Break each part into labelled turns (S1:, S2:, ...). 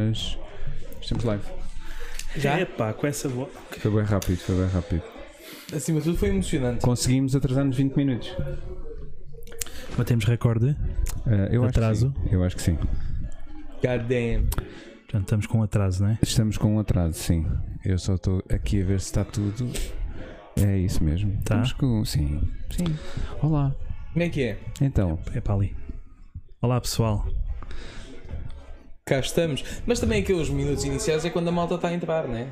S1: mas estamos live.
S2: Já?
S3: Epá, com essa voz.
S1: Foi bem rápido, foi bem rápido.
S2: É, Acima de tudo foi emocionante.
S1: Conseguimos atrasar-nos 20 minutos.
S3: Batemos recorde.
S1: Ah, eu
S3: Atraso?
S1: Acho que sim. Eu acho que sim.
S2: God damn.
S3: Portanto, estamos com atraso, não é?
S1: Estamos com um atraso, sim. Eu só estou aqui a ver se está tudo. É isso mesmo.
S3: Tá.
S1: Estamos com. um Sim. Sim. Olá.
S2: Como é que é?
S1: Então,
S3: É para ali. Olá pessoal.
S2: Cá estamos. Mas também aqueles minutos iniciais é quando a malta está a entrar, né?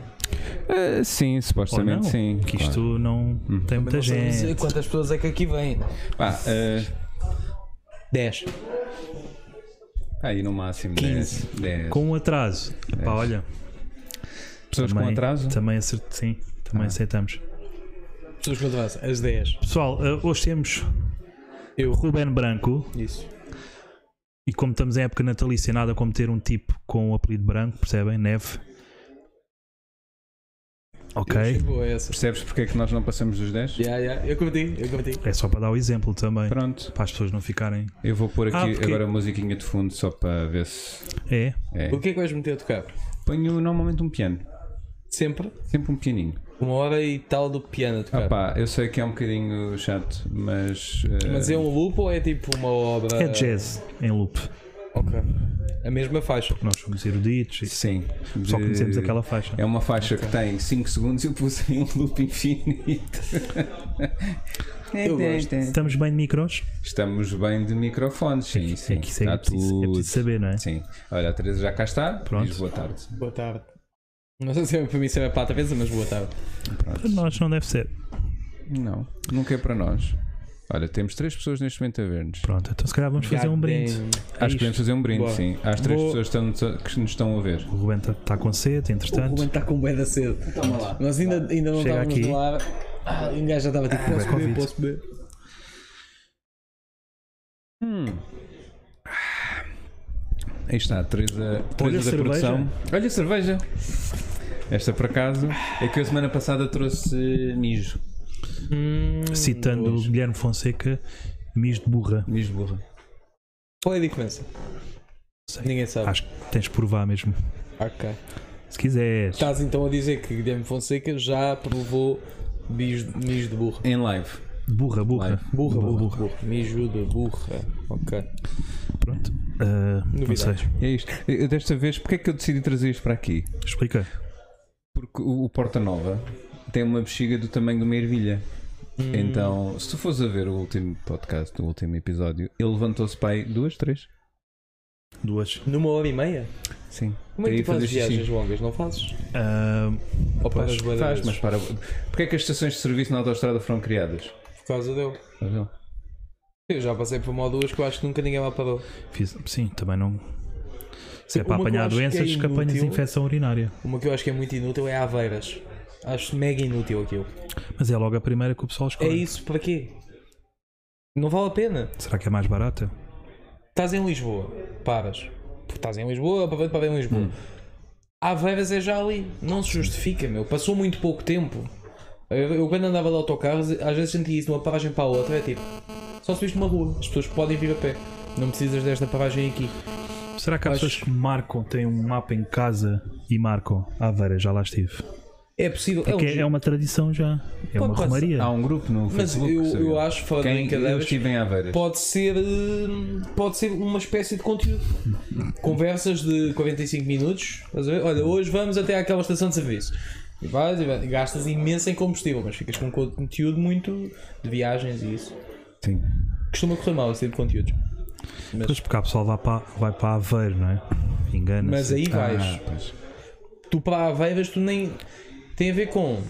S1: ah, sim,
S3: Ou não?
S1: supostamente sim. Uhum.
S3: Que isto não tem muita
S2: Não sabemos
S3: gente.
S2: Quantas pessoas é que aqui vêm?
S1: Claro. Pá, ah,
S2: 10.
S1: aí no máximo 10.
S2: 15.
S1: 10.
S3: Com um atraso. Epá, olha.
S1: Pessoas É com
S3: também-
S1: atraso? Ah.
S3: Também acerto, sim. Também aceitamos.
S2: Pessoas que atrasam. As 10.
S3: Pessoal, eh, hoje temos
S2: Eu.
S3: Ruben Branco.
S2: Isso.
S3: E como estamos em época natalícia, nada como ter um tipo com o apelido branco, percebem? Neve.
S2: Eu achei
S3: Ok.
S2: boa essa.
S1: Percebes porque é que nós não passamos dos 10?
S2: Yeah, yeah. Eu curti, eu curti.
S3: É só para dar o exemplo também.
S1: Pronto.
S3: Para as pessoas não ficarem.
S1: Eu vou pôr aqui
S3: Ah, porque-
S1: agora a musiquinha de fundo só para ver se.
S3: É.
S1: É.
S2: O que é que vais meter a tocar?
S1: Ponho normalmente um piano.
S2: Sempre
S1: Sempre um pianinho.
S2: uma hora e tal do piano a tocar.
S1: Ah pá, eu sei que é um bocadinho chato, mas. eh,
S2: Mas é um loop ou é tipo uma obra?
S1: Ah.
S3: É jazz em loop.
S2: Ok. A mesma faixa.
S3: Nós somos eruditos e
S1: Sim.
S3: só
S1: de-
S3: conhecemos aquela faixa.
S2: um
S1: É uma faixa que tem 5 segundos e eu pus em um loop infinito.
S2: Eu gosto.
S3: Estamos bem de micros?
S1: Estamos bem de microfones, sim, sim.
S3: é que isso é,
S2: tá
S1: Está
S3: preciso, é
S1: tudo.
S3: preciso saber, não é?
S1: Sim. Olha, a Teresa já cá está.
S3: Pronto.
S1: Diz boa tarde.
S2: Boa tarde. Não sei se é para mim se é para a Teresa, mas boa tarde.
S3: Para nós não deve ser.
S1: Não, nunca é para nós. Olha, temos três pessoas neste momento a ver-nos.
S3: Pronto, então se calhar vamos fazer um
S2: God
S3: brinde.
S2: damn.
S3: É
S1: Acho que podemos
S3: isto.
S1: fazer um brinde,
S2: Bora.
S1: sim. Às três
S2: Vou-
S1: pessoas que estão-nos a- que nos estão a ver.
S3: O Ruben está com sede,
S2: O Ruben
S3: entretanto.
S2: está com bué da cedo.
S1: Então,
S2: Toma lá. Nós ainda, ainda não
S3: Chega
S2: estávamos
S3: aqui.
S2: no ar. Ah, e um gajo já estava tipo, posso
S3: Covid.
S2: beber, posso beber.
S1: Aí está, a Teresa,
S3: Olha a
S1: Teresa da
S3: cerveja.
S1: produção. Olha a cerveja. Esta por acaso é que eu semana passada trouxe mijo.
S3: Hum. Citando o Guilherme Fonseca, mis de burra.
S1: Mijo de burra.
S2: Qual é a diferença?
S3: Sei.
S2: Ninguém sabe.
S3: Acho que tens de provar mesmo.
S2: Ok.
S3: Se quiseres.
S2: Estás então a dizer que Guilherme Fonseca já provou mijo, mijo de burra.
S1: Em live.
S3: Burra, burra.
S1: Vai.
S2: Burra, burra, burra. Mijo de burra. Ok.
S3: Pronto. Ah, não sei.
S2: Novidades.
S1: É isto. Eu, desta vez, porque é que eu decidi trazer isto para aqui?
S3: Explica.
S1: Porque o, o Porta Nova tem uma bexiga do tamanho de uma ervilha. Então, se tu fores a ver o último podcast, o último episódio, ele levantou-se para aí duas, três.
S3: Duas.
S2: Numa hora e meia?
S1: Sim.
S2: Como é que
S1: Teria
S2: tu fazes
S1: fazer xixi.
S2: viagens longas? Não fazes?
S3: Ah,
S2: Ou paras bué de
S1: Faz, mas
S2: vezes?
S1: para. Porquê é que as estações de serviço na autostrada foram criadas?
S2: Por causa dele.
S1: Estás a ver?
S2: Eu já passei por uma ou duas que eu acho que nunca ninguém lá parou.
S3: fiz- sim, também não. Se é
S2: Uma
S3: para
S2: que eu
S3: apanhar
S2: acho que é
S3: doenças, que apanhas
S2: inútil.
S3: infecção urinária.
S2: Uma que eu acho que é muito inútil é a Aveiras. Acho mega inútil aquilo.
S3: Mas é logo a primeira que o pessoal
S2: É
S3: escolhe.
S2: isso para quê? Não vale a pena.
S3: Será que é mais barata?
S2: Estás em Lisboa, paras. Porque Estás em Lisboa, aproveita para ver em Lisboa. Aveiras é já ali. Não se justifica, meu. Passou muito pouco tempo. Eu, eu quando andava de autocarro, às vezes sentia isso de uma paragem para a outra. É tipo, só subiste uma rua. As pessoas podem vir a pé. Não precisas desta paragem aqui.
S3: Será que há pessoas que marcam, têm um mapa em casa e marcam? Ah, Vera, já lá estive.
S2: É possível. É, um
S3: Que é,
S2: jogo.
S3: é uma tradição já. É uma
S2: Pode
S3: romaria.
S1: Há um grupo no
S2: Mas
S1: Facebook.
S2: eu-
S1: sabe?
S2: eu acho, fora de
S1: Quem, Eu
S2: brincadeiras,
S1: estive em Aveiras.
S2: pode ser hum, pode ser uma espécie de conteúdo conversas de 45 minutos estás a ver? olha hoje vamos até àquela estação de serviço e vais e vais, e gastas imenso em combustível mas ficas com conteúdo muito de viagens e isso
S1: Sim.
S2: costuma correr mal esse tipo de conteúdos
S3: Pois porque há pessoal vai para, vai para Aveiro, não é? Engana-se.
S2: mas aí vais
S1: Ah, pois.
S2: tu para Aveiras tu nem tem a ver com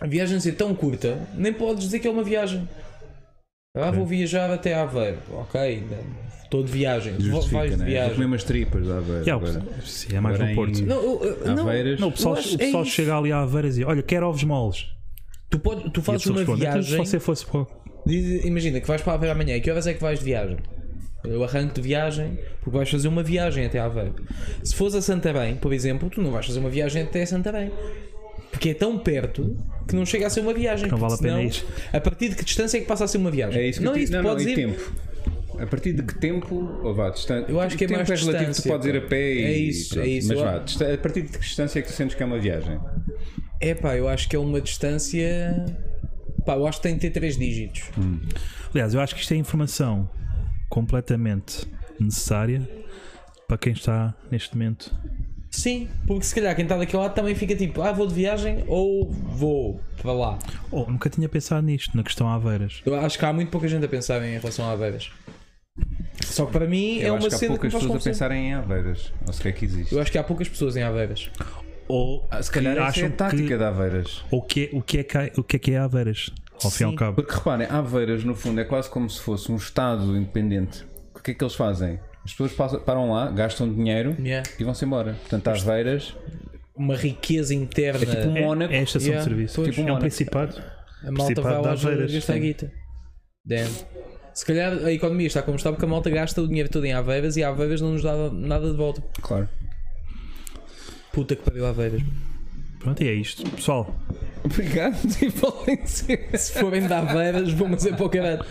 S2: a viagem ser tão curta, nem podes dizer que é uma viagem. Ah, vou viajar até Aveiro, ok, estou de viagem,
S1: Justifica,
S2: vais de
S1: né? Vou
S2: viagem.
S1: comer umas tripas da Aveira.
S3: E há o
S1: agora.
S3: pessoal- sim, é mais
S1: Agora
S3: no
S1: em-
S3: Porto.
S2: Não, eu- eu- não,
S1: Aveiras.
S3: Não, o pessoal,
S2: Eu acho-
S3: o pessoal
S2: é isso.
S3: chega ali à Aveira e diz: Olha, quero ovos moles.
S2: Tu, podes, tu
S3: E a
S2: fazes
S3: pessoa
S2: uma
S3: responde, "Então,
S2: viagem.
S3: Se você fosse para. o-"
S2: diz- imagina que vais para Aveiro amanhã. Que horas é que vais de viagem? Eu arranco de viagem porque vais fazer uma viagem até Aveiro. Se fores a Santarém, por exemplo, tu não vais fazer uma viagem até Santarém. Porque é tão perto que não chega a ser uma viagem.
S3: Não vale
S2: porque
S3: a pena
S2: senão, A partir de que distância é que passa a ser uma viagem?
S1: É isso que
S2: não
S1: eu
S2: é
S1: te-
S2: isso,
S1: não, não,
S2: podes
S1: e
S2: ir.
S1: tempo. A partir de que tempo, ou vá, distância.
S2: Eu acho que é
S1: tempo
S2: mais
S1: relativo, tu
S2: distância,
S1: podes ir a
S2: pá.
S1: pé e.
S2: É isso,
S1: pronto.
S2: é isso.
S1: Mas
S2: Eu
S1: vá,
S2: acho-
S1: dista- a partir de que distância é que tu sentes que é uma viagem?
S2: É pá, eu acho que é uma distância. Pá, eu acho que tem de ter 3 dígitos.
S3: Hum. Aliás, eu acho que isto é informação completamente necessária para quem está neste momento.
S2: Sim, porque se calhar quem está daquele lado também fica tipo, ah, vou de viagem ou vou para lá.
S3: Oh, nunca tinha pensado nisto, na questão Aveiras.
S2: Eu acho que há muito pouca gente a pensar em relação a Aveiras. Só que para mim é
S1: eu
S2: uma
S1: acho que há
S2: cena que me
S1: poucas pessoas
S2: faz
S1: a
S2: confusão.
S1: pensarem em Aveiras. Ou se é que existe.
S2: Eu acho que há poucas pessoas em Aveiras.
S3: Ou
S1: Ah, se calhar
S3: que
S1: essa é a
S3: que-
S1: tática de Aveiras.
S3: ou que, é- o, que é que, há- o que é que é Aveiras, ao fim e ao
S2: Sim.
S3: cabo.
S1: Porque reparem, Aveiras no fundo é quase como se fosse um Estado independente. O que é que eles fazem? As pessoas passam- param lá, gastam dinheiro
S2: Yeah.
S1: e vão-se embora. Portanto, Aveiras
S2: Uma riqueza interna.
S1: é tipo um Mónaco.
S3: É a estação
S2: Yeah,
S3: de serviço.
S2: pois.
S3: Tipo um é um
S1: Mónaco.
S3: principado.
S2: A malta vai
S3: Principado
S2: lá
S3: de Aveiras,
S2: gastar
S3: sim.
S2: guita. Damn. Se calhar a economia está como está porque a malta gasta o dinheiro todo em Aveiras e a Aveiras não nos dá nada de volta.
S1: Claro.
S2: Puta que pariu Aveiras.
S3: Pronto, e é isto. Pessoal,
S1: Obrigado e podem ser.
S2: Se forem de Aveiras, vão fazer para o caralho.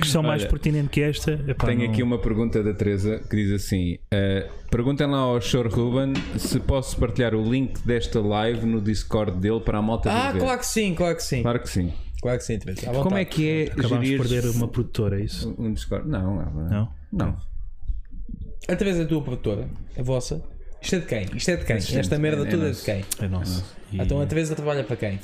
S3: questão mais
S1: Olha,
S3: pertinente que esta. Epá,
S1: Tenho
S3: não-
S1: aqui uma pergunta da Teresa que diz assim: eh, Perguntem lá ao Sr. Ruben se posso partilhar o link desta live no Discord dele para a malta
S2: Ah,
S1: ver.
S2: claro que sim, claro que sim.
S1: é. Claro que sim.
S2: Claro que sim, Teresa. À
S1: Como
S2: vontade.
S1: é que é
S3: Acabámos de
S1: gerir
S3: perder uma produtora, é isso?
S1: um Discord? Não, não.
S3: Não?
S1: Não.
S2: A Teresa é a tua produtora, a vossa. Isto é de quem? Isto é de quem? Esta merda
S1: é
S2: toda é de
S1: nosso.
S2: quem?
S3: É nosso. E-
S2: Então a Teresa trabalha para quem?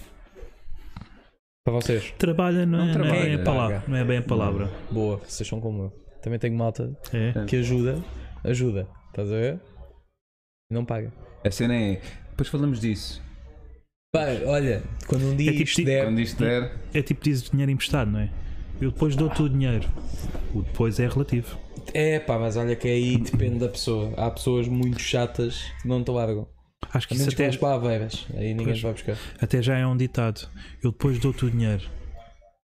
S2: Para vocês.
S3: Trabalha não, é- não é,
S1: trabalha.
S3: bem a palavra, não é bem a palavra.
S2: Boa, vocês são como eu. Também tenho malta
S3: É.
S2: que ajuda, ajuda. Estás a ver? E Não paga.
S1: A cena é. Depois falamos disso.
S2: Pá, olha, quando um dia
S3: É tipo
S2: isto
S3: ti-
S2: der.
S1: Quando isto der.
S3: É tipo dizes dinheiro emprestado, não é? Eu depois dou-te o dinheiro. O depois é relativo.
S2: É pá, mas olha que aí depende da pessoa. Há pessoas muito chatas que não te largam.
S3: Acho
S2: A
S3: que isso
S2: menos que
S3: até,
S2: vais para Aveiras. Aí ninguém te vai buscar.
S3: até já é um ditado. Eu depois dou-te o dinheiro.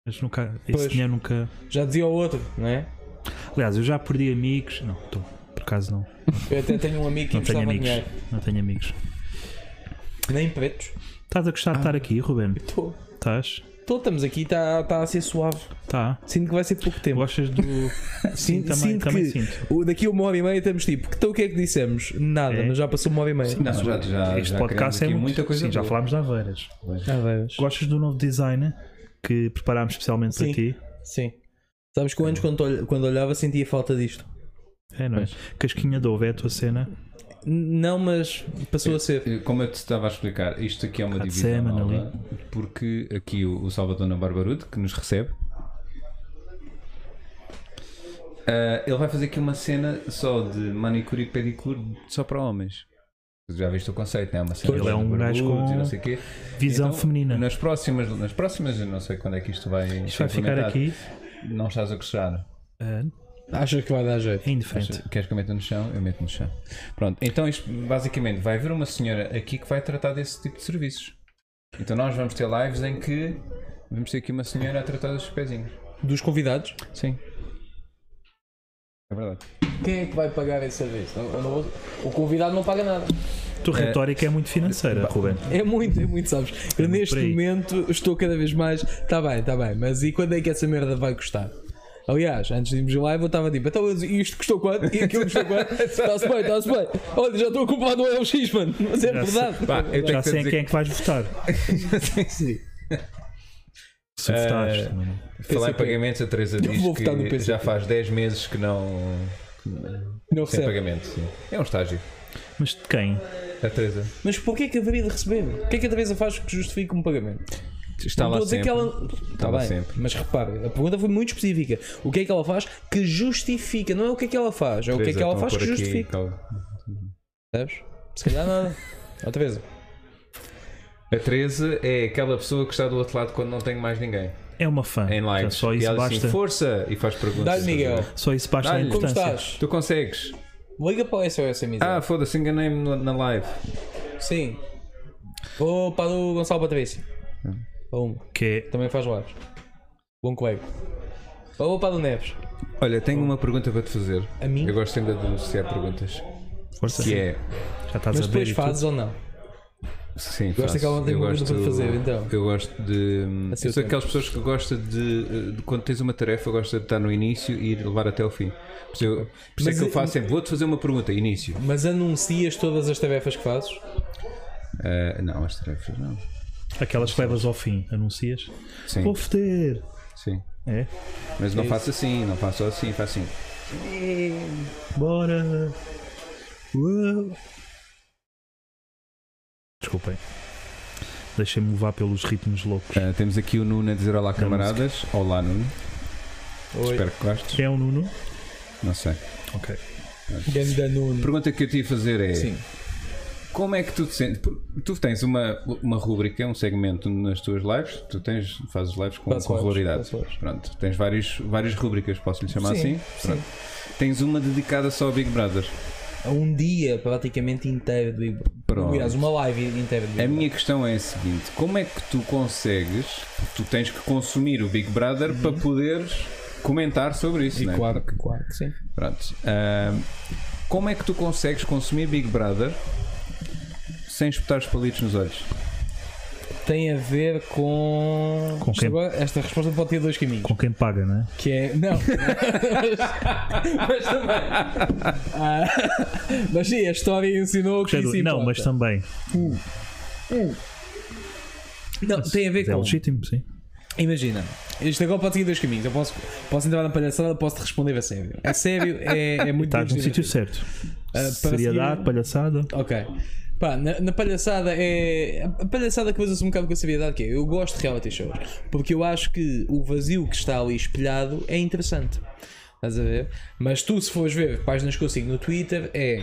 S3: Mas nunca. Esse
S2: Pois.
S3: dinheiro nunca.
S2: Já dizia o outro, não é?
S3: Aliás, eu já perdi amigos. Não, estou. Por acaso não.
S2: Eu até tenho um amigo que
S3: Não tenho
S2: emprestava
S3: amigos.
S2: dinheiro.
S3: Não tenho amigos.
S2: Nem pretos.
S3: Estás a gostar de
S1: Ah.
S3: estar aqui, Ruben?
S2: Estou.
S3: Estás?
S2: Estamos aqui, está tá a ser suave.
S3: Tá.
S2: Sinto que vai ser pouco tempo.
S3: Gostas do. Sim, também,
S2: sinto
S3: também
S2: que
S3: sinto.
S2: o- daqui a uma hora e meia estamos tipo, então o que é que dissemos? Nada,
S3: É.
S2: mas já passou uma hora e meia.
S1: Não, já, Ah, já,
S3: este
S1: já criamos
S3: podcast é
S1: aqui
S3: muito.
S1: muita coisa.
S3: Sim, já
S1: boa.
S3: falámos de Aveiras.
S2: Aveiras.
S3: Gostas do novo design que preparámos especialmente
S2: Sim.
S3: para ti?
S2: Sim. Sabes que antes quando, olh- quando olhava sentia falta disto.
S3: É, não é? Casquinha de ovo é a tua cena.
S1: Então,
S2: N- Não, mas passou a ser.
S1: Eh, Como eu te estava a explicar, isto aqui é uma
S3: Há de
S1: divisão
S3: semana
S1: nova,
S3: ali.
S1: porque aqui o, o Salvador na Barbarude, que nos recebe, ah, ele vai fazer aqui uma cena só de manicure e pedicure só para homens. Já viste o conceito, não é? Uma cena
S3: Ele é um
S1: de
S3: gajo com
S1: barbudos e não sei quê.
S3: Visão
S1: Então,
S3: feminina.
S1: Nas próximas, nas próximas, eu não sei quando é que isto vai
S3: Isto vai ficar aqui.
S1: Não estás a gostar.
S3: É,
S2: Achas que vai dar jeito?
S3: é indiferente.
S1: Queres que eu meta no chão? Eu meto no chão. Pronto, então isto basicamente vai haver uma senhora aqui que vai tratar desse tipo de serviços. Então nós vamos ter lives em que vamos ter aqui uma senhora a tratar dos pezinhos.
S2: Dos convidados?
S1: Sim. É verdade.
S2: Quem é que vai pagar esse serviço? Eu- eu não vou- O convidado não paga nada.
S3: A tua retórica é muito financeira, Ruben.
S2: É muito, é muito, sabes? Eu
S3: muito
S2: neste
S3: por aí.
S2: momento estou cada vez mais. Tá bem, tá bem, mas e quando é que essa merda vai custar? Aliás, antes de irmos lá, eu estava tipo, então mas isto custou quanto? E aquilo custou quanto? Está-se bem, está-se bem. Olha, já estou a comprar no LX, mano. Mas é
S3: Já sei.
S2: verdade.
S1: Pá, eu
S3: Já
S1: tenho que
S3: sei em
S1: dizer
S3: quem é que vais votar.
S1: é.
S2: Sim.
S3: Se
S1: Eh,
S3: votares. também não.
S1: que
S2: é
S1: falar em pagamentos, a Teresa diz
S2: vou votar no
S1: que
S2: PCP.
S1: já faz 10 meses que não.
S2: Não
S1: Sem
S2: recebe.
S1: pagamento, sim. É um estágio.
S3: Mas de quem?
S1: A Teresa
S2: Mas porquê que haveria de receber? O que é que a Teresa faz que justifique um pagamento?
S1: está
S2: Não
S1: Tá lá
S2: estou a
S1: sempre. Tá
S2: dizer que ela. Está
S1: lá
S2: bem,
S1: sempre.
S2: mas repare, a pergunta foi muito específica. O que é que ela faz que justifica? Não é o que é que ela faz, é o que é que
S1: Teresa,
S2: ela
S1: estão a
S2: faz que
S1: pôr aqui,
S2: justifica.
S1: calma.
S2: Sabes? Se calhar nada. Outra vez.
S1: A Teresa é aquela pessoa que está do outro lado quando não tem mais ninguém.
S3: É uma fã.
S1: Em
S3: Já
S1: lives.
S3: Só
S1: e
S3: isso
S1: ela diz
S3: basta.
S1: assim, força! E faz perguntas.
S2: Dá-lhe, Miguel.
S3: Só isso basta a
S1: Dá-lhe.
S2: Como
S3: importância.
S2: estás?
S1: Tu consegues.
S2: Liga para o SOS, amigo.
S3: Tá.
S1: Ah, foda-se, enganei-me no- na live.
S2: Sim. Vou para o Gonçalo Patrício. Ou um.
S3: Que é
S2: Também faz lives. Bom colega. Ou para o Neves.
S1: Olha, tenho uma pergunta para te fazer.
S2: A mim?
S1: Eu gosto ainda de associar perguntas.
S3: é. Força.
S1: Que é.
S3: Já
S2: Mas
S3: estás a ver.
S2: depois
S3: e tudo.
S2: fazes ou não?
S1: Sim,
S2: Gosto
S1: faço.
S2: daquela ontem
S1: eu
S2: que eu
S1: gosto,
S2: vou fazer, então.
S1: Eu gosto de.
S2: A seu
S1: eu sou
S2: tempo.
S1: aquelas pessoas que gosta de, eh, de- Quando tens uma tarefa, gosta de estar no início e ir levar até ao fim. Por isso, eu, por isso é
S2: Mas
S1: que eu
S2: e-
S1: faço sempre. Vou-te fazer uma pergunta, início.
S2: Mas anuncias todas as tarefas que fazes?
S1: Eh, não, as tarefas não.
S3: Aquelas que levas ao fim, anuncias.
S1: Sim,
S3: Vou foder!
S1: sim.
S3: É?
S1: Mas não faço assim, não faço assim, faço assim.
S3: Bora! Uou. Desculpem. Deixem-me levar pelos ritmos loucos.
S2: É.
S1: Eh, temos aqui o Nuno a dizer olá, camaradas. Olá, Nuno.
S2: Oi.
S1: Espero que gostes.
S3: Quem é o Nuno?
S1: Não sei.
S3: Ok.
S2: Ganda
S1: A
S2: Nuno.
S1: pergunta que eu te ia fazer é.
S2: Sim.
S1: Como é que tu te sentes? Por- Tu tens uma, uma rúbrica, um segmento nas tuas lives, tu tens, fazes lives com,
S2: Faço
S1: com
S2: lives,
S1: regularidade.
S2: faço lives.
S1: Pronto, tens vários, várias rúbricas, posso lhe chamar
S2: Sim,
S1: assim? Pronto. Tens uma dedicada só ao Big Brother.
S2: Um dia praticamente inteiro do Big
S1: Pronto.
S2: Brother. Aliás, uma live inteira do Big
S1: A
S2: Brother.
S1: minha questão é a seguinte: como é que tu consegues, tu tens que consumir o Big Brother para poderes comentar sobre isso, não é?
S2: Uhum. Claro que claro, que sim.
S1: Pronto. Ahm, como é que tu consegues consumir Big Brother sem espetar os palitos nos olhos?
S2: Tem a ver com.
S3: Com
S2: Isto
S3: quem?
S2: agora- Esta resposta pode ter dois caminhos.
S3: Com quem paga, não é?
S2: Que é. Não. mas, mas também. Ah, mas sim, a história ensinou que
S3: Gostei do-
S2: isso
S3: Não,
S2: importa.
S3: mas também.
S2: Não, tem a ver
S3: É
S2: com.
S3: legítimo, sim.
S2: Imagina, isto agora pode seguir dois caminhos. Eu posso, posso entrar na palhaçada, posso te responder a sério. A sério é, é muito
S3: Estás Tá no
S2: divertido.
S3: sítio certo.
S2: Ah, para
S3: Seriedade,
S2: seguir-
S3: palhaçada.
S2: Ok. Pá, na, na palhaçada é. A palhaçada que usa-se um bocado com a seriedade que é. Eu gosto de reality shows. Porque eu acho que o vazio que está ali espelhado é interessante. Estás a ver? Mas tu, se fores ver páginas que eu sigo no Twitter, é.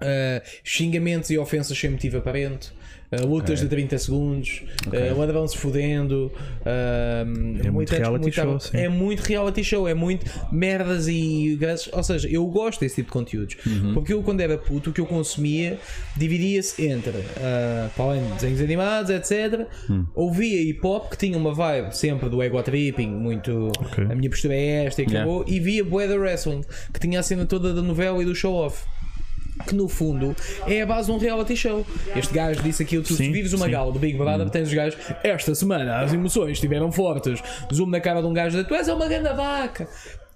S2: ah, xingamentos e ofensas sem motivo aparente, ah, lutas de 30 segundos, ah, ladrão se fodendo, ah,
S3: É muito
S2: muita-
S3: reality
S2: muita-
S3: show, sim.
S2: é muito reality show, é muito merdas e graças. Ou seja, eu gosto desse tipo de conteúdos.
S3: Uhum.
S2: Porque eu, quando era puto, o que eu consumia dividia-se entre, ah, para além de desenhos animados, etc.
S3: Hum.
S2: Ouvia hip hop, que tinha uma vibe sempre do ego tripping, muito. A minha postura é esta e acabou. E via Boé da Wrestling, que tinha a cena toda da novela e do show off. Que no fundo é a base de um reality show. Este gajo disse aquilo: tu
S3: Sim,
S2: vives uma
S3: sim.
S2: gala do Big Brother, tens os gajos. Esta semana as emoções estiveram fortes. Zoom na cara de um gajo, tu és uma grande vaca.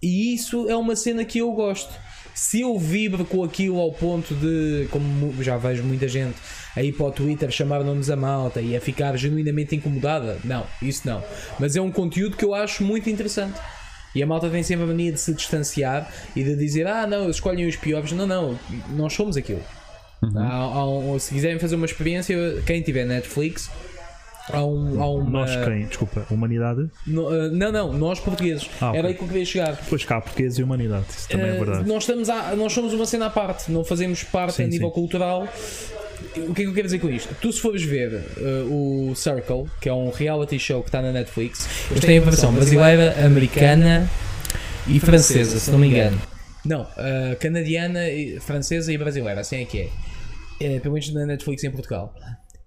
S2: E isso é uma cena que eu gosto. Se eu vibro com aquilo ao ponto de, como mu- já vejo muita gente aí para o Twitter chamar nomes a malta e a ficar genuinamente incomodada, não, isso não. Mas é um conteúdo que eu acho muito interessante. E a malta tem sempre a mania de se distanciar e de dizer: ah, não, eles escolhem os piores. Não, não, nós somos aquilo. Há- há um- se quiserem fazer uma experiência, quem tiver Netflix, há um. Há uma-
S3: Nós quem? Desculpa, humanidade.
S2: No- ah, não, não, nós portugueses.
S3: Ah, ok.
S2: Era aí que eu queria chegar.
S3: Pois cá, português e humanidade. Isso também é
S2: Ah,
S3: verdade.
S2: nós, estamos a, nós somos uma cena à parte, não fazemos parte
S3: Sim,
S2: a nível
S3: sim.
S2: cultural. O que é que eu quero dizer com isto? Tu, se fores ver ah, o Circle, que é um reality show que está na Netflix, eles têm a versão brasileira, americana e francesa, se não me engano. Não, ah, canadiana, e- francesa e brasileira, assim é que é. é. Pelo menos na Netflix em Portugal.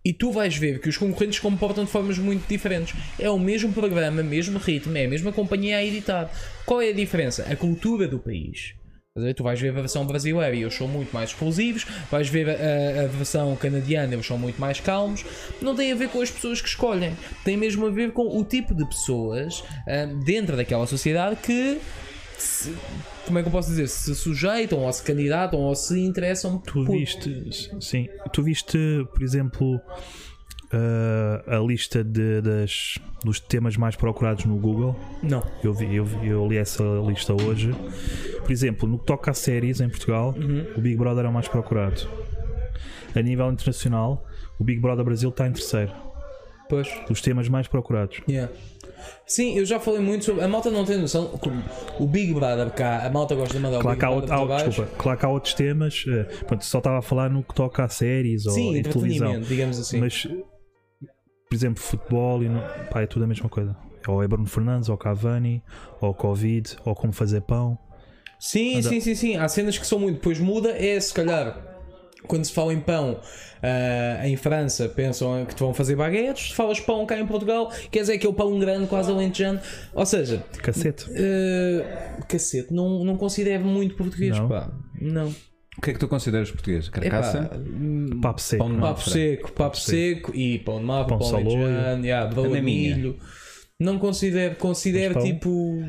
S2: E tu vais ver que os concorrentes se comportam de formas muito diferentes. É o mesmo programa, mesmo ritmo, é a mesma companhia a editar. Qual é a diferença? A cultura do país. Estás a ver? Tu vais ver a versão brasileira e eles são muito mais explosivos, vais ver eh, a, a versão canadiana, eles são muito mais calmos. Não tem a ver com as pessoas que escolhem, tem mesmo a ver com o tipo de pessoas ah, dentro daquela sociedade que se- como é que eu posso dizer? Se sujeitam ou se candidatam ou se interessam
S3: Tu
S2: por-
S3: viste, sim, tu viste, por exemplo, ah, a lista de- das, dos temas mais procurados no Google.
S2: Não.
S3: Eu, vi- eu, vi- eu li essa lista hoje. Por exemplo, no que toca a séries em Portugal,
S2: Uhum.
S3: o Big Brother é o mais procurado. A nível internacional, o Big Brother Brasil está em terceiro.
S2: Pois.
S3: Os temas mais procurados.
S2: Yeah. Sim, eu já falei muito sobre. A malta não tem noção. como O Big Brother cá, a malta gosta de mandar o
S3: Claro
S2: Big
S3: que, há,
S2: Brother
S3: outro- há-
S2: para baixo.
S3: desculpa, claro que há outros temas. eh, pronto, só estava a falar no que toca a séries ou
S2: Sim,
S3: em televisão.
S2: entretenimento, digamos assim.
S3: Mas, por exemplo, futebol e no- pá, é tudo a mesma coisa. Ou é Bruno Fernandes, ou Cavani, ou Covid, ou como fazer pão.
S2: Sim, sim, sim, sim. Há cenas que são muito. Depois muda, é se calhar. Quando se fala em pão ah, em França, pensam que te vão fazer baguetes. Se falas pão cá em Portugal, quer dizer aquele pão grande, quase alentejano. Ou seja,
S3: Cacete.
S2: Eh, ah, cacete, não, não considero muito português,
S3: Não?
S2: pá. Não.
S1: que é que tu consideras português? Carcaça?
S2: Epá, hum,
S3: Papo seco.
S1: Pão de
S3: não é?
S1: mal.
S2: papo seco, papo seco e pão de mapa,
S3: Pão
S2: pão,
S3: de
S2: de
S3: saloio.
S2: leitão, yeah, bolo de
S1: Maminha.
S2: milho. Não considero, considero
S3: Mas pão?
S2: tipo,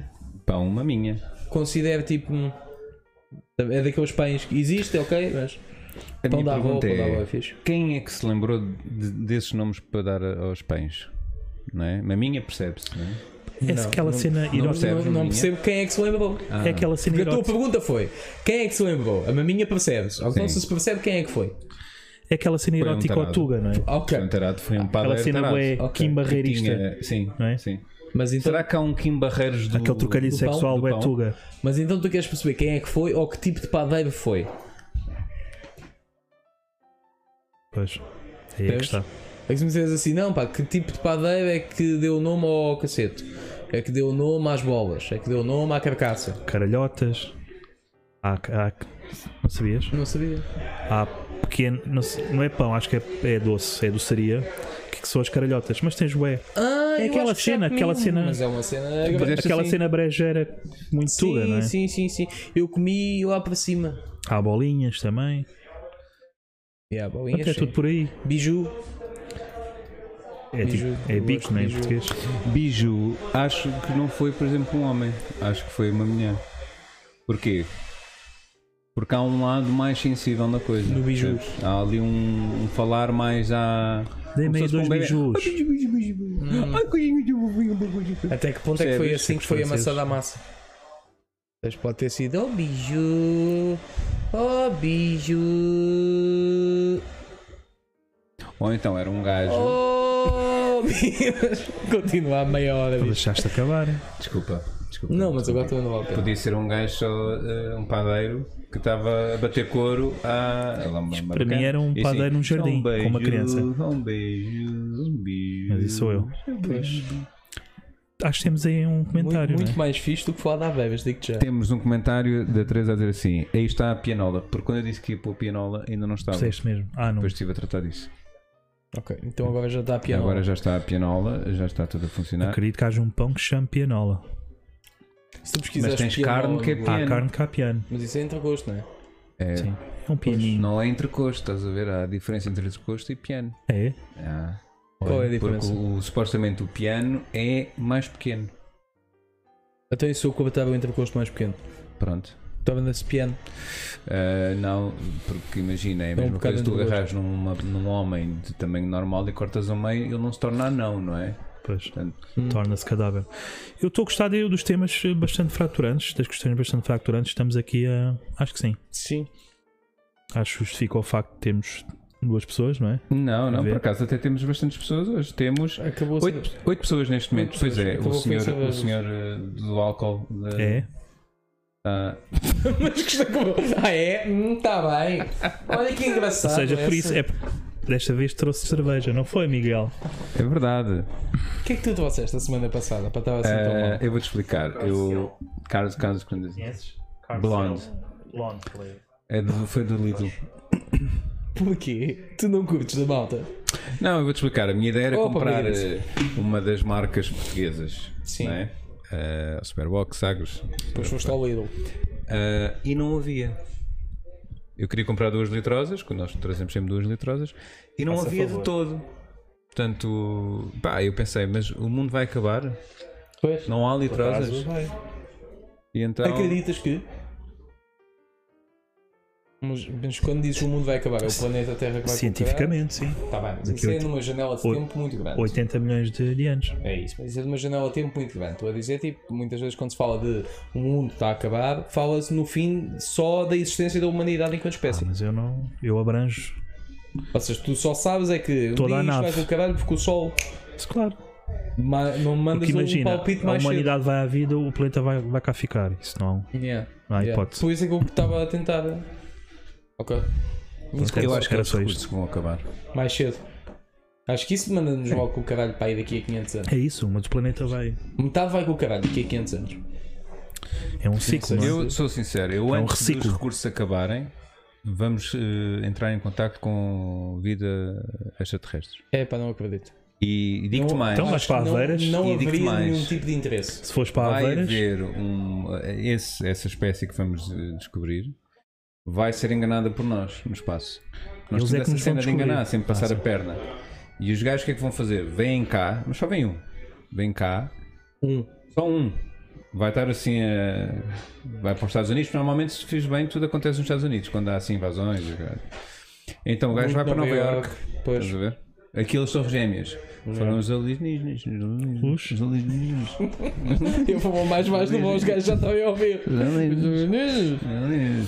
S1: Pão, uma minha.
S2: considero tipo, hum, é daqueles pães que existe, ok, mas
S1: A
S2: pão
S1: minha
S2: da avó,
S1: pergunta
S2: pão da avó é
S1: é,
S2: fixe.
S1: quem é que se lembrou de- desses nomes para dar a- aos pães? Não é? Maminha percebe-se, não é?
S3: É aquela cena
S1: não
S3: irónica.
S1: percebo,
S2: Não, não
S1: maminha. Ah.
S2: percebo quem é que se lembrou.
S3: É aquela cena
S2: Porque a tua
S3: irónica.
S2: pergunta foi: quem é que se lembrou? A maminha percebe-se. Ou Então,
S1: Sim.
S2: se se percebe, quem é que foi?
S3: É aquela cena
S1: um
S3: irótica ao
S1: tarado.
S3: Tuga, não é?
S2: Ok.
S1: Portanto, Tarado foi um padre
S3: Aquela cena
S1: tarado.
S3: bué
S2: Ok.
S3: Kim Barreirista.
S1: Tinha- sim,
S3: Não é?
S1: sim.
S2: Mas então,
S1: Será que há um Kim Barreiros do
S3: Aquele trocadilho
S1: do pão,
S3: sexual
S1: do
S3: bué
S1: pão?
S3: Tuga.
S2: mas então tu queres perceber quem é que foi ou que tipo de padeiro foi?
S3: Pois. Aí é que
S2: Percebes?
S3: está.
S2: É que se me disseres assim, não pá, que tipo de padeiro é que deu nome ao cacete? É que deu nome às bolas? É que deu nome à carcaça?
S3: Caralhotas. Há, há, não sabias?
S2: Não sabia.
S3: Há pequeno. Não, sei- não é pão, acho que é, é doce, é doceria. Que, que são as caralhotas. Mas tens bué.
S2: Ah,
S3: É
S2: eu
S3: aquela
S2: acho que já
S3: cena,
S2: comi
S3: aquela
S2: uma.
S3: cena-
S2: Mas é uma cena.
S1: Mas este
S3: Aquela
S1: assim-
S3: cena brejeira muito
S2: Sim,
S3: Tuga, não é?
S2: sim, sim, sim. Eu comi lá para cima.
S3: Há bolinhas também.
S2: Yeah, bolinhas,
S3: Portanto, é
S2: sim.
S3: tudo por aí.
S2: Biju.
S3: É, tipo,
S2: Biju.
S3: é
S2: Eu
S3: bico,
S2: gosto
S3: não é? Em
S2: de biju.
S3: português.
S1: Biju, acho que não foi, por exemplo, um homem. Acho que foi uma mulher. Porquê? Porque há um lado mais sensível na coisa.
S2: No biju.
S1: percebes? Há ali um, um falar mais à.
S3: Dê-me
S1: como se
S3: aí dois
S1: fosse para um bebê.
S3: bijus.
S1: Ai, coisinha de bovinha, bovinha.
S2: Até que ponto é que foi
S1: Percebes?
S2: assim que foi
S3: Franceses.
S2: amassada a massa? Mas pode ter sido oh biju, oh biju,
S1: Ou então era um gajo.
S2: oh biju. Continua a meia hora.
S3: Tu
S2: bicho.
S3: deixaste acabar.
S1: Desculpa, desculpa.
S2: Não, mas agora estou a não vale a pena.
S1: Podia ser um gajo só, eh, um padeiro, que estava a bater couro é a.
S3: para mim era um
S1: assim,
S3: padeiro num jardim, com uma criança.
S1: Um beijo, um beijo.
S3: Mas isso sou eu. Acho que temos aí um comentário,
S2: Muito,
S3: não é?
S2: muito mais fixe do que falar da Bebas, digo-te já.
S1: Temos um comentário da Teresa a dizer assim: aí está a pianola, porque quando eu disse que ia pôr a pianola ainda não estava.
S3: Disseste mesmo. Ah, não.
S1: Depois estive a tratar disso.
S2: Ok, então agora já está a piano.
S1: Agora já está a pianola, já está tudo a funcionar.
S3: Acredito que haja um pão que chame pianola.
S2: Se tu pesquisares
S1: Mas tens
S2: piano,
S1: carne que é
S2: não-
S3: Há
S1: piano.
S3: Ah, carne que há piano.
S2: Mas isso é entregosto, não é?
S1: É,
S3: Sim. É um pianinho.
S1: Não é entrecosto, estás a ver? Há a diferença entre entrecosto e piano.
S3: É?
S1: Ah,
S2: Qual é a
S1: porque
S2: diferença?
S1: o- supostamente o piano é mais pequeno.
S2: Até Então isso eu cobatava o entrecosto mais pequeno.
S1: Pronto.
S2: Estava nesse piano.
S1: Ah, não, porque imagina, é a
S2: É um
S1: mesma
S2: bocado
S1: coisa que tu
S2: entrecosto.
S1: agarras numa- num homem de tamanho normal e cortas ao meio, ele não se torna anão, não é?
S3: Pois.
S1: Portanto,
S3: Torna-se cadáver. Eu estou a gostar de- dos temas eh, bastante fraturantes, das questões bastante fraturantes. Estamos aqui a. Acho que sim.
S2: Sim.
S3: Acho que justifica o facto de termos duas pessoas, não é?
S1: não, não,
S3: ver.
S1: por acaso até temos bastantes pessoas hoje. Temos
S2: Acabou
S1: Oito, oito pessoas neste momento,
S2: Oito
S1: pois
S2: pessoas. Então
S1: é, o
S2: Acabou a
S1: senhor,
S2: conversa
S1: o
S2: da-
S1: senhor eh, do álcool de-
S3: É.
S1: Ah,
S2: Mas que está como. Ah, é? Hum, tá bem. Olha que engraçado.
S3: Ou seja, por
S2: essa.
S3: isso. É... Desta vez trouxe cerveja, não foi, Miguel?
S1: é verdade.
S2: O que é que tu trouxeste a semana passada para estar assim tão
S1: Ah,
S2: mal?
S1: eu vou te explicar. Eu, Carlos Carlos Fernandes. Blonde.
S3: Blonde,
S1: É do- foi do Lidl.
S2: Porquê? Tu não curtes da malta?
S1: Não, eu vou te explicar. A minha ideia era
S2: Opa,
S1: comprar
S2: Miguel.
S1: eh, uma das marcas portuguesas,
S2: Sim.
S1: não é? Ah, Superbox, Sagres.
S2: Depois foste ao Lidl.
S1: Ah, e não havia. Eu queria comprar duas litrosas, que nós trazemos sempre duas litrosas, e não havia de todo. Portanto, pá, eu pensei, mas o mundo vai acabar?
S2: Pois.
S1: Não há litrosas? E então.
S2: Acreditas que? Mas, mas quando dizes o mundo vai acabar, é o planeta Terra que vai
S3: Cientificamente, sim.
S2: Está bem, mas
S3: Daqui
S2: isso é
S3: oito-
S2: numa janela de
S3: tipo oito-
S2: tempo muito grande.
S3: 80 milhões de, de anos.
S2: É isso, mas isso é de uma janela de tempo muito grande. Estou a dizer, tipo, muitas vezes quando se fala de o mundo está a acabar, fala-se no fim só da existência da humanidade enquanto espécie.
S3: Mas eu não. Eu abranjo.
S2: Ou seja, tu só sabes é que um
S3: Toda
S2: dia
S3: a
S2: isto
S3: nave.
S2: vai com o caralho porque o sol
S3: Mas claro.
S2: ma- não mandas
S3: Porque
S2: um
S3: imagina,
S2: palpite
S3: a
S2: mais cedo.
S3: humanidade vai à vida, o planeta vai, vai cá ficar. Isso não.
S2: Yeah.
S3: Não há
S2: yeah.
S3: Ah, hipótese.
S2: Por isso é que eu estava a tentar. Ok.
S1: Eu acho que é
S3: Era
S1: era só
S3: só
S1: recursos que vão acabar.
S2: Mais cedo. Acho que isso manda-nos logo com o caralho para ir daqui a 500 anos.
S3: É isso, mas o planeta vai.
S2: Metade vai com o caralho daqui a 500 anos.
S3: É um ciclo, não é?
S1: Eu sou sincero, eu
S3: um
S1: antes
S3: reciclo.
S1: dos recursos acabarem, vamos eh, entrar em contato com vida extraterrestre.
S2: É pá, não acredito.
S1: E digo-te
S2: Não-
S1: mais.
S3: Então, vais para
S2: Não,
S3: Aveiras
S2: não
S1: e digo-te
S2: haveria
S1: mais.
S2: nenhum tipo de interesse.
S3: Se fores para
S1: Vai
S3: Aveiras,
S1: haver um, esse- essa espécie que vamos eh, descobrir vai ser enganada por nós no espaço. Nós
S3: Eles
S1: temos
S3: é que
S1: essa
S3: nos vão
S1: cena de
S3: descobrir.
S1: enganar, sempre
S3: Ah,
S1: passar
S3: sim.
S1: a perna. E os gajos o que é que vão fazer? Vêm cá, mas só vem um. Vem cá,
S2: Um.
S1: só um. Vai estar assim a... Vai para os Estados Unidos. Normalmente, se fiz bem, tudo acontece nos Estados Unidos, quando há assim invasões. e o caralho. Então o gajo vai para Nova York.
S2: Pois.
S1: Estás a ver? Aquilo são gêmeas. Foram os alienígenas. Os alienígenas. Os alienígenas.
S2: Eu vou mais mais no bom, os gajos já estão a ouvir.
S1: Os alienígenas. É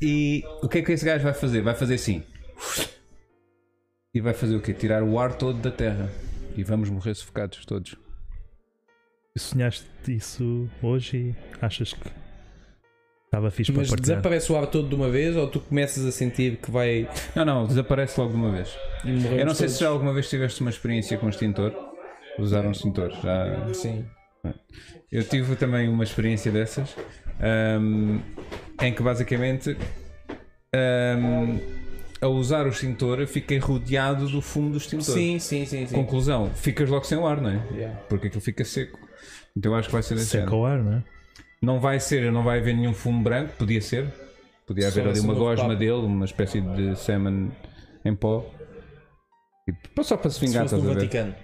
S1: E o que é que esse gajo vai fazer? Vai fazer assim. E vai fazer o quê? Tirar o ar todo da Terra. E vamos morrer sufocados todos.
S3: Sonhaste isso hoje e achas que estava fixe
S2: Mas
S3: para partilhar?
S2: desaparece o ar todo de uma vez ou tu começas a sentir que vai
S1: Não, não, desaparece logo de uma vez.
S2: morrer?
S1: Eu não sei se já alguma vez tiveste uma experiência com extintor. Usar um extintor. Já,
S2: Sim.
S1: Eu tive também uma experiência dessas ahm, em que basicamente ahm, ao usar o extintor eu fiquei rodeado do fumo do extintor.
S2: Sim, sim, sim, sim.
S1: Conclusão, ficas logo sem o ar, não é?
S2: Yeah.
S1: Porque aquilo fica seco. Então eu acho que vai ser desse
S3: Seca
S1: género.
S3: o ar, não é?
S1: Não vai ser, não vai haver nenhum fumo branco, podia ser. Podia haver
S2: Só
S1: ali
S2: esse
S1: uma
S2: novo
S1: gosma
S2: papo.
S1: dele, uma espécie de semen em pó. E só para se
S2: Se
S1: vingar,
S2: fosse
S1: estás
S2: no
S1: a ver?
S2: Vaticano.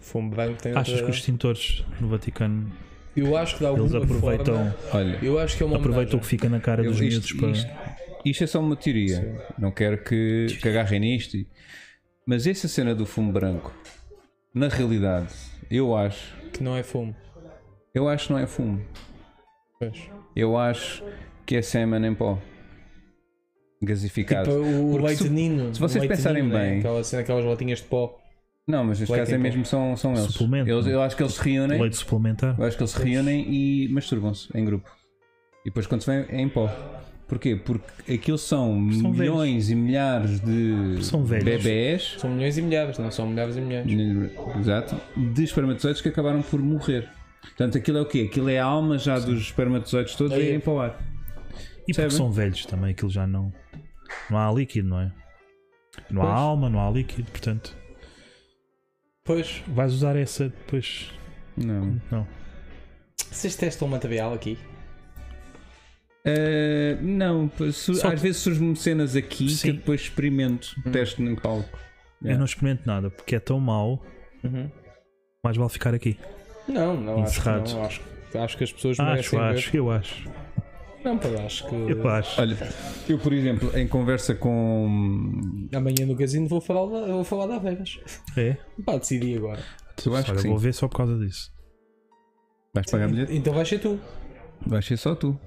S2: Fumo branco tem
S3: Achas
S2: outra-
S3: que os extintores no Vaticano
S2: Eu acho que dá alguma
S3: eles aproveitam,
S2: forma-
S1: Olha,
S2: Eu acho que é uma
S3: aproveitam o que fica na cara
S1: Eu-
S3: dos miúdos
S1: isto,
S3: para.
S1: isto- isto é só uma teoria. Não quero que, que agarrem nisto. e- Mas essa cena do fumo branco, na realidade, eu acho.
S2: homenagem, que não é fumo.
S1: Eu acho que não é fumo.
S2: Pois.
S1: Eu acho que é semen em pó. Gasificado.
S2: Tipo, o
S1: Porque
S2: leite
S1: se-
S2: ninho.
S1: se vocês
S2: o leite
S1: pensarem
S2: ninho, né?
S1: bem-
S2: Aquela cena, aquelas latinhas de pó.
S1: não, mas neste
S2: leite
S1: caso é
S2: em pó.
S1: mesmo são, são eles.
S3: Suplemento,
S1: Eles-
S3: não é?
S1: Eu acho que eles se reúnem.
S3: Leite suplementar.
S1: Eu acho que eles se reúnem e masturbam-se em grupo. E depois quando se vêm é em pó. Porquê? Porque aquilo são,
S3: São
S1: milhões e milhares de
S3: São velhos.
S1: bebés
S2: São milhões e milhares, não são milhares e milhares.
S1: Exato. De espermatozoides que acabaram por morrer. Portanto, aquilo é o quê? Aquilo é a alma já dos espermatozoides todos a
S2: Aí é.
S1: irem para o ar.
S3: E porque
S1: Percebem?
S3: são velhos também, aquilo já não. Não há líquido, não é? Não há
S2: Pois.
S3: alma, não há líquido, portanto.
S2: Pois.
S3: Vais usar essa depois.
S1: Não.
S3: Não.
S2: Vocês testam o material aqui?
S1: Eh, não, su-
S3: Só
S1: às vezes surgem cenas aqui
S3: Sim.
S1: que depois experimento, teste no palco. Yeah.
S3: Eu não experimento nada, porque é tão mau,
S2: Uhum.
S3: mais vale ficar aqui.
S2: Não, não acho que
S3: Encerrado.
S2: não. Acho, acho que as pessoas
S3: Ah,
S1: é assim,
S3: acho,
S2: merecem
S3: acho, eu acho.
S2: ver. Não, pá, acho que
S3: Eu acho.
S1: Olha, eu por exemplo, em conversa com.
S2: amanhã no casino vou falar, da- eu vou falar da Vegas.
S3: É?
S2: Pá, decidi agora.
S1: Eu acho
S3: Olha,
S1: que sim.
S3: vou ver só por causa disso.
S1: Vais pagar bilhete?
S2: Então vais ser tu.
S1: Vais ser só tu.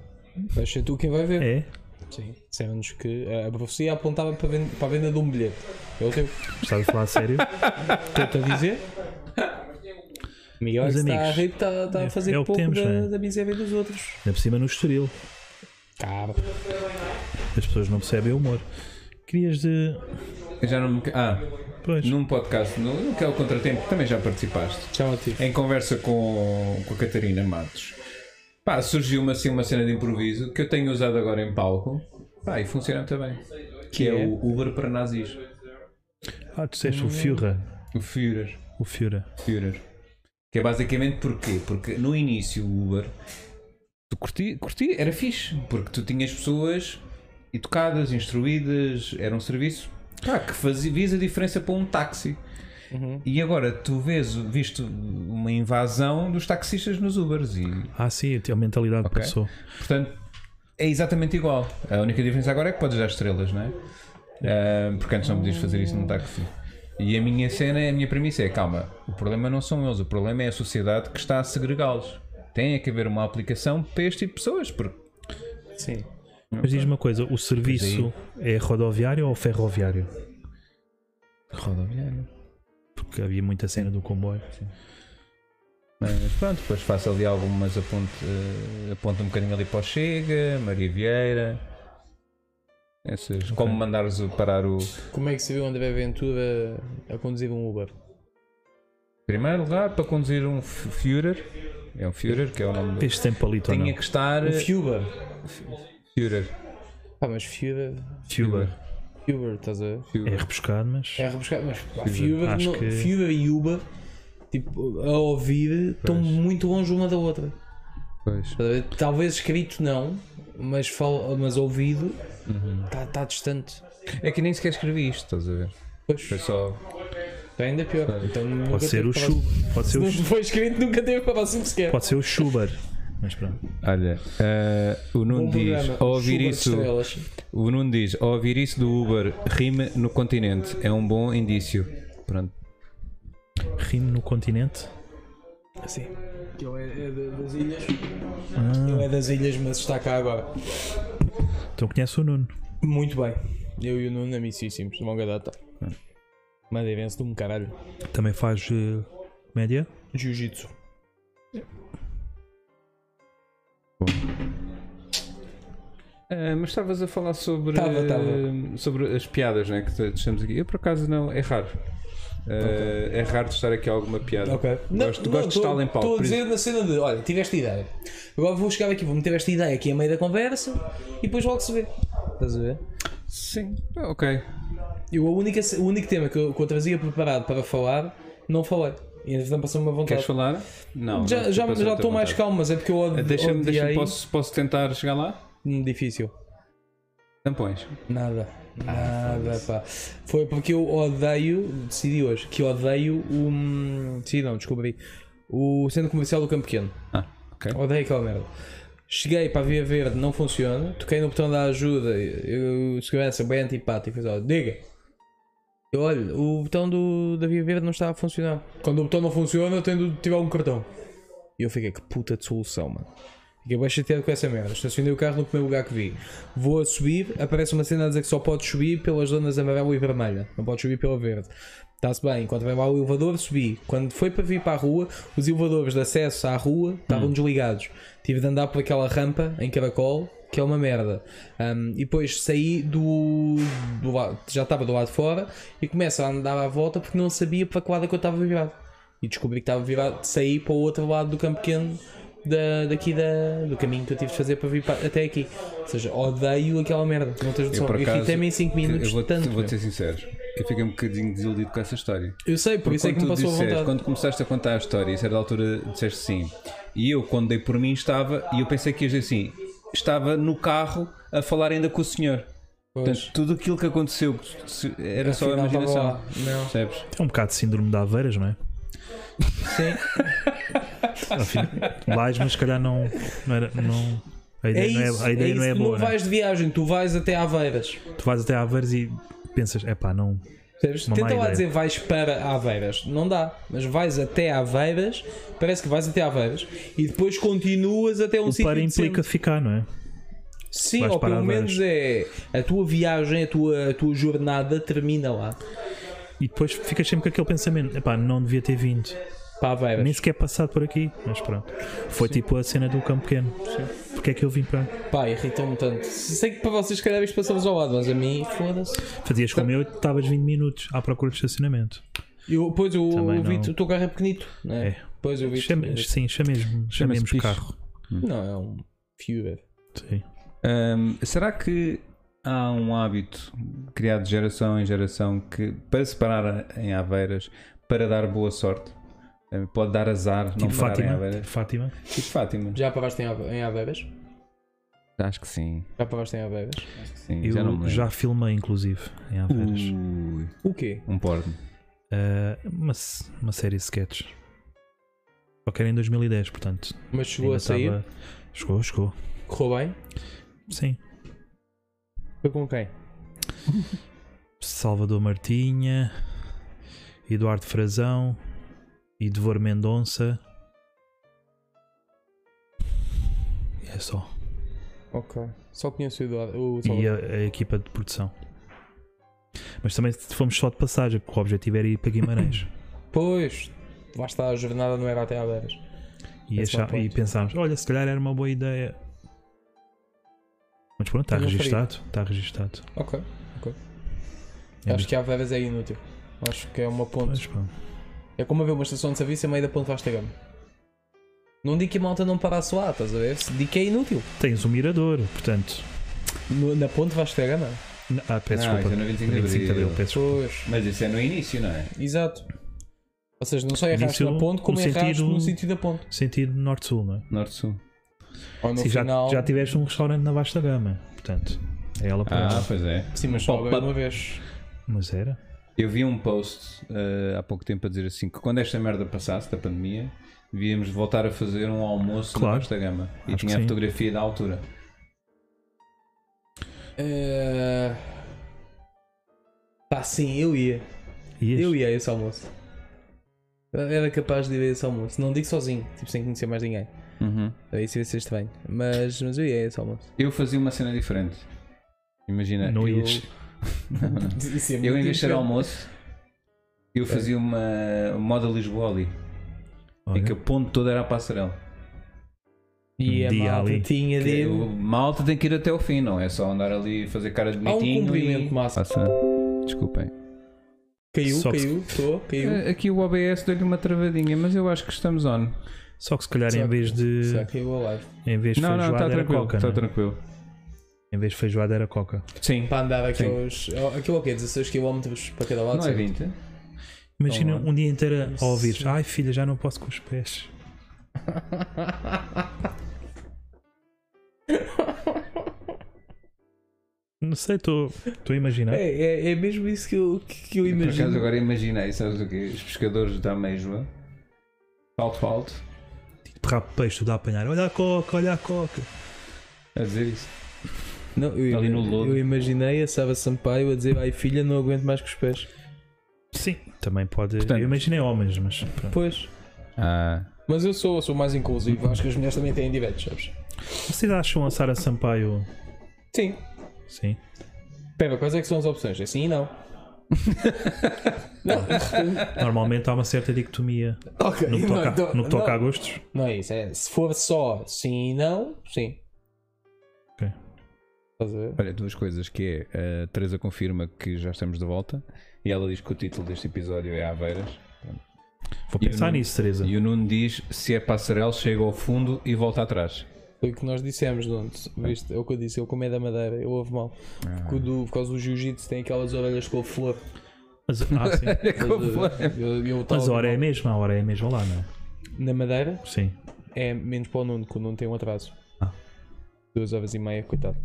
S2: Vais ser tu quem vai ver.
S3: É?
S2: Sim. Disseram-nos que eh, a profecia apontava para, ven- para a venda de um bilhete. É o teu.
S3: Estás a falar a sério?
S2: Estou-te a dizer. Miguel
S3: Meus
S2: que está a
S3: amigos,
S2: rir, está, está a
S3: é-
S2: fazer
S3: é o que
S2: pouco
S3: temos,
S2: da,
S3: não é?
S2: da miséria dos outros.
S3: Ainda por cima no estoril.
S2: Cara.
S3: As pessoas não percebem o humor. Querias de.
S1: Eu já não me. Ah,
S3: Pois.
S1: num podcast, no, no que é o Contratempo, também já participaste.
S2: Chama-te.
S1: em conversa com, com a Catarina Matos, pá, surgiu-me assim uma cena de improviso que eu tenho usado agora em palco pá, e funciona também. Que é o Uber para nazis.
S3: Ah, tu disseste o Führer.
S1: O Führer.
S3: O Führer.
S1: Führer. Que é basicamente porquê? Porque no início o Uber tu curti, curti, era fixe, porque tu tinhas pessoas educadas, instruídas, era um serviço pá, que fazia, vias a diferença para um táxi. E agora tu vês, visto uma invasão dos taxistas nos Ubers e
S3: Ah, sim, a mentalidade
S1: Ok.
S3: passou.
S1: Portanto, é exatamente igual. A única diferença agora é que podes dar estrelas, não é? Ah, porque antes não podias fazer isso num táxi. E a minha cena, a minha premissa é: calma, o problema não são eles, o problema é a sociedade que está a segregá-los. Tem é que haver uma aplicação para este tipo de pessoas, porque
S2: Sim.
S3: Mas diz uma coisa: o serviço é rodoviário ou ferroviário?
S1: rodoviário.
S3: Porque havia muita cena do comboio.
S1: Mas pronto, depois faço ali algumas, aponto, eh, aponto um bocadinho ali para o Chega, Maria Vieira. Essas, como mandares o- parar o.
S2: Como é que se viu André Ventura a conduzir um Uber?
S1: Primeiro lugar, para conduzir um F- Führer, é um Führer que é o nome do.
S3: Este tem palito ou
S1: Tinha
S3: não?
S1: que estar.
S2: Um Fuber.
S1: Führer.
S2: Pá, mas Fuber.
S3: Führer.
S2: Fuber, estás a ver?
S3: É rebuscado, mas.
S2: É rebuscado, mas pá, Fuber,
S3: Acho
S2: não,
S3: que-
S2: Fuber e Uber, tipo, a ouvir, estão muito longe uma da outra.
S1: Pois.
S2: Talvez escrito não, mas, fal- mas ouvido está tá distante.
S1: É que nem sequer escrevi isto, estás a ver?
S2: Pois,
S1: Foi só.
S2: está ainda pior. Então, nunca
S3: Pode ser
S2: teve
S3: o
S2: para-
S3: Schu- pode ser o
S2: Não foi escrito, nunca teve para assim sequer.
S3: Pode ser o Schubert. Mas pronto.
S1: Olha, eh, o Nuno
S2: Um
S1: diz,
S2: programa,
S1: ao ouvir
S2: Chuva de
S1: isso.
S2: Estrelas.
S1: O Nuno diz, ao ouvir isso do Uber, rime no continente. É um bom indício. Pronto.
S3: Rime no continente.
S2: Sim. Que ele é, é da- das ilhas. Ele é das ilhas, mas está cá agora.
S3: Ah, Então conhece o Nuno.
S2: Muito bem. Eu e o Nuno, amicíssimos, de longa data. Madeirense de um caralho.
S3: Também faz eh, comédia.
S2: Jiu-jitsu.
S1: Ah, mas estavas a falar sobre, eh,
S2: Tava, tava.
S1: sobre as piadas né, que te- deixamos aqui. Eu, por acaso, não. É raro. Ah, É raro deixar aqui alguma piada.
S2: Ok.
S1: Gosto, gosto de estar em pau.
S2: Estou a
S1: por
S2: dizer na cena de, olha, tive esta ideia. Agora vou chegar aqui, vou meter esta ideia aqui a meio da conversa e depois logo se vê. Estás a ver?
S1: isso- Sim. Ah, Ok.
S2: Eu, a única, o único tema que eu, que eu trazia preparado para falar, não falei. E entretanto passou-me uma vontade.
S1: Queres falar? Não.
S2: Já,
S1: não,
S2: já,
S1: passou
S2: já
S1: a tua
S2: estou mais
S1: vontade.
S2: calmo, mas é porque eu odio.
S1: Deixa-me, deixa-me posso, posso tentar chegar lá?
S2: Difícil.
S1: Tampões.
S2: Nada. Nada, pá. Foi porque eu odeio, decidi hoje, que eu odeio o. hum, Decidi não, descobri. O centro comercial do Campo Pequeno.
S1: Ah, ok.
S2: Odeio aquela merda. Cheguei para a Via Verde, não funciona. Toquei no botão da ajuda, eu, segurança bem antipático. Fez, ó, diga. Eu olho, o botão do, da Via Verde não está a funcionar. Quando o botão não funciona, eu tenho de tirar um cartão. E eu fiquei, que puta de solução, mano. Fiquei bem chateado com essa merda. Estacionei o carro no primeiro lugar que vi. Vou a subir, aparece uma cena a dizer que só podes subir pelas zonas amarela e vermelha. Não podes subir pela verde. Está-se bem, enquanto vai lá o elevador, subi. Quando foi para vir para a rua, os elevadores de acesso à rua estavam desligados. Tive de andar por aquela rampa em caracol, que é uma merda. Ahm, e depois saí do, do lado, já estava do lado de fora, e começo a andar à volta porque não sabia para que lado é que eu estava virado. E descobri que estava virado, saí para o outro lado do campo pequeno da, daqui da, do caminho que eu tive de fazer para vir pa- até aqui. Ou seja, odeio aquela merda. Não tens noção.
S1: Eu, por
S2: Eu,
S1: acaso,
S2: irritei-me em 5 minutos.
S1: Eu vou,
S2: tanto,
S1: vou
S2: meu.
S1: ser sincero. Eu fiquei um bocadinho desiludido com essa história.
S2: Eu sei, por isso é que me
S1: quando, tu
S2: passou a
S1: disseste-
S2: vontade.
S1: quando começaste a contar a história, e a certa altura disseste sim. E eu, quando dei por mim, estava. E eu pensei que ias dizer assim: estava no carro a falar ainda com o senhor. Portanto, tudo aquilo que aconteceu se- era só a
S2: Afinal, estava
S1: imaginação.
S2: lá. Não.
S1: Percebes?
S3: É um bocado de síndrome de Aveiras, não é?
S2: Sim.
S3: Lais, mas se calhar não, não era. Não, a
S2: É
S3: ideia não
S2: isso.
S3: é, a
S2: é
S3: ideia
S2: isso.
S3: não é
S2: tu
S3: boa.
S2: não vais de viagem, tu vais até Aveiras.
S3: não é? Tu vais até Aveiras e pensas, é pá, não.
S2: Percebes?
S3: Uma má
S2: Tenta lá
S3: ideia.
S2: dizer vais para Aveiras. Não dá. Mas vais até Aveiras. Parece que vais até Aveiras. E depois continuas até um
S3: O
S2: sítio.
S3: para
S2: decente.
S3: implica ficar, não é?
S2: Sim,
S3: Vais
S2: ou
S3: para
S2: pelo menos é a tua viagem, a tua, a tua jornada termina lá.
S3: E depois ficas sempre com aquele pensamento, epá, não devia ter vindo.
S2: Pá, vai,
S3: Nem sequer passado por aqui, mas pronto. Foi tipo a cena do campo pequeno. Porque é que eu vim para cá?
S2: pá, irritam-me tanto. Sei que para vocês, se calhar, isto passamos ao lado, mas a mim, foda-se.
S3: Fazias como eu e estavas 20 minutos à procura de estacionamento.
S2: Eu, pois, eu
S3: Também
S2: vi,
S3: não.
S2: o teu carro é pequenito, não é?
S3: É.
S2: Pois, eu vi.
S3: Chame, sim, chamemos, chamemos
S1: picho.
S3: carro.
S2: Não, é um Fiuber.
S3: Sim.
S1: Hum, será que há um hábito criado de geração em geração que, para separar a- em aveiras, para dar boa sorte, eh, pode dar azar não
S3: Tipo
S1: parar em
S3: Fátima.
S1: aveiras?
S3: Tipo Fátima.
S1: Tipo Fátima.
S2: Já paraste em, Ave- em Aveiras?
S1: Acho que sim.
S2: Já paraste em Aveiras?
S1: Acho que sim.
S3: Eu
S1: já
S3: já,
S1: não me lembro. Uh.
S3: filmei, inclusive, em Aveiras.
S1: Ui,
S2: O quê?
S1: um porno.
S3: Ah, uma, s- uma série de sketches. Só que era em 2010, portanto.
S2: Mas chegou
S3: ainda
S2: a sair?
S3: estava- Chegou, chegou.
S2: Correu bem?
S3: Sim.
S2: Foi com quem?
S3: Salvador Martinha, Eduardo Frazão, Edvor Mendonça. É só.
S2: Ok. Só conheço o Eduardo. O
S3: E a,
S2: Salvador.
S3: a equipa de produção. Mas também fomos só de passagem, porque o objetivo era ir para Guimarães.
S2: Pois, lá está, a jornada não era até Aveiras.
S3: e,
S2: Esse é o
S3: achá- e
S2: ponto.
S3: pensámos, olha, se calhar era uma boa ideia. Mas pronto, está
S2: Tenho
S3: registado. Está registado.
S2: Ok.
S3: É
S2: Acho que Aveiras é inútil. Acho que é uma ponte.
S3: Mas pronto.
S2: É como haver uma estação de serviço a meio da ponte vasta gama. Não digo que a malta não parasse lá, estás a ver? Se Digo que é inútil.
S3: Tens um mirador, portanto.
S2: No- na ponte vasta gama.
S3: n- Ah, peço
S1: Não,
S3: desculpa.
S1: isso é no 25 de
S3: 25 de
S1: Abril.
S3: Abril, peço desculpa.
S2: Pois,
S1: Mas isso é no início, não é?
S2: exato. Ou seja, não só erraste
S3: Início
S2: na ponte, como
S3: no
S2: erraste
S3: sentido-
S2: no sentido da ponte.
S3: Sentido norte-sul, não é?
S1: Norte-Sul.
S2: Ou no
S3: Sim, já,
S2: final.
S3: já tiveste um restaurante na vasta gama, portanto, é ela para
S1: Ah,
S3: ela.
S1: pois é.
S2: Sim, mas só
S1: Pop-up.
S2: uma vez.
S3: Mas era?
S1: Eu vi um post eh, há pouco tempo a dizer assim que quando esta merda passasse da pandemia, devíamos voltar a fazer um almoço
S3: Claro.
S1: na Vasta Gama. E
S3: Acho que
S1: tinha a
S3: sim.
S1: fotografia da altura.
S2: Eh, Pá, sim, eu ia.
S3: E este?
S2: Eu ia a esse almoço. Eu Era capaz de ir a esse almoço. Não digo sozinho, tipo, sem conhecer mais ninguém.
S1: Uhum.
S2: Isso ia ser estranho. Mas, mas eu ia a esse almoço.
S1: Eu fazia uma cena diferente. Imagina,
S3: não
S1: eu,
S3: ias.
S2: Isso
S1: eu
S2: é
S1: em
S2: muito
S1: vez de ser
S2: diferente.
S1: almoço, eu fazia uma moda Lisboa ali, em
S3: Olha,
S1: que o ponto todo era a passarela.
S2: E
S3: Um
S2: a
S3: dia
S2: malta
S3: ali.
S2: tinha
S1: Que
S2: de.
S1: O malta tem que ir até ao fim, não é só andar ali e fazer cara de
S2: Há um
S1: bonitinho.
S2: cumprimento
S1: e...
S2: máximo.
S1: Passa. Desculpem.
S2: Caiu,
S3: Só que-
S2: caiu, estou, caiu.
S1: Eh, Aqui o OBS deu-lhe uma travadinha, mas eu acho que estamos on.
S3: Só que se calhar
S2: Só
S3: em
S2: que-
S3: vez de.
S2: Será que caiu a live?
S3: Em vez de
S1: não, não,
S3: feijoada
S1: está
S3: era
S1: tranquilo.
S3: coca.
S1: Está
S3: não é?
S1: tranquilo.
S3: Em vez de feijoada era coca.
S1: Sim.
S2: Para andar aqueles. Aquilo o quê? 16 km para cada lado?
S1: Não é
S2: certo?
S1: 20?
S3: Imagina
S1: Então,
S3: um dia inteiro a ouvir.
S2: Sim.
S3: Ai filha, já não posso com os pés. Não sei, estou estou a imaginar.
S2: É, é, é mesmo isso que eu, que, que eu
S1: Eu, Por
S2: imagino.
S1: acaso agora imaginei, sabes o quê? Os pescadores da Mesma. Alto, alto.
S3: Perrar Tipo, peixe, tudo a apanhar. Olha a coca, olha a coca.
S1: A dizer isso.
S2: Não, eu,
S1: Ali no lodo.
S2: eu imaginei a Saba Sampaio a dizer: Ai filha, não aguento mais com os pés.
S3: Sim, também pode.
S1: Portanto-
S3: eu imaginei homens, mas pronto.
S2: Pois.
S1: Ah.
S2: Mas eu sou, sou mais inclusivo. Acho que as mulheres também têm direitos, sabes?
S3: Vocês acham a Sara Sampaio?
S2: Sim.
S3: Sim.
S2: Pera, quais é que são as opções? É sim e não.
S3: Normalmente há uma certa dicotomia
S2: Ok,
S3: no que toca,
S2: não, então-
S3: no que toca
S2: não.
S3: a gostos.
S2: Não é isso, é se for só sim e não, sim.
S3: Ok.
S2: Estás a ver?
S1: Olha, duas coisas que é, a Teresa confirma que já estamos de volta e ela diz que o título deste episódio é Aveiras
S3: Vou
S1: E o
S3: pensar
S1: Nuno?
S3: nisso, Teresa.
S1: e o Nuno diz se é passarela chega ao fundo e volta atrás.
S2: Foi o que nós dissemos, não Viste? É o que eu disse, eu como é da madeira, eu ouvo mal.
S3: Ah.
S2: Porque do- por causa do jiu-jitsu tem aquelas orelhas com a flor.
S3: Mas, ah, sim.
S1: É
S2: é. Eu, eu tava
S3: Mas a hora é a
S2: ouvindo
S3: mesma, a hora é a mesma lá, não? é?
S2: mal. Na madeira
S3: Sim.
S2: é menos para o Nuno, que o Nuno tem um atraso.
S3: Ah.
S2: Duas horas e meia, coitado.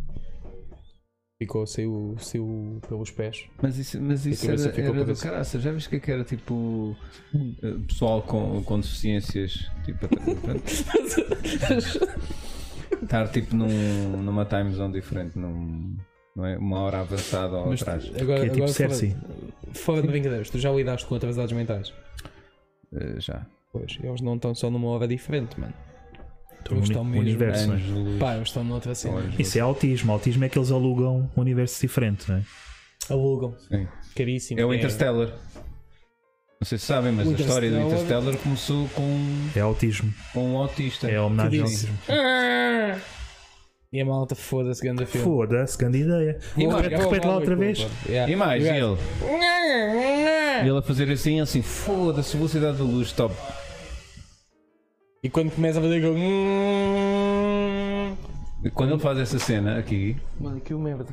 S2: Ficou, saiu, saiu pelos pés.
S1: Mas isso, mas isso
S2: cabeça
S1: era,
S2: ficou assim.
S1: era do
S2: cabeça.
S1: caraça, já viste o que é que era tipo eh, pessoal com, com deficiências tipo, a- estar tipo num, numa time zone diferente, num, não é? uma hora avançada ou
S2: Mas
S1: atrás.
S2: agora,
S3: Que é tipo assim.
S2: agora
S3: Cersei.
S2: fora, fora de brincadeiras, tu já lidaste com atrasados mentais?
S1: Eh, já.
S2: Pois, eles não estão só numa hora diferente, mano.
S3: Estou
S2: Eles estão
S3: no
S2: mesmo-
S3: universo, não é?
S1: Anos, luz,
S2: Pá, eles estão noutra cena.
S1: horas, luz.
S3: Isso é autismo. Autismo é que eles alugam um universo diferente, não é?
S2: Alugam.
S1: Sim.
S2: Caríssimo.
S1: É o Interstellar. Não sei se sabem, mas
S2: O
S1: a história do
S2: Interstellar-
S1: Interstellar começou com,
S3: É autismo.
S1: com um autista.
S3: É a homenagem ao
S2: Que
S3: autismo.
S2: É. E a malta foda-se, grande filme.
S3: Foda-se, grande ideia.
S1: E
S2: Vou-
S1: mais,
S2: vou-
S3: repete lá outra vez.
S2: Yeah.
S1: E mais, e
S2: Yeah.
S1: ele? E ele a fazer assim, assim, foda-se, velocidade da luz, top.
S2: E quando começa a fazer "Hum." aquilo.
S1: E Quando ele faz essa cena aqui,
S2: Mano, que merdas.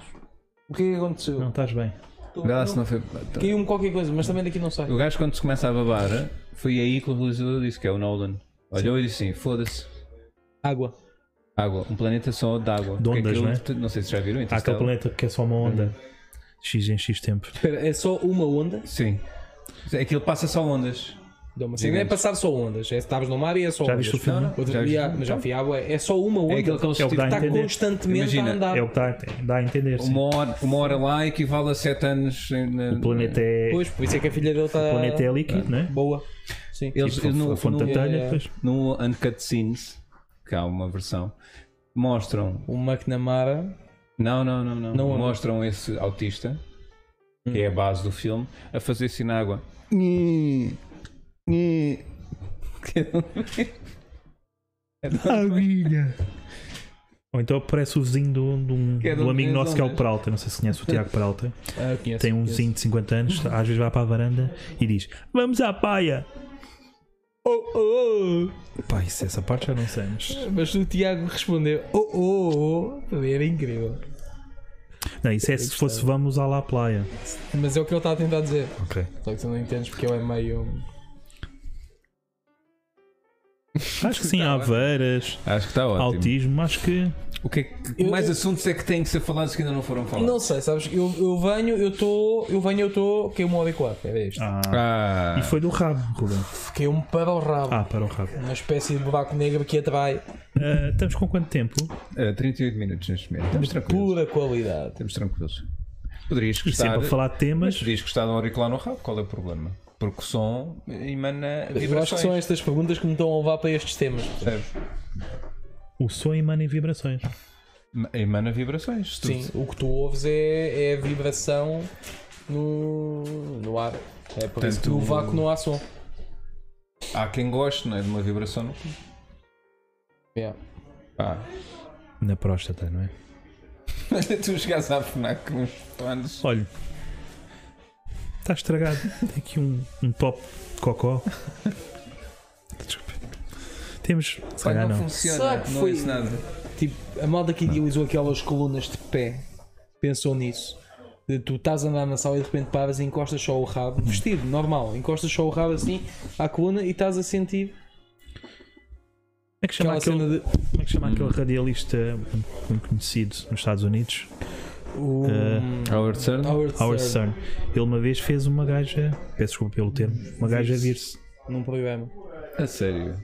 S2: O que é que aconteceu?
S3: Não estás bem.
S1: dá se não foi.
S2: Caiu-me qualquer coisa, mas também daqui não sai.
S1: O gajo, quando se começa a babar, foi aí que o realizador disse que é o Nolan. Olhou e disse assim: foda-se,
S2: Água.
S1: água, um planeta só de água.
S3: De ondas,
S1: aquilo-
S3: né?
S1: tu- Não sei se já viram.
S3: Há aquele
S1: Interstellar.
S3: planeta que é só uma onda. X em X tempo.
S2: Espera, é só uma onda?
S1: Sim. Aquilo passa só ondas.
S2: Dá uma cena. É passar só ondas. É, estavas no mar e é só
S3: Já
S2: ondas.
S3: viste o filme?
S2: Outro
S1: Já
S2: dia,
S1: viste?
S2: mas já fui à água. É só uma onda.
S1: É aquele que eles
S3: É o que dá a
S2: Está
S3: entender.
S2: constantemente
S1: Imagina,
S2: a andar.
S3: É o que dá, dá a entender. sim.
S1: Uma hora, uma hora lá equivale a 7 anos. em- na-
S3: O planeta é,
S2: Pois, por isso é que a filha dele está.
S3: o planeta é líquido, não é?
S2: Boa. Sim.
S1: Eles,
S3: Tipo,
S1: no,
S3: a fonte da
S1: no,
S3: telha,
S2: é-
S3: pois.
S1: no Uncut Scenes, que há uma versão, mostram.
S2: O McNamara.
S1: Não, não, não, não.
S2: Não.
S1: mostram esse autista,
S3: Hum.
S1: que é a base do filme, a fazer assim na água.
S3: Ou então aparece o vizinho do, de um-
S1: Que é de
S3: do
S1: onde-
S3: amigo
S1: é de
S3: nosso que é o
S1: onde?
S3: Peralta. Não sei se conhece o Tiago Peralta.
S2: Ah, conheço,
S3: Tem um
S2: conheço.
S3: vizinho de 50 anos, tá? às vezes vai para a varanda e diz: Vamos à paia.
S2: Oh, oh,
S3: Pá, isso, essa parte já não sei. Mas...
S2: oh. Mas o Tiago respondeu: Oh, oh, oh. Também era incrível.
S3: Não, isso é se fosse Vamos à La Playa.
S2: Mas é o que ele está a tentar dizer.
S3: Ok.
S2: Só que tu não entendes porque ele é meio.
S3: Acho que sim, há Aveiras,
S1: Acho que está ótimo.
S3: autismo, acho que.
S1: O que é que,
S2: Eu-
S1: mais
S2: eu-
S1: assuntos é que têm que ser falados que ainda não foram falados?
S2: Não sei, sabes? Eu, eu venho, eu estou. Eu venho, eu um estou. Caiu-me uma hora e quatro. Era isto.
S3: Ah,
S1: Ah,
S3: E foi do rabo, Ruben.
S2: Caiu-me para o rabo.
S3: Ah, para o rabo.
S2: Uma espécie de buraco negro que atrai
S3: Ah, estamos com quanto tempo?
S1: eh, 38 minutos neste momento. Estamos tranquilos.
S2: pura qualidade.
S1: Estamos tranquilos. Poderias
S3: E
S1: gostar.
S3: sempre a falar de
S1: Mas
S3: temas.
S1: podias gostar de um auricular no rabo, qual é o problema? Porque o som emana
S2: Eu acho que
S1: vibrações.
S2: são estas perguntas que me estão a levar para estes temas.
S1: percebes?
S3: O som emana em vibrações.
S1: Ma- Emana vibrações. Tu-
S2: Sim, o que tu ouves é, é a vibração no, no ar. É por isso
S1: Portanto,
S2: que no vácuo não há som.
S1: Há quem goste não é, de uma vibração no cu.
S2: Yeah.
S1: Pá.
S3: Na próstata, não é?
S1: tu chegaste à FNAC com uns panos.
S3: Olha, está estragado. Tem aqui um, um top de cocó. Desculpa. Temos. Se
S1: Pá,
S3: calhar
S1: não,
S3: não.
S1: funciona.
S2: Será que
S1: não
S2: foi-
S1: é isso nada.
S2: Tipo, a malda que idealizou aquelas colunas de pé pensou nisso. De tu estás a andar na sala e de repente paras e encostas só o rabo, vestido, normal, encostas só o rabo assim à coluna e estás a sentir
S3: Como é que chama,
S2: aquela
S3: aquele,
S2: cena de. Hum.
S3: como é que chama aquele radialista muito conhecido nos Estados Unidos?
S2: O,
S1: Howard Stern?
S2: Howard
S3: Howard
S2: Stern,
S3: Stern. Ele uma vez fez uma gaja. Peço desculpa pelo termo. Uma gaja vir-se.
S2: num programa.
S1: A sério.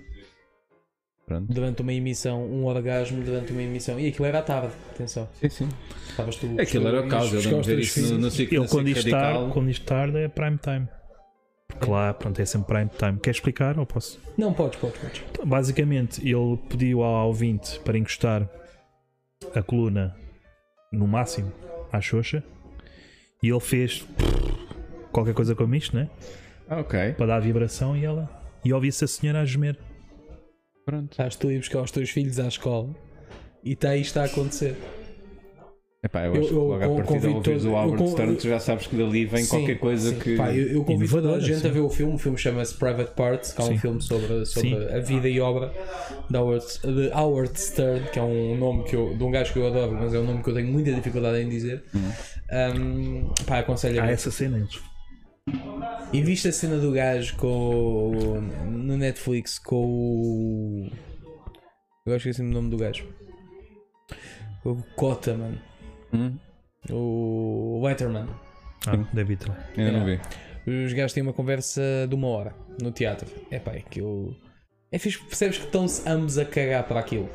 S1: Pronto.
S2: Durante uma emissão, um orgasmo durante uma emissão. E aquilo era à tarde, atenção.
S1: Sim, sim.
S2: Estavas tu.
S1: Aquilo era o caso. Eu
S2: buscar
S1: lembro
S2: os
S1: de ver
S2: teus
S1: isso
S2: filhos.
S1: no, no ciclo
S3: Ele
S1: no ciclo
S3: quando diz, tarde,
S1: radical.
S3: quando diz tarde é prime time. Porque lá, pronto, é sempre prime time. Quer explicar ou posso?
S2: Não, podes, podes, podes.
S3: Basicamente, ele pediu ao ouvinte para encostar a coluna no máximo à Xoxa e ele fez qualquer coisa como isto, né?
S1: Ah, ok.
S3: Para dar a vibração e ela. E ouvia-se a senhora a gemer.
S1: Pronto.
S2: Estás tu a ir buscar os teus filhos à escola e está aí está a acontecer.
S1: Epá, eu
S2: Eu-
S1: acho que
S2: eu-
S1: logo
S2: eu
S1: à partida
S2: convido
S1: ao ouvires
S2: todo-
S1: o
S2: eu
S1: Albert
S2: con-
S1: Stern, tu já sabes que dali vem
S2: Sim,
S1: qualquer coisa
S2: sim.
S1: que.
S2: Pá, eu, eu convido toda a
S3: Inovadora,
S2: gente
S3: sim.
S2: a ver o filme. O filme chama-se Private Parts, que é um
S3: Sim.
S2: filme sobre,
S3: Sim.
S2: sobre a vida e obra de Howard, de Howard Stern, que é um nome que eu, de um gajo que eu adoro, mas é um nome que eu tenho muita dificuldade em dizer. Um, pá, aconselho a
S3: Há
S2: ver.
S3: essa cena eles.
S2: E viste a cena do gajo com o- no Netflix com o. Agora esqueci-me é assim o nome do gajo. O Cota, mano.
S1: Hum,
S2: O Letterman.
S3: Ah, David. lá.
S1: ainda não vi.
S2: Os gajos têm uma conversa de uma hora no teatro. É pá, é que eu. É fixe, porque percebes que estão-se ambos a cagar para aquilo.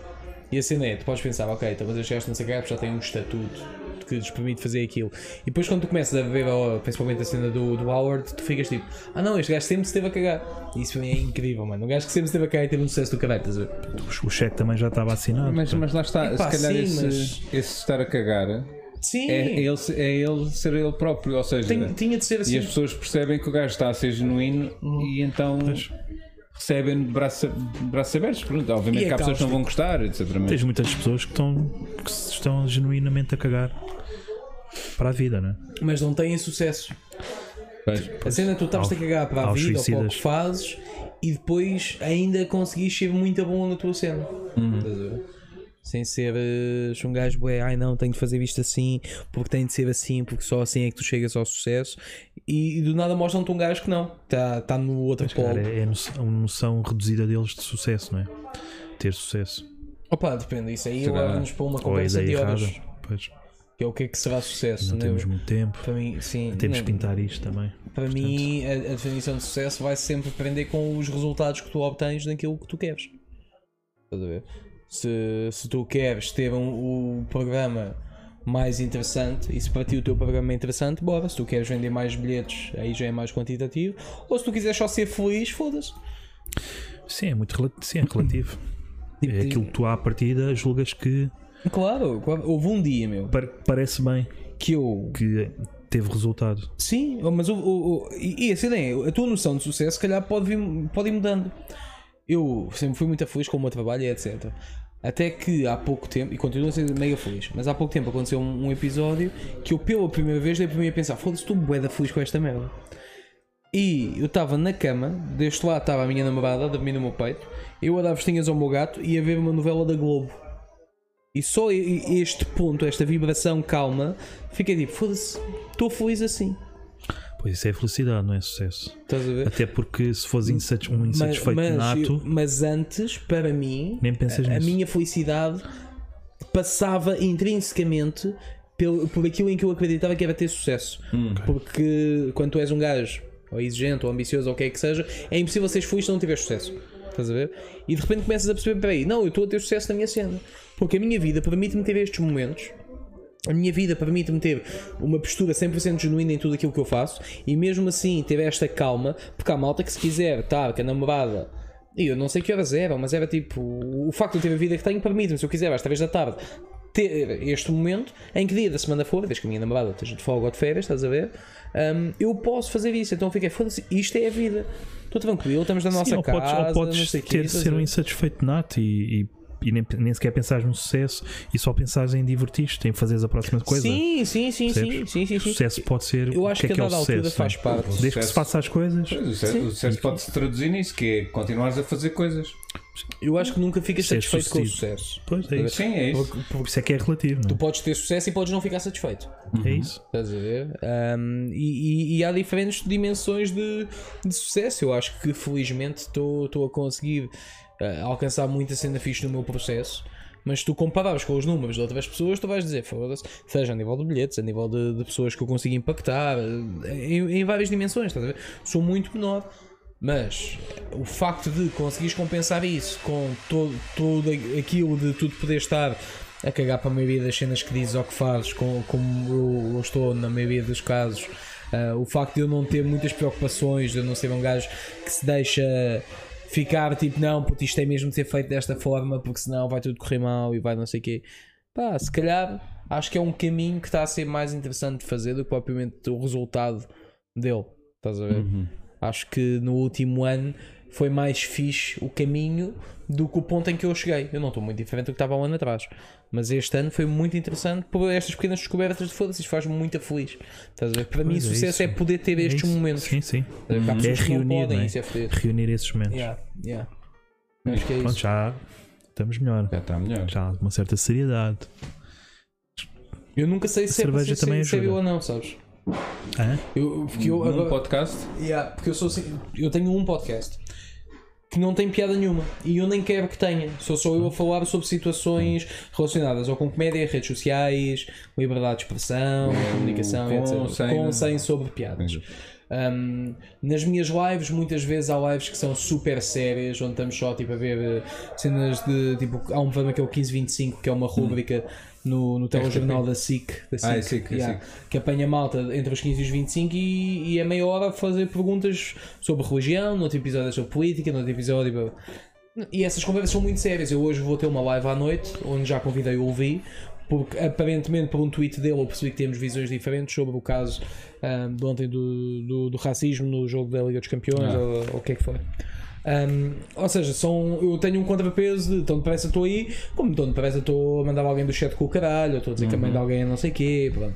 S2: E a cena é: tu podes pensar, ok, talvez estes gajos estão-se a cagar porque já têm um estatuto que lhes permite fazer aquilo. E depois, quando tu começas a ver, ó, principalmente a cena do, do Howard, tu ficas tipo: ah não, este gajo sempre se esteve a cagar. E isso para mim é incrível, mano. Um gajo que sempre se esteve a cagar e teve um sucesso do caralho, estás a ver?
S3: O cheque também já estava assinado.
S1: Mas,
S3: portanto.
S1: mas lá está,
S2: Epá,
S1: se calhar
S2: sim,
S1: esse,
S2: mas-
S1: esse estar a cagar
S2: Sim!
S1: é ele, se- é ele ser ele próprio, ou seja,
S2: Tem- Uhum. tinha de ser
S1: e
S2: assim.
S1: as pessoas percebem que o gajo está a ser genuíno e então recebem de braço- de braços abertos. Pronto, obviamente
S2: E é
S1: que há pessoas que não vão gostar, etc. mas-
S3: Tens muitas pessoas que estão, que se estão genuinamente a cagar para a vida, né?
S2: Mas não têm sucesso.
S1: Pois.
S2: A cena é tu estás-te a cagar para a
S3: aos
S2: vida, ou para o
S3: suicidas.
S2: que fazes, e depois ainda conseguis ser muito bom na tua cena.
S3: Uhum.
S2: Estás a ver? Sem ser eh, um gajo, bué, ai não, tenho de fazer isto assim, porque tem de ser assim, porque só assim é que tu chegas ao sucesso. E, e do nada mostram-te um gajo que não, está tá no outro polo.
S3: Cara, é a noção, uma noção reduzida deles de sucesso, não é? Ter sucesso.
S2: Opa, depende, isso aí
S1: Será?
S2: leva-nos para uma
S3: é- Ou é a
S2: conversa
S3: ideia
S2: de
S3: errada.
S2: horas.
S3: Pois,
S2: Que é o que é que será sucesso,
S3: não
S2: né?
S3: temos muito tempo.
S2: Para mim, sim. né?
S3: Temos
S2: não-
S3: que pintar isto também.
S2: Para mim, a, a definição de sucesso vai sempre depender com os resultados que tu obtens naquilo que tu queres. Estás a ver? Se, se tu queres ter um, o programa mais interessante e se para ti o teu programa é interessante, bora. Se tu queres vender mais bilhetes, aí já é mais quantitativo. Ou se tu quiseres só ser feliz, foda-se.
S3: Sim, é muito relativo. Sim, é relativo.
S2: Tipo
S3: É aquilo que tu à partida julgas que
S2: Claro, claro, houve um dia, meu,
S3: par- parece bem,
S2: que eu
S3: que teve resultado.
S2: Sim, mas o, o- o- e, e assim é, a tua noção de sucesso se calhar pode, vir- pode ir mudando. Eu sempre fui muito feliz com o meu trabalho e etc. Até que há pouco tempo, e continuo a ser mega feliz, mas há pouco tempo aconteceu um, um episódio que eu pela primeira vez dei para mim a pensar, foda-se, estou bué da feliz com esta merda. E eu estava na cama, deste lado estava a minha namorada a dormir no meu peito, eu a dar vestinhas ao meu gato e a ver uma novela da Globo. E só e- e este ponto, esta vibração calma, fiquei tipo, foda-se, estou feliz assim.
S3: Pois isso é felicidade, não é sucesso.
S2: Estás a ver?
S3: Até porque se fores insati- um insatisfeito
S2: mas,
S3: nato,
S2: mas antes, para mim,
S3: nem pensas
S2: a
S3: nisso.
S2: minha felicidade passava intrinsecamente pelo, por aquilo em que eu acreditava que era ter sucesso. Porque quando tu és um gajo, ou exigente, ou ambicioso, ou o que é que seja, é impossível seres feliz se não tiveres sucesso. Estás a ver? E de repente começas a perceber, peraí, não, eu estou a ter sucesso na minha cena. Porque a minha vida permite-me ter estes momentos. A minha vida permite-me ter uma postura 100% genuína em tudo aquilo que eu faço e mesmo assim ter esta calma, porque há malta que se quiser estar com a namorada e eu não sei que horas eram, mas era tipo o facto de eu ter a vida que tenho permite-me, se eu quiser, às três da tarde, ter este momento em que dia da semana for, desde que a minha namorada esteja de folga ou de férias, estás a ver? hum, eu posso fazer isso, então eu fiquei, foda-se, isto é a vida. Estou tranquilo, estamos na nossa
S3: Sim, ou
S2: casa,
S3: podes, ou podes
S2: não sei o quê,
S3: ter de
S2: estás a
S3: ser um
S2: ver?
S3: insatisfeito nato e, e- e nem, nem sequer pensares no sucesso e só pensares em divertir-te, em fazeres a próxima coisa.
S2: Sim, sim, sim, sim,
S3: percebes?
S2: sim, sim, sim.
S3: Sucesso pode ser.
S2: Eu
S3: o
S2: acho
S3: que,
S2: que,
S3: é que é
S2: a
S3: o
S2: dada
S3: sucesso,
S2: altura
S3: né?
S2: faz parte.
S3: Desde que se
S1: Sucesso.
S3: faça as coisas.
S1: Pois, o sucesso, o sucesso pode-se traduzir nisso, que é continuares a fazer coisas.
S2: Eu acho que nunca ficas
S3: Ser
S2: satisfeito com o
S3: sucedido.
S2: sucesso.
S3: Pois é isso.
S1: Sim, é isso.
S3: Por isso é que é relativo,
S2: Tu
S3: não
S2: podes ter sucesso e podes não ficar satisfeito.
S1: Uhum.
S3: é? É isso.
S2: Estás a ver? Um, e, e- e há diferentes dimensões de, de sucesso. Eu acho que felizmente estou estou a conseguir eh, alcançar muita cena fixe no meu processo. Mas tu comparares com os números de outras pessoas, tu vais dizer, foda-se, seja a nível de bilhetes, a nível de, de pessoas que eu consigo impactar, eh, em, em várias dimensões, estás a ver? Sou muito menor. Mas o facto de conseguires compensar isso com todo, todo aquilo de tudo poder estar a cagar para a maioria das cenas que dizes ou que fazes, com- como eu, eu estou na maioria dos casos, ah, o facto de eu não ter muitas preocupações, de eu não ser um gajo que se deixa ficar tipo, não, puto, isto tem mesmo de ser feito desta forma, porque senão vai tudo correr mal e vai não sei o quê. Pá, se calhar acho que é um caminho que está a ser mais interessante de fazer do que propriamente o resultado dele. Estás a ver?
S3: Uhum.
S2: Acho que no último ano foi mais fixe o caminho do que o ponto em que eu cheguei. Eu não estou muito diferente do que estava há um ano atrás. Mas este ano foi muito interessante por estas pequenas descobertas de foda-se. Isto faz-me muito feliz. Estás a ver? Para mim,
S3: Pois é
S2: sucesso
S3: isso.
S2: é poder ter estes
S3: É isso.
S2: momentos.
S3: Sim, sim.
S2: Estás a ver? Há pessoas
S3: É
S2: que não
S3: reunir,
S2: podem,
S3: não é?
S2: isso é foder.
S3: Reunir esses momentos.
S2: Yeah, yeah. Acho que é
S3: Pronto,
S2: isso.
S3: já estamos melhor.
S1: Já está melhor.
S3: Já há uma certa seriedade.
S2: Eu nunca sei se é
S3: cerveja
S2: se- se-
S3: também
S2: se é
S3: ajuda.
S2: eu ou não, sabes?
S3: Hã?
S2: Eu, porque eu,
S1: Num
S2: agora- É
S1: podcast,
S2: Yeah, porque eu sou assim, eu tenho um podcast que não tem piada nenhuma e eu nem quero que tenha. Sou só eu a falar sobre situações relacionadas ou com comédia, redes sociais, liberdade de expressão, comunicação,
S1: com,
S2: etc.
S1: sem,
S2: com
S1: né?
S2: sem sobre piadas.
S1: Entendi.
S2: Um, nas minhas lives, muitas vezes há lives que são super sérias, onde estamos só tipo, a ver eh, cenas de tipo. Há um programa que é o 1525, que é
S1: Uhum.
S2: uma rúbrica no, no telejornal da SIC, da
S1: Ah, é
S2: SIC,
S1: SIC, é
S2: yeah, que apanha malta entre os 15 e os 25 e, e a meia hora fazer perguntas sobre religião, no outro episódio é sobre política, no outro episódio. blá, blá. E essas conversas são muito sérias. Eu hoje vou ter uma live à noite, onde já convidei o Levi, porque aparentemente por um tweet dele eu percebi que temos visões diferentes sobre o caso ahm, de ontem do, do, do racismo no jogo da Liga dos Campeões,
S1: Ah.
S2: ou, ou o que é que foi. Ahm, ou seja, são, eu tenho um contrapeso de tão depressa estou aí, como tão depressa estou a mandar alguém do chat com o caralho, ou estou a dizer que a mãe de alguém é não sei o quê, pronto.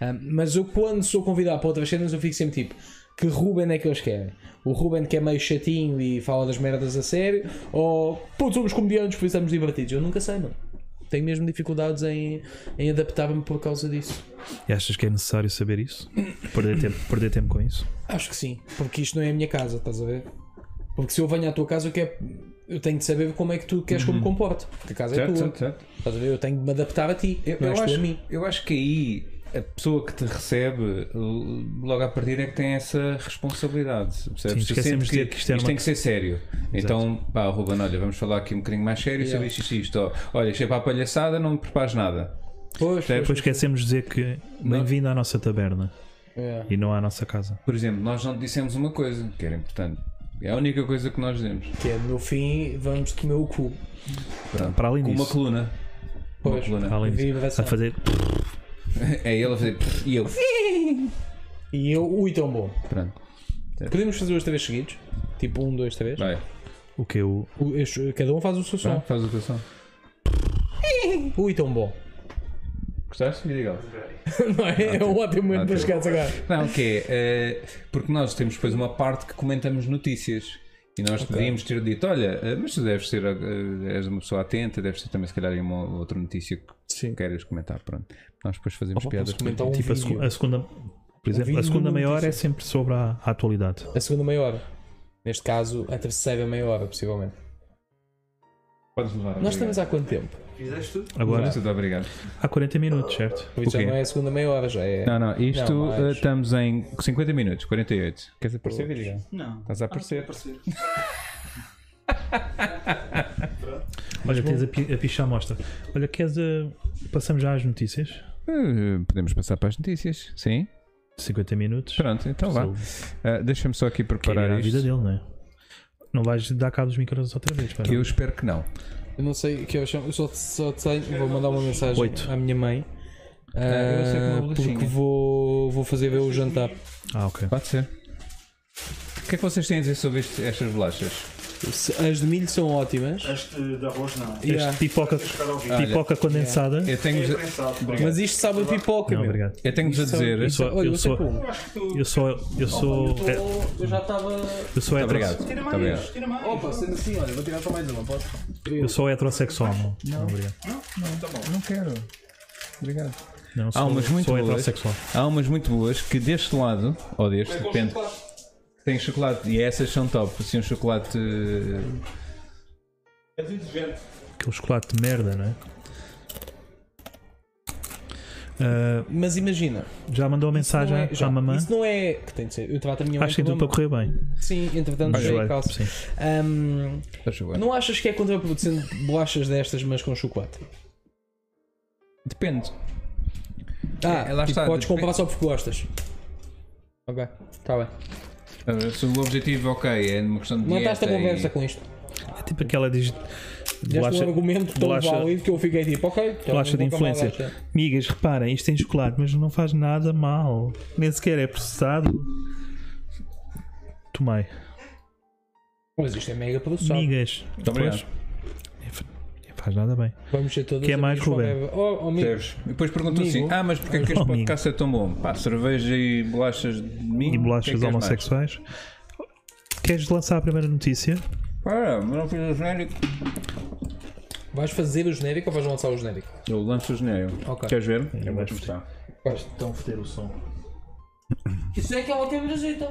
S2: Ahm, mas eu quando sou convidado para outras cenas eu fico sempre tipo, que Ruben é que eles querem? O Ruben que é meio chatinho e fala das merdas a sério, ou pô, somos comediantes, por isso estamos divertidos? Eu nunca sei, mano. Tenho mesmo dificuldades em, em adaptar-me por causa disso.
S3: E achas que é necessário saber isso? Perder tempo, perder tempo com isso?
S2: Acho que sim, porque isto não é a minha casa, estás a ver? Porque se eu venho à tua casa, eu, quero, eu tenho de saber como é que tu queres que eu me comporte. Porque a casa é
S1: Uhum. Certo,
S2: tua.
S1: certo, certo.
S2: Estás a ver? Eu tenho de me adaptar a ti,
S1: Eu,
S2: não
S1: eu
S2: és tu a
S1: acho,
S2: mim.
S1: eu acho que aí a pessoa que te recebe l- logo à partida é que tem essa responsabilidade. Percebes?
S3: Sim,
S1: Tu sentes
S3: esquecemos de dizer que isto era uma-
S1: tem que ser sério. Então, pá, Ruben, olha, vamos falar aqui um bocadinho mais sério
S2: Yeah.
S1: sobre isto e isto. Ó, Olha, chega para a palhaçada, não me prepares nada.
S2: Pois,
S1: Certo.
S3: Depois esquecemos de dizer que bem-vindo à nossa taberna
S2: É.
S3: e não à nossa casa.
S1: Por exemplo, nós não te dissemos uma coisa que era importante. É a única coisa que nós dizemos.
S2: Que é, no fim, vamos comer o cu.
S1: Pronto.
S3: Para além
S1: Com uma
S3: disso,
S1: coluna. Uma
S2: Pois.
S3: para
S1: coluna.
S3: além disso,
S2: Vibração.
S3: a fazer
S1: É ele a fazer. E eu.
S2: E eu, ui, tão bom.
S1: Pronto.
S2: Podemos fazer os três seguidos? Tipo, um, dois, três.
S1: Vai.
S3: o que eu.
S2: O- este- cada um faz o seu
S1: Vai,
S3: Então.
S2: som.
S1: Faz o teu som.
S2: Ui, tão bom.
S1: Gostaste? Diga lá.
S2: Não é? É um ótimo momento para
S1: Ótimo.
S2: chegar agora.
S1: Não, que é, eh, porque nós temos depois uma parte que comentamos notícias e nós devíamos ter dito, olha, eh, mas tu deves ser, eh, és uma pessoa atenta, deves ter também se calhar uma ou outra notícia que é
S2: Sim.
S1: queiras comentar, pronto. Nós depois fazemos
S2: Opa,
S1: piadas.
S2: posso comentar um
S3: Tipo, a,
S2: vídeo.
S3: segu- a segunda Por exemplo,
S2: vídeo
S3: a
S2: de
S3: segunda
S2: uma
S3: maior é
S2: notícia.
S3: sempre sobre a, a atualidade.
S2: A segunda meia hora. Neste caso, a terceira meia hora, possivelmente.
S1: Podes mudar.
S2: Nós estamos há quanto tempo?
S1: Fizeste tudo?
S3: Agora,
S1: Tudo, obrigado.
S3: há 40 minutos, certo?
S2: Pois já
S1: quê?
S2: não é a segunda meia hora, já é.
S1: Não, não, isto
S2: Não, mas-
S1: eh, estamos em 50 minutos, 48. Queres aparecer, Virgínia?
S4: Não.
S1: Estás a aparecer.
S3: Olha, tens a, pi- a picha à mostra. Olha, queres a... Passamos já às notícias.
S1: Eh, podemos passar para as notícias, sim?
S3: 50 minutos.
S1: Pronto, então vá.
S3: Sou-
S1: Eh, Deixa-me só aqui
S3: Quer ir
S1: preparar
S3: à
S1: isto.
S3: vida dele, não é? Não vais dar cabo dos micros outra vez, pá.
S1: Eu espero que não.
S2: Eu não sei o que eu chamo, eu só, só tenho. Vou mandar uma mensagem
S3: Oito.
S2: à minha mãe.
S1: eu sei que não
S2: ah,
S1: vou
S2: porque
S1: deixar.
S2: vou, vou fazer ver o jantar.
S3: Ah, ok.
S1: Pode ser. O que é que vocês têm a dizer sobre este- estas bolachas?
S2: Se- As de milho são ótimas.
S4: Este de arroz não.
S2: e há-
S3: Este pipoca, pipoca condensada.
S1: Eu tenho-vos a,
S2: Mas isto sabe a pipoca,
S3: Não,
S2: meu.
S3: obrigado.
S1: eu tenho-vos a
S2: Isto sabe-
S1: dizer.
S2: isto sabe-
S3: Eu
S2: olha, eu
S3: sou-
S2: sei como.
S3: Eu sou. Eu sou. é-
S2: Eu já estava.
S3: Eu
S1: Muito
S3: sou, hetero,
S1: obrigado. Muito obrigado.
S4: Tira mais.
S2: Opa, sendo assim, olha, vou tirar só mais uma, posso?
S3: eu sou heterossexual, não. Não, obrigado.
S1: Não quero. Obrigado.
S3: Não, sou,
S1: umas Ah, muito
S3: sou
S1: boas.
S3: heterossexual.
S1: Há umas muito boas que deste lado, ou deste, depende. Tem chocolate e essas são top. Assim, um chocolate. eh,
S3: Aquele chocolate de merda, não é? Ah,
S2: Mas imagina,
S3: já mandou mensagem
S2: não é, já,
S3: à mamã.
S2: isso é um não é. Que tem de ser. Eu trato a minha mãe.
S3: Acho que
S2: como
S3: tudo para
S2: mamã.
S3: correr bem.
S2: Sim, entretanto,
S3: Acho
S2: já
S3: bem,
S2: calço.
S3: sim.
S2: Ahm,
S1: faz favor.
S2: não achas que é contraproducente bolachas destas, mas com chocolate?
S1: Depende.
S2: Ah,
S1: É, lá
S2: tipo,
S1: está, depende.
S2: podes comprar só porque gostas. Ok, está bem.
S1: Ah, Se o objetivo, ok, é uma questão de.
S2: Mataste
S1: dieta
S2: a conversa
S1: e-
S2: com isto.
S3: É tipo aquela diz.
S2: Deste
S3: Bolacha,
S2: um argumento tão
S3: bolacha-
S2: válido que eu fiquei tipo, ok, então
S3: bolacha de
S2: vou comprar
S3: influencer.
S2: bolacha.
S3: Migas, reparem, isto tem chocolate, mas não faz nada mal. Nem sequer é processado. Tomei.
S2: Mas isto é mega produção.
S3: Migas.
S1: obrigado.
S3: Depois. Nem fa- nem faz nada bem.
S2: Vamos ser todos.
S3: Quer é mais, Rubén?
S2: Oh, amigo.
S1: Percebes? E depois perguntam assim:
S2: Amigo.
S1: ah, mas porquê é que
S3: Oh,
S1: este
S3: amigo.
S1: podcast é tão bom? Pá, cerveja e bolachas de mim. é
S3: E bolachas homossexuais. Queres lançar a primeira notícia?
S1: Para, mas não fiz o genérico.
S2: Vais fazer o genérico ou vais lançar o genérico?
S1: Eu lanço o genérico.
S2: Ok.
S1: Queres ver? vou-te
S3: Eu gosto.
S1: mostrar.
S2: Vais.
S4: Estão a foder o som.
S2: Isso é aquela câmerajita.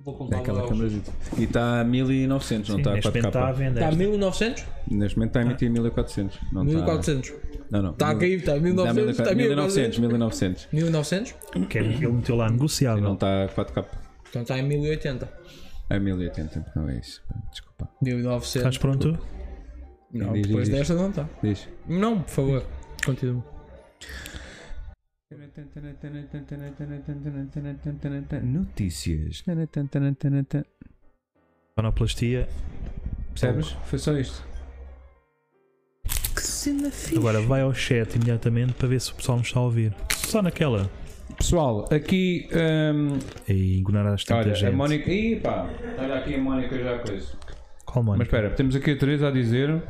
S4: Vou
S1: É
S4: contar
S1: aquela câmera E está a 1900, não tá está a
S3: Neste momento tá está à
S1: 4K.
S3: venda.
S2: Está a
S3: esta.
S2: 1900?
S1: Neste momento tá está a emitir 1400. Não está-
S2: 1400.
S1: Não, não.
S2: Está a cair, está a
S1: tá. Dá
S2: 1900. Está a é-
S1: 1900, 1900.
S2: 1900?
S3: Que é- Ele meteu lá
S1: Não
S3: negociável.
S1: está a 4K.
S2: Então está em 1080.
S1: É 1080, não é isso. Desculpa.
S2: 1900.
S3: Estás pronto?
S2: Não,
S1: Diz,
S2: depois
S1: diz,
S2: desta não está.
S1: Diz.
S2: Não, por favor, continua.
S1: Notícias.
S3: Monoplastia.
S1: Percebes? Foi só isto.
S2: Que cena fixe.
S3: Agora vai ao chat imediatamente para ver se o pessoal nos está a ouvir. Só naquela.
S1: Pessoal, aqui. hum,
S3: E ignorarás tanta
S1: olha,
S3: gente.
S1: a Mónica. Ih, pá! Olha aqui a Mónica já coisa.
S3: Qual
S1: Mas
S3: Mónica?
S1: espera, temos aqui a Teresa a dizer.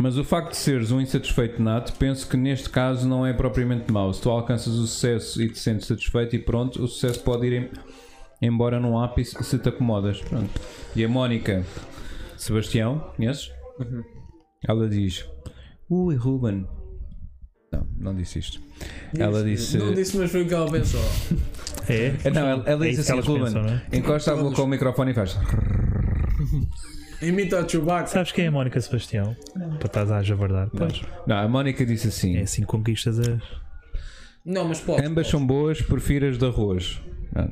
S1: Mas o facto de seres um insatisfeito nato, penso que neste caso não é propriamente mau. Se tu alcanças o sucesso e te sentes satisfeito e pronto, o sucesso pode ir em- embora num ápice se te acomodas. Pronto. E a Mónica Sebastião, conheces?
S3: Uhum.
S1: Ela diz: Ui, Ruben. Não, não disse isto. Ela disse.
S2: Não disse, mas foi o que ela pensou.
S3: É?
S1: Não, ela, ela
S3: É
S1: disse assim:
S3: isso que elas
S1: Ruben,
S3: pensam, não é?
S1: encosta a boca com o microfone e faz.
S2: Imita o Chewbacca.
S3: Sabes quem é a Mónica Sebastião? Para estás a javardar. Pois.
S1: Não, a Mónica disse assim:
S3: É assim que conquistas as.
S2: Não, mas pode.
S1: Ambas são boas, prefiro as de arroz. Ah.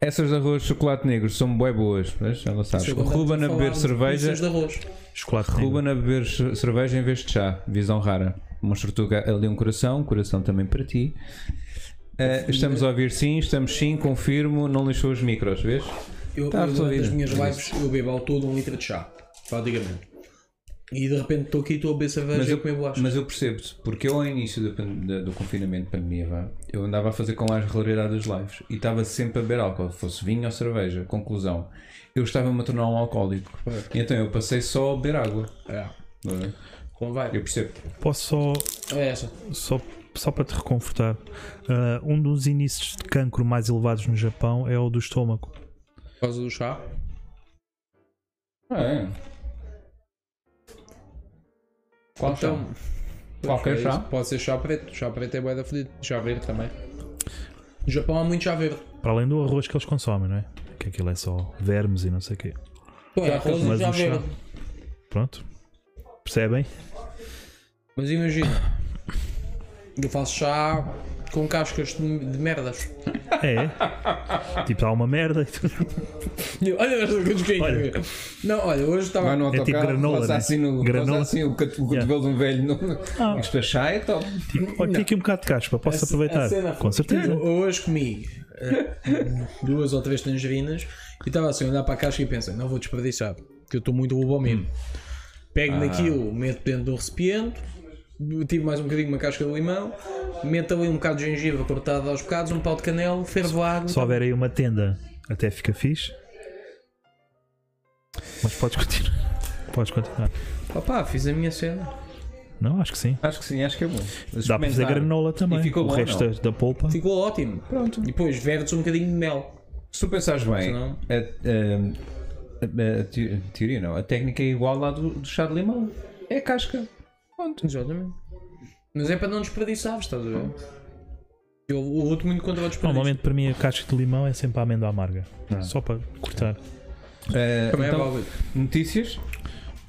S1: Essas de arroz de chocolate negro são bué boas, mas ela sabe.
S2: é
S1: Ruben a beber cerveja,
S2: De arroz.
S3: Chocolate negro.
S1: Ruben a beber ch- cerveja em vez de chá. Visão rara. Monstrutuga ali um coração, coração também para ti. Ah, estamos a ouvir sim, estamos sim, confirmo, não lixou os micros, vês?
S2: Eu,
S1: Tá
S2: eu durante
S1: resolvido.
S2: as minhas lives eu bebo ao todo um litro de chá, praticamente. E de repente estou aqui e estou a beber cerveja
S1: Mas
S2: e a
S1: eu,
S2: comer bolacha.
S1: mas eu percebo-te, porque eu ao início do, pan- da- do confinamento, pandemia, vá, eu andava a fazer com mais regularidade as lives e estava sempre a beber álcool, fosse vinho ou cerveja. Conclusão, eu estava-me a tornar um alcoólico. E então eu passei só a beber água.
S2: É,
S1: não é?
S2: como vai?
S1: Eu percebo.
S3: Posso só
S2: É essa.
S3: só, só para te reconfortar, ah, um dos índices de cancro mais elevados no Japão é o do estômago.
S2: Por causa do chá.
S1: Ah, é. Qual chá?
S2: Então,
S1: Qualquer
S2: é
S1: chá? Então,
S2: Então,
S1: é
S2: é isso. Pode ser chá preto. Chá preto é bué da fodido. Chá verde também. No Japão há muito chá verde.
S3: Para além do arroz que eles consomem, não é? Que aquilo é só vermes e não sei o quê.
S2: Pô, é arroz e
S3: Mas
S1: um
S2: chá
S3: o chá.
S2: verde.
S3: Pronto. Percebem?
S2: Mas imagina, eu faço chá com cascas de, de merdas.
S3: É. tipo, há uma merda e tu
S2: Eu, olha esta que eu toquei.
S3: Olha.
S2: Não, olha, hoje estava.
S1: Vai no
S3: tipo
S1: autocarro,
S3: granola,
S1: roça
S3: né?
S1: assim, no,
S3: Granola.
S1: roça assim o, cat- o cotovelo de um velho. No...
S3: Ah.
S1: Isto é chá, é top.
S3: tipo, olha, tem aqui um bocado de caspa, posso
S2: A c- a
S3: aproveitar?
S2: cena foi-
S3: Com certeza.
S2: Eu, hoje comi eh, duas ou três tangerinas e estava assim a olhar para a casca e pensei, não vou desperdiçar, que eu estou muito bobo ao mesmo. Pego naquilo, meto dentro do recipiente, tive mais um bocadinho de uma casca de limão, meto ali um bocado de gengibre cortado aos bocados, um pau de canela, fervo água.
S3: Se houver aí uma tenda, até fica fixe. Mas podes continuar. Podes continuar.
S2: Opa, fiz a minha cena.
S3: Não, acho que sim.
S1: Acho que sim, acho que é bom. Mas
S3: Dá para fazer
S1: experimentar.
S3: granola também.
S1: E ficou
S3: o
S1: bom,
S3: resto
S1: não?
S3: da polpa.
S2: Ficou ótimo.
S1: Pronto.
S2: E depois verdes um bocadinho de mel.
S1: Se tu pensares bem,
S2: Senão-
S1: a, a- a- a te- a teoria não, a técnica é igual à do, do chá de limão. É casca. Pronto.
S2: Exatamente. Mas é para não desperdiçar, estás a ver? Eu luto muito contra o desperdício.
S3: Normalmente para mim a casca de limão é sempre a amêndoa amarga. Só para cortar.
S1: Eh,
S2: Também é
S1: então,
S2: válido.
S1: notícias?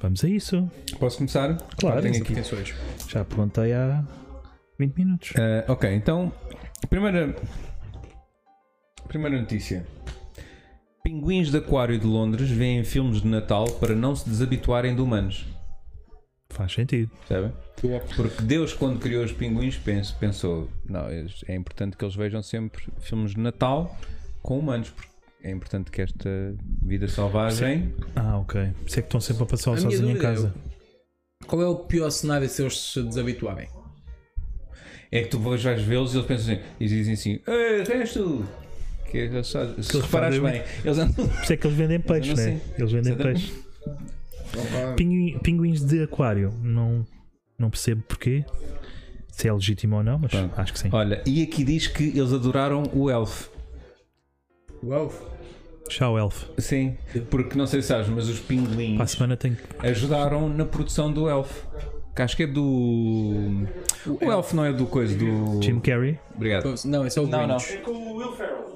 S3: Vamos a isso.
S1: Posso começar?
S3: Claro.
S1: Tenho aqui.
S2: Intenções.
S3: Já perguntei há 20 minutos.
S1: Eh, ok, então, primeira, primeira notícia. Pinguins de aquário de Londres veem filmes de Natal para não se desabituarem de humanos.
S3: Faz sentido.
S1: Percebem? Porque Deus, quando criou os pinguins, pens- pensou: não, eles- é importante que eles vejam sempre filmes de Natal com humanos, porque é importante que esta vida selvagem.
S3: Ah, ok. Por isso é que estão sempre a passar
S2: minha
S3: sozinho em
S2: dúvida é
S3: casa.
S2: Qual é o pior cenário se eles se desabituarem?
S1: É que tu vais vais vê-los e eles pensam assim, e dizem assim: Ei, resto! Que é só, se
S3: eles
S1: reparares
S3: fazem-
S1: bem, eles andam.
S3: Por isso é que eles vendem peixe,
S1: não
S3: né?
S1: sei.
S3: Eles
S1: Sei
S3: vendem peixe. Pinguim- pinguins de aquário. Não, não percebo porquê. Se é legítimo ou não, mas
S1: Pronto.
S3: acho que sim.
S1: Olha, e aqui diz que eles adoraram o elf.
S2: Uau!
S3: Tchau, Elf.
S1: Sim, porque não sei se sabes, mas os pinguins
S3: Para a semana tenho que.
S1: ajudaram na produção do elf. Que acho que é do. O elf não é do coisa do.
S3: Jim Carrey.
S1: Obrigado.
S2: Não, esse é o
S1: Não, não.
S2: Grinch.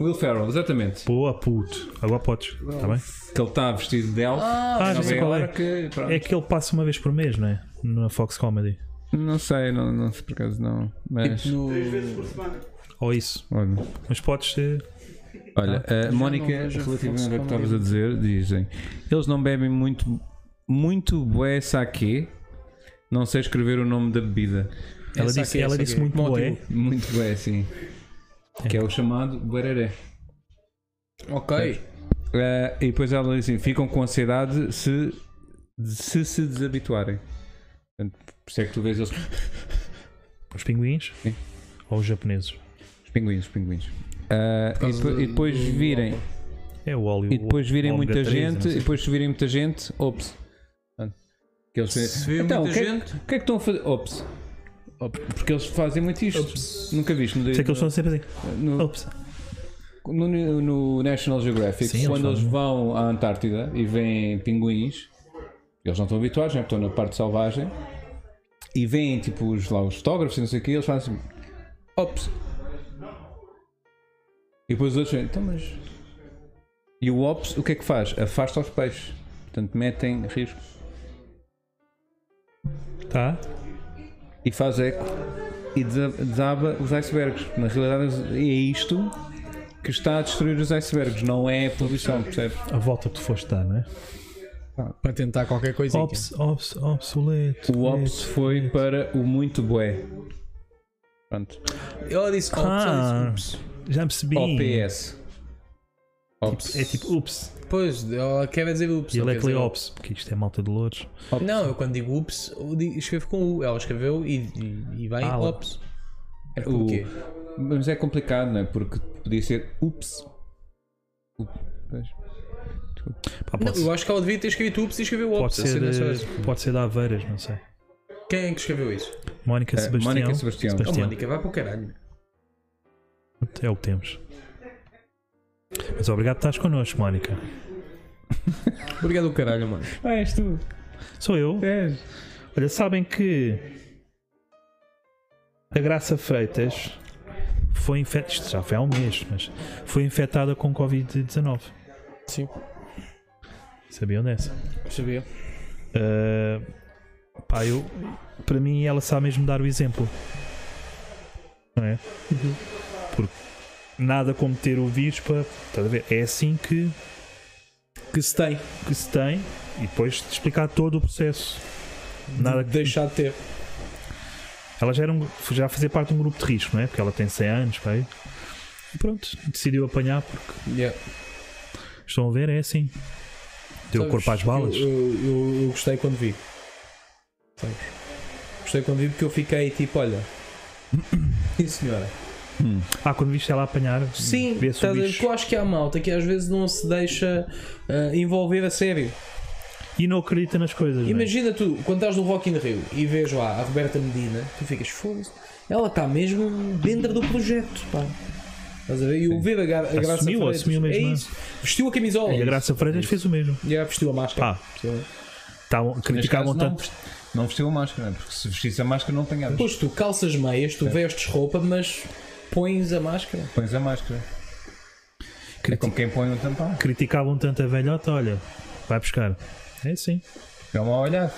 S1: Will Ferrell, exatamente.
S3: Boa, puto. Agora podes. Está bem?
S1: Que ele está vestido de elf.
S3: Ah, já sei qual é.
S1: que, pronto.
S3: É que ele passa uma vez por mês, não é? Na Fox Comedy.
S1: Não sei, não, não sei por acaso não. Mas.
S2: No...
S3: Ou isso.
S1: Olha,
S3: Mas podes ser.
S1: É, olha, a Mónica,
S2: vejo
S1: relativamente
S2: Fox
S1: ao que estavas a dizer, dizem: eles não bebem muito, muito bué saquê. Não sei escrever o nome da bebida.
S3: Ela
S2: Essa
S1: é,
S3: disse,
S2: aqui,
S3: ela
S2: essa
S3: disse
S2: aqui.
S3: muito é?
S2: Mótimo.
S3: boé.
S1: Muito bué, sim. Que é o chamado buereré.
S2: Ok.
S1: Eh, e depois ela diz assim: ficam com ansiedade se se, se desabituarem. Portanto, por isso é que tu vês eles.
S3: Os pinguins.
S1: Sim.
S3: Ou os japoneses.
S1: Os pinguins, os pinguins. Ah, e,
S2: causa
S1: depo- e
S2: do-
S1: depois
S2: do-
S1: virem,
S3: É o óleo.
S1: e depois virem
S3: o ômega
S1: muita
S3: 13, não
S1: gente,
S3: sei.
S1: e depois se virem muita gente, ops. Portanto, Que eles
S2: Se vê
S1: então,
S2: muita
S1: o que, é-
S2: gente-
S1: o que é que estão a fazer? Ops. Ops. Porque eles fazem muito isto. Nunca viste no,
S3: Por isso é que eles estão sempre assim.
S1: no,
S3: Ops.
S1: no, no National Geographic,
S3: Sim, eles
S1: quando eles
S3: fazem.
S1: vão à Antártida e veem pinguins, eles não estão habituados, né? porque estão na parte selvagem, e veem tipo os, lá, os fotógrafos e não sei o que, eles fazem assim, ops. E depois os outros dizem, então mas. E o ops, o que é que faz? Afasta os peixes. Portanto, metem risco.
S3: Tá.
S1: E faz eco. E desa- desaba os icebergs. Na realidade, é isto que está a destruir os icebergs, não é a poluição, percebes?
S3: A volta que tu foste dar, não é?
S2: Para tentar qualquer coisinha.
S3: Ops, ops, obsoleto. é
S1: O Ops foi para o muito bué. Pronto.
S2: Ela disse ops,
S3: Ah.
S2: ela disse ups.
S3: Já percebi. tipo,
S1: OPS. Ops.
S3: É tipo, ups.
S2: Pois, ela quer dizer ups.
S3: E
S2: não
S3: ele é
S2: quer
S3: que lê
S2: dizer
S3: ops. Porque isto é malta de louros.
S1: Ops.
S2: Não, eu quando digo ups, eu digo- escrevo com U. Ela escreveu e, e, e vai
S3: Ah,
S2: ops. É
S1: O-
S2: porquê?
S1: Mas é complicado, não é? Porque podia ser ups. Ups. Pois.
S3: Pá,
S2: Não,
S3: pode,
S2: eu acho que ela devia ter escrito ups e escreveu ops.
S3: pode,
S2: a
S3: ser, eh,
S2: cena é só essa.
S3: de, pode ser de Aveiras, não sei.
S2: Quem é que escreveu isso?
S3: Mónica
S1: É,
S3: Sebastião.
S1: Mónica Sebastião.
S2: Oh,
S3: Sebastião.
S2: Mónica, vai para o caralho.
S3: É o que temos. Mas obrigado por estás connosco, Mónica.
S2: Obrigado, o caralho, mano.
S1: Ah, és tu.
S3: Sou eu.
S2: É.
S1: És.
S3: Olha, sabem que a Graça Freitas foi infectada, isto já foi há um mês, mas foi infectada com Covid-19.
S2: Sim,
S3: Sabiam dessa?
S2: sabia.
S3: Ah, pá, eu, para mim ela sabe mesmo dar o exemplo. Não é? Porque nada como ter o vírus para. estás a ver? É assim que,
S2: Que se tem.
S3: que se tem e depois te explicar todo o processo. Nada
S2: de
S3: que-
S2: deixar de ter.
S3: Ela já, era um, já fazia parte de um grupo de risco, não é? Porque ela tem 100 anos, pai. E pronto, decidiu apanhar porque
S2: Yeah.
S3: estão a ver, é assim. Deu o
S2: Sabes,
S3: corpo às balas.
S2: Eu, eu- eu gostei quando vi. Sabes? Gostei quando vi porque eu fiquei tipo, olha. Sim senhora.
S3: Ah, quando viste ela apanhar,
S2: Sim,
S3: vê-se
S2: estás
S3: o
S2: a ver? Porque
S3: bicho.
S2: eu acho que há malta que às vezes não se deixa ah, envolver a sério.
S3: E não acredita nas coisas. não é?
S2: Imagina tu, quando estás no Rock in Rio e vês lá a Roberta Medina, tu ficas foda Ela está mesmo dentro do projeto, pá. Estás a ver? E eu ver a, Gra- a Graça
S3: Assumiu,
S2: Freitas,
S3: assumiu mesmo,
S2: É
S3: é.
S2: isso. Vestiu a camisola.
S3: E a Graça Freitas fez o mesmo.
S2: Já vestiu a máscara.
S3: Pá.
S2: Vestiu a-
S3: Estavam, criticavam
S1: não,
S3: tanto.
S1: não vestiu a máscara, né? porque se vestisse a máscara não apanhavas.
S2: Pois tu calças meias, tu vestes roupa, mas pões a máscara.
S1: Pões a máscara. É como quem põe um tampão.
S3: Criticavam tanto a velhota, olha, vai buscar. É assim.
S1: É uma olhada.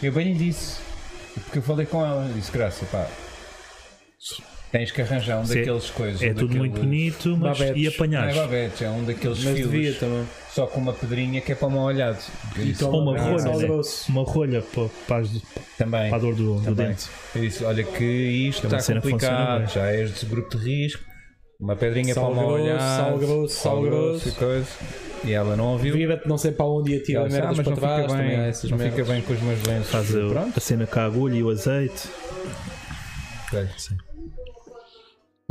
S1: Eu bem lhe disse, porque eu falei com ela, disse, graça, pá, tens que arranjar um
S3: Sim.
S1: daqueles coisas.
S3: é
S1: um
S3: tudo muito
S1: daqueles-
S3: bonito, mas
S2: babetes.
S3: e
S1: Não é
S3: apanhares.
S1: babete, é um daqueles
S2: Mas
S1: fios,
S2: devia também.
S1: só com uma pedrinha que é para uma olhada. Eu disse,
S3: Ou uma
S2: Ah,
S3: rolha,
S2: sal
S3: né?
S2: grosso.
S3: uma rolha para, para, as-
S1: também.
S3: para a dor do, do
S1: também.
S3: dente.
S1: Eu disse, É olha que isto
S3: Também a
S1: está
S3: cena funciona bem.
S1: complicado, já és desse grupo de risco, uma pedrinha
S2: Sal
S1: para uma
S2: grosso,
S1: olhada.
S2: sal grosso, sal grosso.
S1: e coisa. E ela não ouviu.
S2: Vira-te não sei para onde ia
S1: Ela
S2: tirar
S1: disse, ah,
S2: merdas
S1: mas
S2: para
S1: não
S2: trás,
S1: fica
S2: também há
S1: bem,
S2: essas
S1: não fica
S2: merdas.
S1: bem com os meus lenços.
S3: Faz a, a
S1: Pronto.
S3: cena com a agulha e o azeite.
S1: Ah.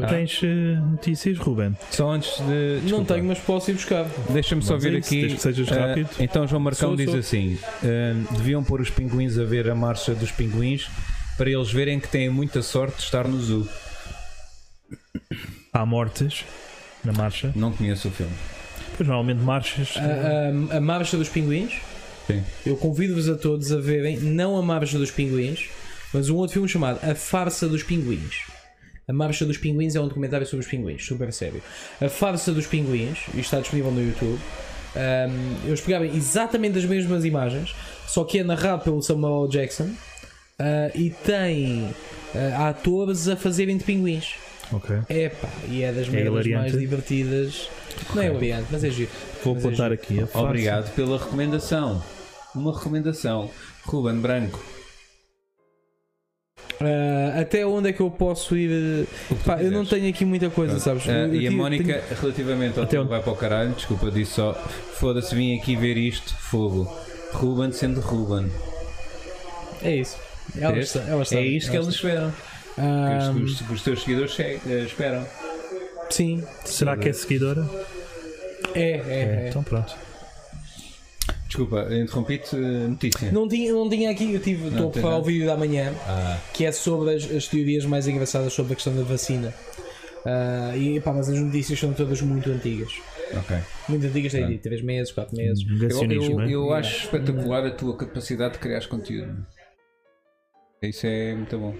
S3: Tens eh, notícias, Ruben?
S1: Só antes de.
S2: Não
S1: desculpa.
S2: tenho, é mas posso ir buscar.
S1: Deixa-me só
S3: Vamos
S1: ver
S3: a isso,
S1: aqui.
S3: desde que sejas
S1: Ah,
S3: rápido.
S1: então, João Marcão
S2: Sou,
S1: diz
S2: sou.
S1: assim: ah, deviam pôr os pinguins a ver a marcha dos pinguins para eles verem que têm muita sorte de estar no zoo.
S3: Há mortes na marcha.
S1: Não conheço o filme.
S3: Pois normalmente marchas.
S2: A,
S1: Ah.
S2: a- a Marcha dos Pinguins.
S1: Sim.
S2: Eu convido-vos a todos a verem, não a Marcha dos Pinguins, mas um outro filme chamado A Farsa dos Pinguins. A Marcha dos Pinguins é um documentário sobre os pinguins, super sério. A Farsa dos Pinguins, e está disponível no YouTube. Um, eles pegavam exatamente as mesmas imagens, só que é narrado pelo Samuel L. Jackson ah, e tem ah, atores a fazerem de pinguins.
S3: Ok.
S2: Epá, e é das merdas mais
S3: hilariante.
S2: divertidas. Não é variante, mas é giro.
S3: Vou
S2: Mas é
S3: apontar
S2: giro.
S3: aqui. A farsa.
S1: Obrigado pela recomendação. Uma recomendação. Ruben Branco.
S2: Ah, até onde é que eu posso ir? eh,
S1: o que tu
S2: Pá, eu não
S1: quiseres.
S2: tenho aqui muita coisa, sabes?
S1: Ah,
S2: Eu- eu
S1: e a
S2: tive-
S1: Mónica, relativamente ao
S3: Até
S1: tempo
S3: onde-
S1: vai para o caralho, desculpa, disse só: foda-se, vim aqui ver isto, fogo. Ruben sendo Ruben.
S2: tenho- É isso. Elas,
S1: Vês?
S2: sa- elas
S1: é
S2: sabem,
S1: isto que
S2: elas
S1: eles esperam. Que os-
S2: sabem.
S1: que os, que os teus seguidores che- eh, esperam.
S2: Ah, Sim,
S3: Será que é seguidora?
S2: é, é, é.
S3: Então pronto.
S1: Desculpa, interrompi-te, eh, notícia.
S2: Não tinha, não tinha aqui, eu tive, estou a
S1: tens
S2: preparar o
S1: nada.
S2: vídeo da manhã,
S1: Ah.
S2: que é sobre as, as teorias mais engraçadas sobre a questão da vacina. Ah, e pá, mas as notícias são todas muito antigas.
S1: Ok.
S2: Muito antigas,
S1: Ah.
S2: tem de 3 meses, 4 meses.
S1: Eu, eu,
S3: Negacionismo, é?
S1: eu acho espetacular a tua capacidade de criar conteúdo. Isso é muito bom.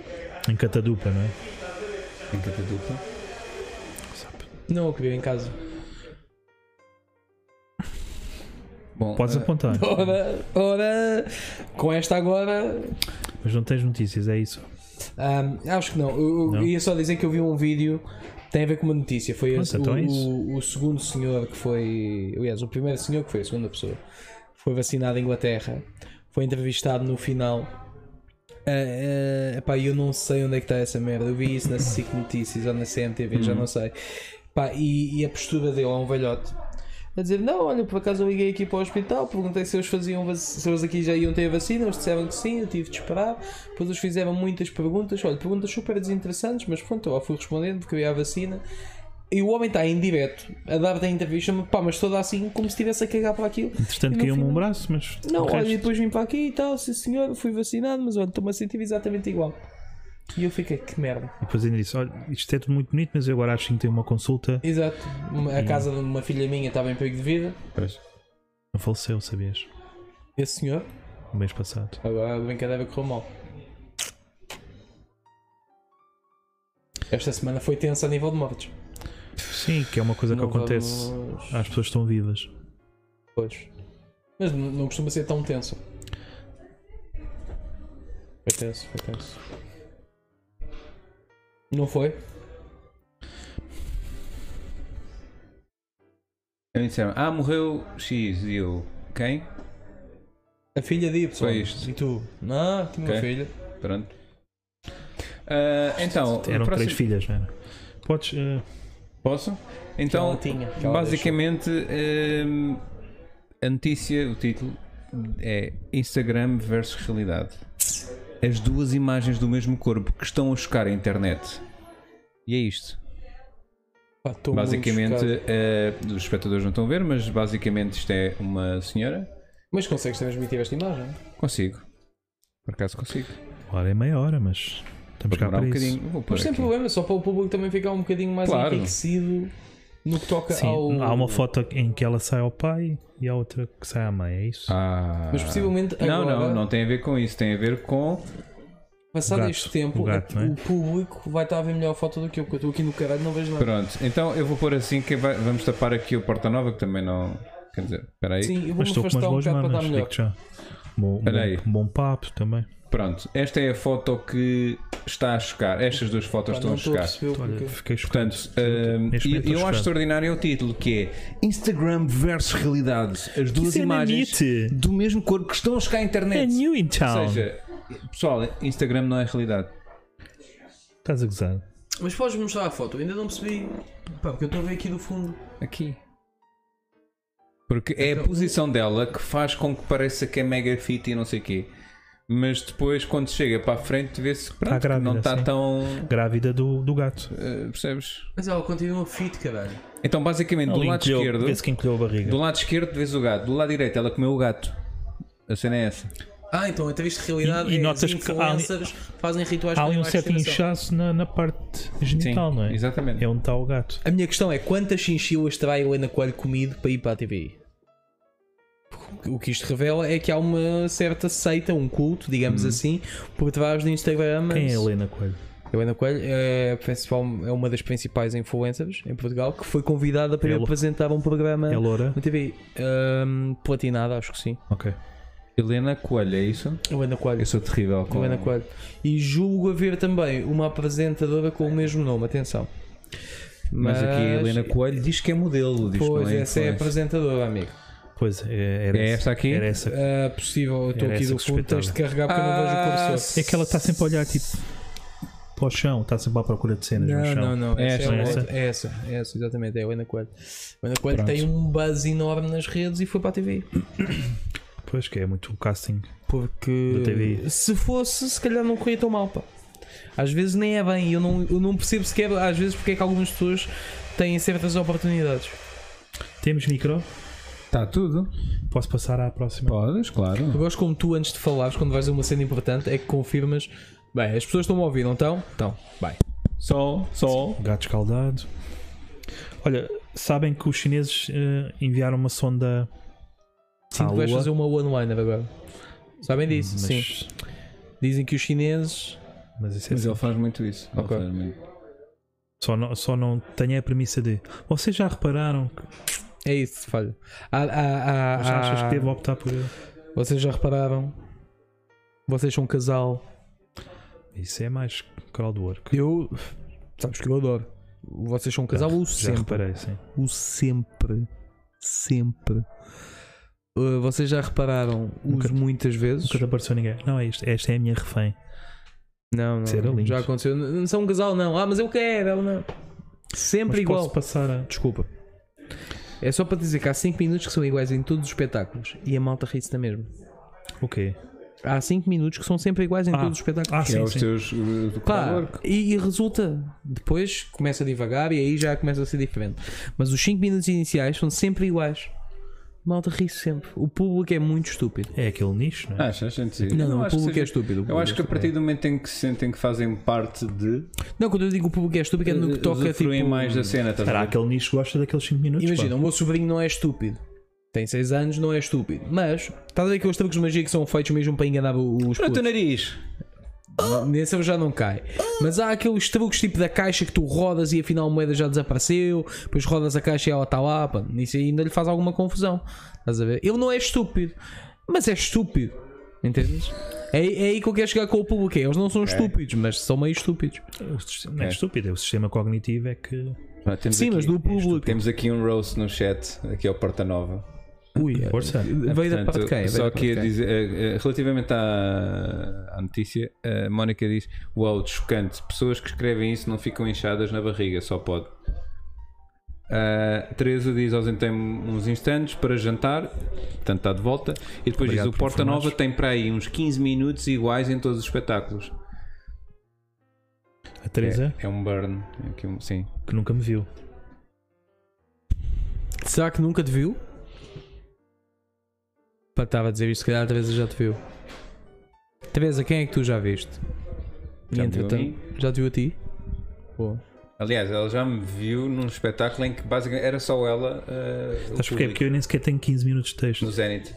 S3: Em catadupa, não é?
S1: Em cada dupla.
S2: Não, eu queria em casa.
S1: Bom,
S3: Podes
S1: eh,
S3: apontar,
S2: Ora, ora, com esta agora
S3: mas não tens notícias, é isso.
S2: Ahm, acho que não. Eu, eu
S3: Não?
S2: ia só dizer que eu vi um vídeo. Tem a ver com uma notícia. Foi
S3: Pronto,
S2: esse-
S3: então
S2: o,
S3: é isso.
S2: o- o segundo senhor que foi. Aliás, o primeiro senhor que foi a segunda pessoa. que Foi vacinado em Inglaterra. Foi entrevistado no final. Ah, ah, epá, eu não sei onde é que está essa merda. Eu vi isso na SIC Notícias ou na CMTV,
S3: Hum.
S2: já não sei. Pá, e, e a postura dele é um velhote. A dizer, não, olha, por acaso eu liguei aqui para o hospital, perguntei se eles faziam vac- se eles aqui já iam ter a vacina, eles disseram que sim, eu tive de esperar, depois eles fizeram muitas perguntas, olha, perguntas super desinteressantes, mas pronto, eu lá fui respondendo porque eu ia à vacina. E o homem está em direto a dar-te a entrevista, mas pá, mas toda assim como se estivesse a cagar para aquilo.
S3: Entretanto,
S2: E no
S3: caiu-me um
S2: final-
S3: braço, mas.
S2: Não,
S3: o
S2: olha,
S3: resto-
S2: e depois vim para aqui e tal, sim senhor, fui vacinado, mas olha, estou-me a sentir exatamente igual. E eu fiquei, que merda.
S3: E depois ainda disse: olha, isto é tudo muito bonito, mas eu agora acho que tenho uma consulta.
S2: Exato. A casa de uma filha minha estava em perigo de vida.
S1: pois.
S3: Não faleceu, sabias?
S2: Esse senhor,
S3: No mês passado.
S2: agora a brincadeira correu mal. Esta semana foi tensa a nível de mortes.
S3: Sim, que é uma coisa que
S2: Não
S3: acontece
S2: vamos-
S3: às pessoas que estão vivas.
S2: Pois. Mas n- não costuma ser tão tenso. Foi tenso, foi tenso. Não foi?
S1: A mim disseram, ah, morreu X e eu. Quem?
S2: A filha de Y.
S1: Foi isto.
S2: E tu? Não, tinha uma
S1: Ok.
S2: filha.
S1: Pronto. Ah, então,
S3: Eram
S1: o próximo-
S3: três filhas, não era? um Podes. eh,
S1: Posso?
S2: Que
S1: Então,
S2: ela tinha, que ela
S1: basicamente, hum, a notícia, o título é Instagram versus realidade. As duas imagens do mesmo corpo que estão a chocar a internet. E é isto.
S2: Pá, tô muito
S1: basicamente,
S2: chocado.
S1: eh, os espectadores não estão a ver, mas basicamente isto é uma senhora.
S2: Mas consegues transmitir esta imagem?
S1: Consigo. Por acaso consigo.
S3: hora é meia hora, mas estamos cá
S1: Demorar
S3: para
S1: um
S3: isso.
S1: bocadinho. Vou pôr
S2: Mas sem
S1: aqui.
S2: problema, só para o público também ficar um bocadinho mais
S1: Claro.
S2: enriquecido no que toca
S3: Sim,
S2: ao.
S3: há uma foto em que ela sai ao pai e há outra que sai à mãe, é isso?
S1: Ah.
S2: Mas possivelmente
S1: Não,
S2: agora,
S1: não, não tem a ver com isso. Tem a ver com.
S2: passado
S3: O gato,
S2: este tempo,
S3: o gato,
S2: a-
S3: não é?
S2: o público vai estar a ver melhor a foto do que eu, porque eu estou aqui no caralho e não vejo nada.
S1: Pronto, então eu vou pôr assim que vai- vamos tapar aqui o Porta Nova que também não. Quer dizer, espera aí.
S2: Sim, eu
S3: mas
S2: vou-me
S3: estou com umas
S2: afastar um
S3: boas
S2: bocado para
S3: manas,
S2: estar melhor.
S3: digo já. Bom,
S1: Espera aí.
S3: bom, bom papo também.
S1: Pronto, esta é a foto que está a chocar. Estas duas
S2: Pá,
S1: fotos
S2: não
S1: estão a
S2: estou a
S1: chocar.
S2: perceber o porquê.
S3: Olha, fiquei chocado.
S1: Portanto, hum,
S3: Neste
S1: e-
S3: momento
S1: eu,
S3: estou
S1: acho
S3: chocado.
S1: extraordinário o título que é Instagram versus realidade. As duas
S3: Isso é
S1: imagens
S3: nanite.
S1: do mesmo corpo que estão a chocar à
S3: É
S1: internet.
S3: new in
S1: Ou
S3: town.
S1: seja, pessoal, Instagram não é realidade.
S3: Estás a gozar.
S2: Mas podes mostrar a foto, eu ainda não percebi. Pá, porque eu estou a ver aqui do fundo.
S1: Aqui. Porque é a posição dela que faz com que pareça que é mega fit e não sei o quê. Mas depois, quando chega para a frente, vê-se que pronto,
S3: Está
S1: que não
S3: grávida,
S1: está
S3: sim.
S1: tão.
S3: Grávida do, do gato.
S1: eh, percebes?
S2: Mas ela continua fit, caralho.
S1: Então, basicamente, do
S3: Ali
S1: lado
S3: encolheu-
S1: esquerdo.
S3: Vê-se que é encolheu a barriga.
S1: Do lado esquerdo, vês o gato. Do lado direito, ela comeu o gato. A cena é essa.
S2: Ah, então a entrevista de realidade
S3: E- e
S2: é
S3: notas
S2: as
S3: que há
S2: influencers fazem rituais
S3: Há ali
S2: com
S3: um
S2: animais de
S3: certo
S2: estimação.
S3: inchaço na, na parte genital, não é?
S1: Exatamente.
S3: É onde está o gato.
S2: A minha questão é quantas chinchilas terá Helena Coelho comido para ir para a TVI? O que isto revela é que há uma certa seita, um culto, digamos assim, por trás do Instagram.
S3: Hum. Quem é a Helena Coelho?
S2: Helena Coelho é, a principal, é uma das principais influencers em Portugal que foi convidada para ir
S3: Ela-
S2: apresentar um programa
S3: É loura?
S2: na TVI. Ahm, Hum, platinada, acho que sim.
S3: Ok.
S1: Helena Coelho, é isso?
S2: Helena Coelho.
S1: Eu sou terrível com.
S2: Helena Coelho. E julgo haver também uma apresentadora com o mesmo nome, atenção.
S1: Mas aqui a Helena Coelho diz que é modelo. Diz que
S2: Pois,
S1: não é
S2: essa é
S1: influencer.
S2: a apresentadora, amigo.
S3: Pois, é, era
S1: É esta aqui?
S3: Era essa.
S2: Ah, possível, eu estou
S3: Era
S2: aqui
S3: essa
S2: do
S3: que
S2: fundo, tens de carregar porque eu não vejo o
S1: Ah,
S2: cursor.
S3: É que ela está sempre a olhar tipo para o chão, está sempre à procura de cenas no
S2: Não,
S3: chão.
S2: não, não,
S1: É
S2: essa, é,
S3: essa,
S2: essa?
S3: não é
S2: É, essa, é essa, exatamente, é a Helena Coelho. A Helena Coelho
S1: Pronto.
S2: tem um buzz enorme nas redes e foi para a TV.
S3: Pois que é muito o casting.
S2: Porque
S3: Da TV.
S2: se fosse, se calhar não corria tão mal. Pá. Às vezes nem é bem, eu não, eu não percebo sequer, às vezes, porque é que algumas pessoas têm certas oportunidades.
S3: Temos micro?
S1: Está Tá tudo?
S3: Posso passar à próxima?
S1: Podes,
S2: Eu
S1: claro.
S2: gosto como tu, antes de falares, quando vais a uma cena importante, é que confirmas. Bem, as pessoas estão a ouvir, não estão? Estão. Bem.
S3: Tá
S1: Sol, sol.
S3: Gato escaldado. Olha, sabem que os chineses eh, enviaram uma sonda
S2: Sinto
S3: à
S2: que vais
S3: Lua, Hum,
S2: fazer uma one-liner agora. Sabem disso?
S3: mas,
S2: Sim. Dizem que os chineses.
S3: mas isso é
S1: Mas ele faz muito isso. Ele
S2: Ok.
S1: faz muito.
S3: só não, só não tenho a premissa de. Vocês já repararam? que-
S2: É isso, falha. Há, há, há,
S3: Mas
S2: há-
S3: achas que devo optar por
S2: Vocês já repararam? Vocês são um casal.
S3: isso é mais crowdwork?
S2: Eu. Sabes que eu adoro. Vocês são um casal o
S3: Já
S2: sempre.
S3: reparei, sim.
S2: O sempre. Sempre. Uh, vocês já repararam?
S3: Nunca-
S2: Uso muitas vezes.
S3: Nunca te apareceu ninguém. Não é isto, esta é a minha refém.
S2: Não,
S3: Isso era
S2: não.
S3: lindo.
S2: Já aconteceu. N- Não são um casal, não. Ah, mas eu quero, ela não. Sempre
S3: Mas
S2: igual.
S3: posso passar a.
S2: Desculpa. É só para dizer que há 5 minutos que são iguais em todos os espetáculos e a malta ri-se da mesma.
S3: O quê?
S2: Há 5 minutos que são sempre iguais em
S3: Ah.
S2: todos os espetáculos.
S3: Ah,
S1: Que é
S3: sim,
S1: os
S3: sim.
S1: teus. uh, do
S2: Pá,
S1: calor.
S2: e, e resulta. Depois começa devagar e aí já começa a ser diferente. Mas os 5 minutos iniciais são sempre iguais. A malta ri-se sempre. O público é muito estúpido.
S3: É aquele nicho,
S2: Ah,
S3: não é?
S1: Achas? Antes
S2: Não, não, o público é estúpido. o
S1: Eu
S2: público
S1: acho que a
S2: é
S1: partir do momento em que se sentem que fazem parte de. eh,
S2: estúpido. Não, quando eu digo o público é estúpido é no que toca
S1: usufruem
S2: tipo.
S1: mais da cena, estás a
S3: Será
S1: ver?
S3: aquele nicho gosta daqueles 5 minutos? pá?
S2: Imagina, o meu sobrinho não é estúpido. Tem 6 anos, não é estúpido. Mas, estás a ver aqueles truques de magia que são feitos mesmo para enganar o- os
S1: Olha o teu
S2: putos?
S1: nariz!
S2: Nesse eu já não cai. Mas há aqueles truques tipo da caixa que tu rodas e afinal a moeda já desapareceu, depois rodas a caixa e ela está lá, pá. Isso aí ainda lhe faz alguma confusão. Estás a ver? Ele não é estúpido, mas é estúpido. Entendes? É, é aí que eu quero chegar com o público. é, Eles não são estúpidos, mas são meio estúpidos.
S3: O sistema- Não é estúpido, é o sistema cognitivo é que.
S1: Pronto, temos
S2: Sim,
S1: aqui-
S2: mas do público.
S1: Temos aqui um roast no chat, aqui ao Porta Nova.
S2: Ui,
S3: Força.
S2: veio da parte de quem? Veio
S1: Só
S2: da parte
S1: que
S2: de quem?
S1: dizer, eh, eh, relativamente à, à notícia, a Mónica diz: Uau, chocante. Pessoas que escrevem isso não ficam inchadas na barriga, só pode. Ah, Teresa diz: ausentei-me uns instantes para jantar, portanto está de volta. E depois
S3: Obrigado
S1: diz: O
S3: por
S1: Porta
S3: informares.
S1: Nova tem para aí uns 15 minutos iguais em todos os espetáculos.
S3: A Teresa,
S1: É, é um burn. É aqui um- sim.
S3: que nunca me viu.
S2: Será que nunca te viu? Pá, estava a dizer isto, se calhar Teresa já te viu. Teresa, quem é que tu já viste?
S1: Já me viu a
S2: Entretanto-
S1: mim.
S2: já te viu a ti? Boa.
S1: Aliás, ela já me viu num espetáculo em que basicamente era só ela. ah, o
S3: Sabes porquê?
S2: é
S1: público,
S3: Porque eu nem sequer tenho 15 minutos de texto.
S1: No Zenit.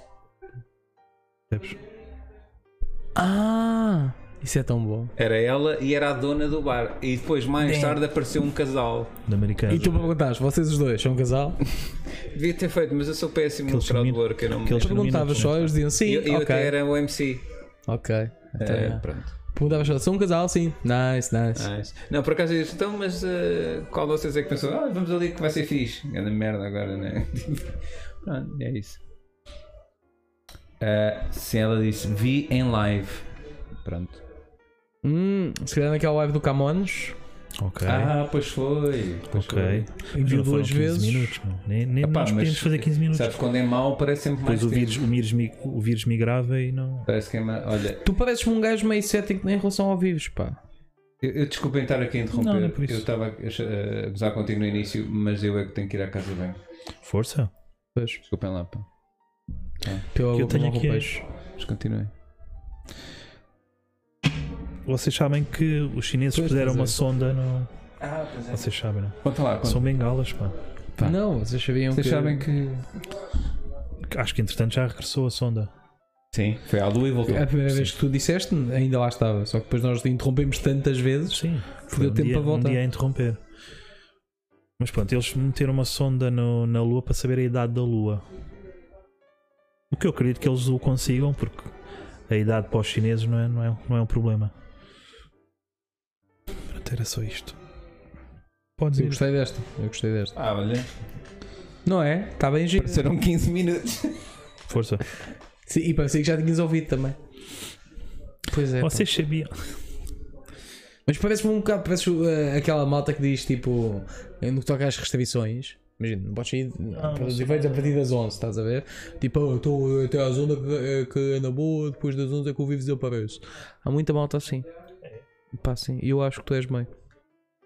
S3: percebes?
S2: Ah, isso é tão bom.
S1: Era ela e era a dona do bar. E depois, mais
S2: Damn.
S1: tarde, apareceu um casal.
S3: Da americana.
S2: E tu perguntaste, vocês os dois são um casal?
S1: Devia ter feito, mas eu sou péssimo no
S3: Aqueles
S1: crowd
S3: mil-
S1: work. Eu, não...
S3: aqueles
S2: Tu
S3: Não,
S2: perguntavas
S3: não,
S2: só, eles diziam sim,
S1: eu, eu
S2: ok.
S1: até era o MC.
S2: Ok. Então,
S1: né? É,
S2: é.
S1: pronto.
S2: Perguntavas só, são um casal, sim. Nice, nice.
S1: Nice. Não, por acaso eu disse, então, mas eh, qual de vocês é que pensou? Ah, vamos ali que vai ser fixe. Grande merda agora, né? pronto, é isso. Eh, se ela disse, vi em live. Pronto. É.
S2: Hum, se calhar naquela live do Camões,
S3: Ok.
S1: Ah, pois foi. Pois
S3: ok. Mas
S2: viu
S3: não foram
S2: duas
S3: 15
S2: vezes.
S3: minutos, não. Nem, nem
S1: Epá,
S3: nós
S1: mas
S3: podemos fazer 15 minutos.
S1: Sabes, quando é mau, parece sempre mais.
S3: Depois o
S1: tempo.
S3: vírus, o, vírus, mi- o vírus migrava e não.
S1: Parece que é mais. Olha,
S2: Tu pareces-me um gajo meio cético em relação ao vivos, pá.
S1: Eu, eu desculpem estar aqui a interromper.
S3: Não, não é por isso.
S1: Eu estava a a gozar contigo no início, mas eu é que tenho que ir à casa bem.
S3: Força.
S2: Pois,
S1: Desculpem lá, pá.
S2: pela
S3: Que eu tenho
S2: pela
S3: aqui é-
S2: roupejo.
S1: Mas continuem.
S3: Vocês sabem que os chineses
S2: Pois,
S3: fizeram
S2: pois
S3: uma
S2: é.
S3: sonda no.
S4: Ah, pois é.
S3: Vocês sabem, não?
S1: Conta lá, conta.
S3: São bengalas, pá.
S1: Pá.
S2: Não, vocês sabiam
S1: Vocês
S2: que...
S1: sabem que.
S3: Acho que entretanto já regressou a sonda.
S1: Sim, foi à lua e voltou.
S2: É A primeira
S3: Sim.
S2: vez que tu disseste, ainda lá estava. Só que depois nós interrompemos tantas vezes.
S3: Sim.
S2: Foi
S3: um
S2: tempo
S3: dia,
S2: para voltar.
S3: Um dia a interromper. Mas pronto, eles meteram uma sonda no- na Lua para saber a idade da Lua. O que eu acredito que eles o consigam, porque a idade para os chineses não é, não é, não é um problema. Pronto, era só isto. Podes
S2: Eu
S3: ir.
S2: gostei desta. Eu gostei desta.
S1: Ah, olha.
S2: Não é? Está bem giro.
S1: Serão 15 minutos.
S3: Força.
S2: Sim, e parecia que já tinhas ouvido também. Pois é. pá.
S3: Vocês sabiam.
S2: Mas parece-me um bocado, parece uh, aquela malta que diz tipo, no que toca às restrições. Imagina, não podes
S3: Ah,
S2: sair pelos efeitos a partir das 11, estás a ver? Tipo, "Ah, eu estou até às 11 que, que é na boa, depois das 11 é que o vivo desaparece. Há muita malta assim. Pá, sim. E eu acho que tu és meio.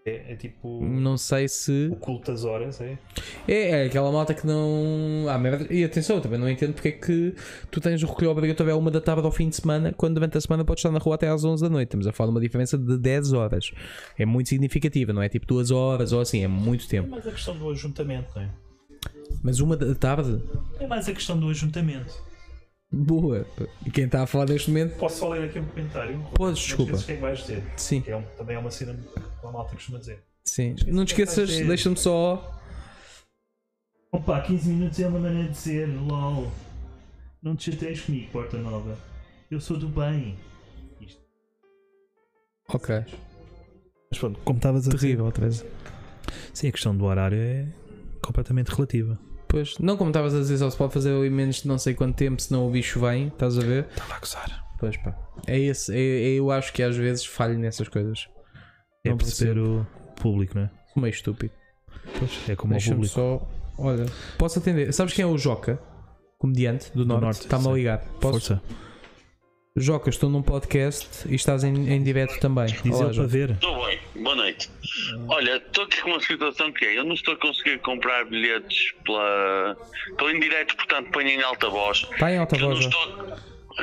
S3: É, tipo
S2: Não sei se.
S3: culto das horas, é?
S2: É, é aquela malta que não. Ah, merda. E atenção, eu também não entendo porque é que tu tens o recolho obrigatório à uma da tarde ao fim de semana, quando durante a semana podes estar na rua até às 11 da noite. Estamos a falar de uma diferença de 10 horas. É muito significativa, não é tipo 2 horas ou assim, é muito tempo.
S3: mais a questão do ajuntamento, não é?
S2: Mas uma da tarde,
S3: É mais a questão do ajuntamento.
S2: boa. E quem está a falar neste momento,
S3: Posso só ler aqui um comentário?
S2: Podes, desculpa.
S3: O que é que vais dizer?
S2: sim,
S3: Que é um- também é uma cena que a malta costuma dizer.
S2: sim. Não te esqueças, deixa-me só.
S4: Opa, 15 minutos é uma maneira de dizer, lol. Não te chateias comigo, Porta Nova. Eu sou do bem.
S2: Ok,
S3: Mas pronto, como estavas a dizer.
S2: terrível, Teresa.
S3: Sim, a questão do horário é completamente relativa.
S2: Pois, não como estavas a dizer, só se pode fazer em menos de não sei quanto tempo, senão o bicho vem, estás a ver?
S3: Estava a gozar.
S2: Pois pá. É esse, é- é- eu acho que às vezes falho nessas coisas.
S3: É
S2: Não
S3: perceber o público, não é?
S2: Sou Meio estúpido.
S3: Pois, é como o
S2: Deixa-me
S3: público.
S2: só. Olha, posso atender. Sabes quem é o Joca? Comediante do Norte.
S3: Norte,
S2: Está-me a
S3: sim.
S2: ligar. Posso?
S3: Força.
S2: Joca, estou num podcast e estás em, em direto também.
S3: Diz
S2: Olá,
S3: ele para
S2: Joca.
S3: ver.
S5: Estou bem, boa noite. Olha, estou aqui com uma situação que é, eu não estou a conseguir comprar bilhetes pela. Estou em direto, portanto ponho em alta voz.
S2: Está tá em alta
S5: Eu não
S2: voz. Joca.
S5: estou.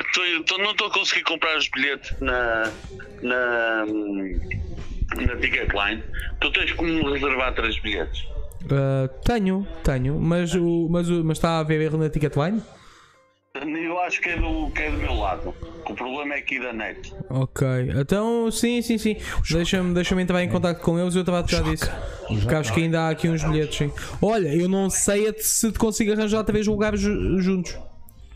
S5: estou- eu estou- não estou a conseguir comprar os bilhetes na. na. na Ticketline. Tu tens como reservar três bilhetes.
S2: Ah, tenho, tenho. Mas, o, mas, o, mas está a haver erro na Ticketline?
S5: Hum, Eu acho que é do, que é do meu lado. O problema é aqui da net.
S2: Ok, então sim, sim, sim. Deixa-me deixa entrar em contato com eles, eu estava a tratar disso. Porque acho que ainda há aqui uns bilhetes, sim. Olha, eu não sei é se te consigo arranjar outra vez lugares ju- juntos.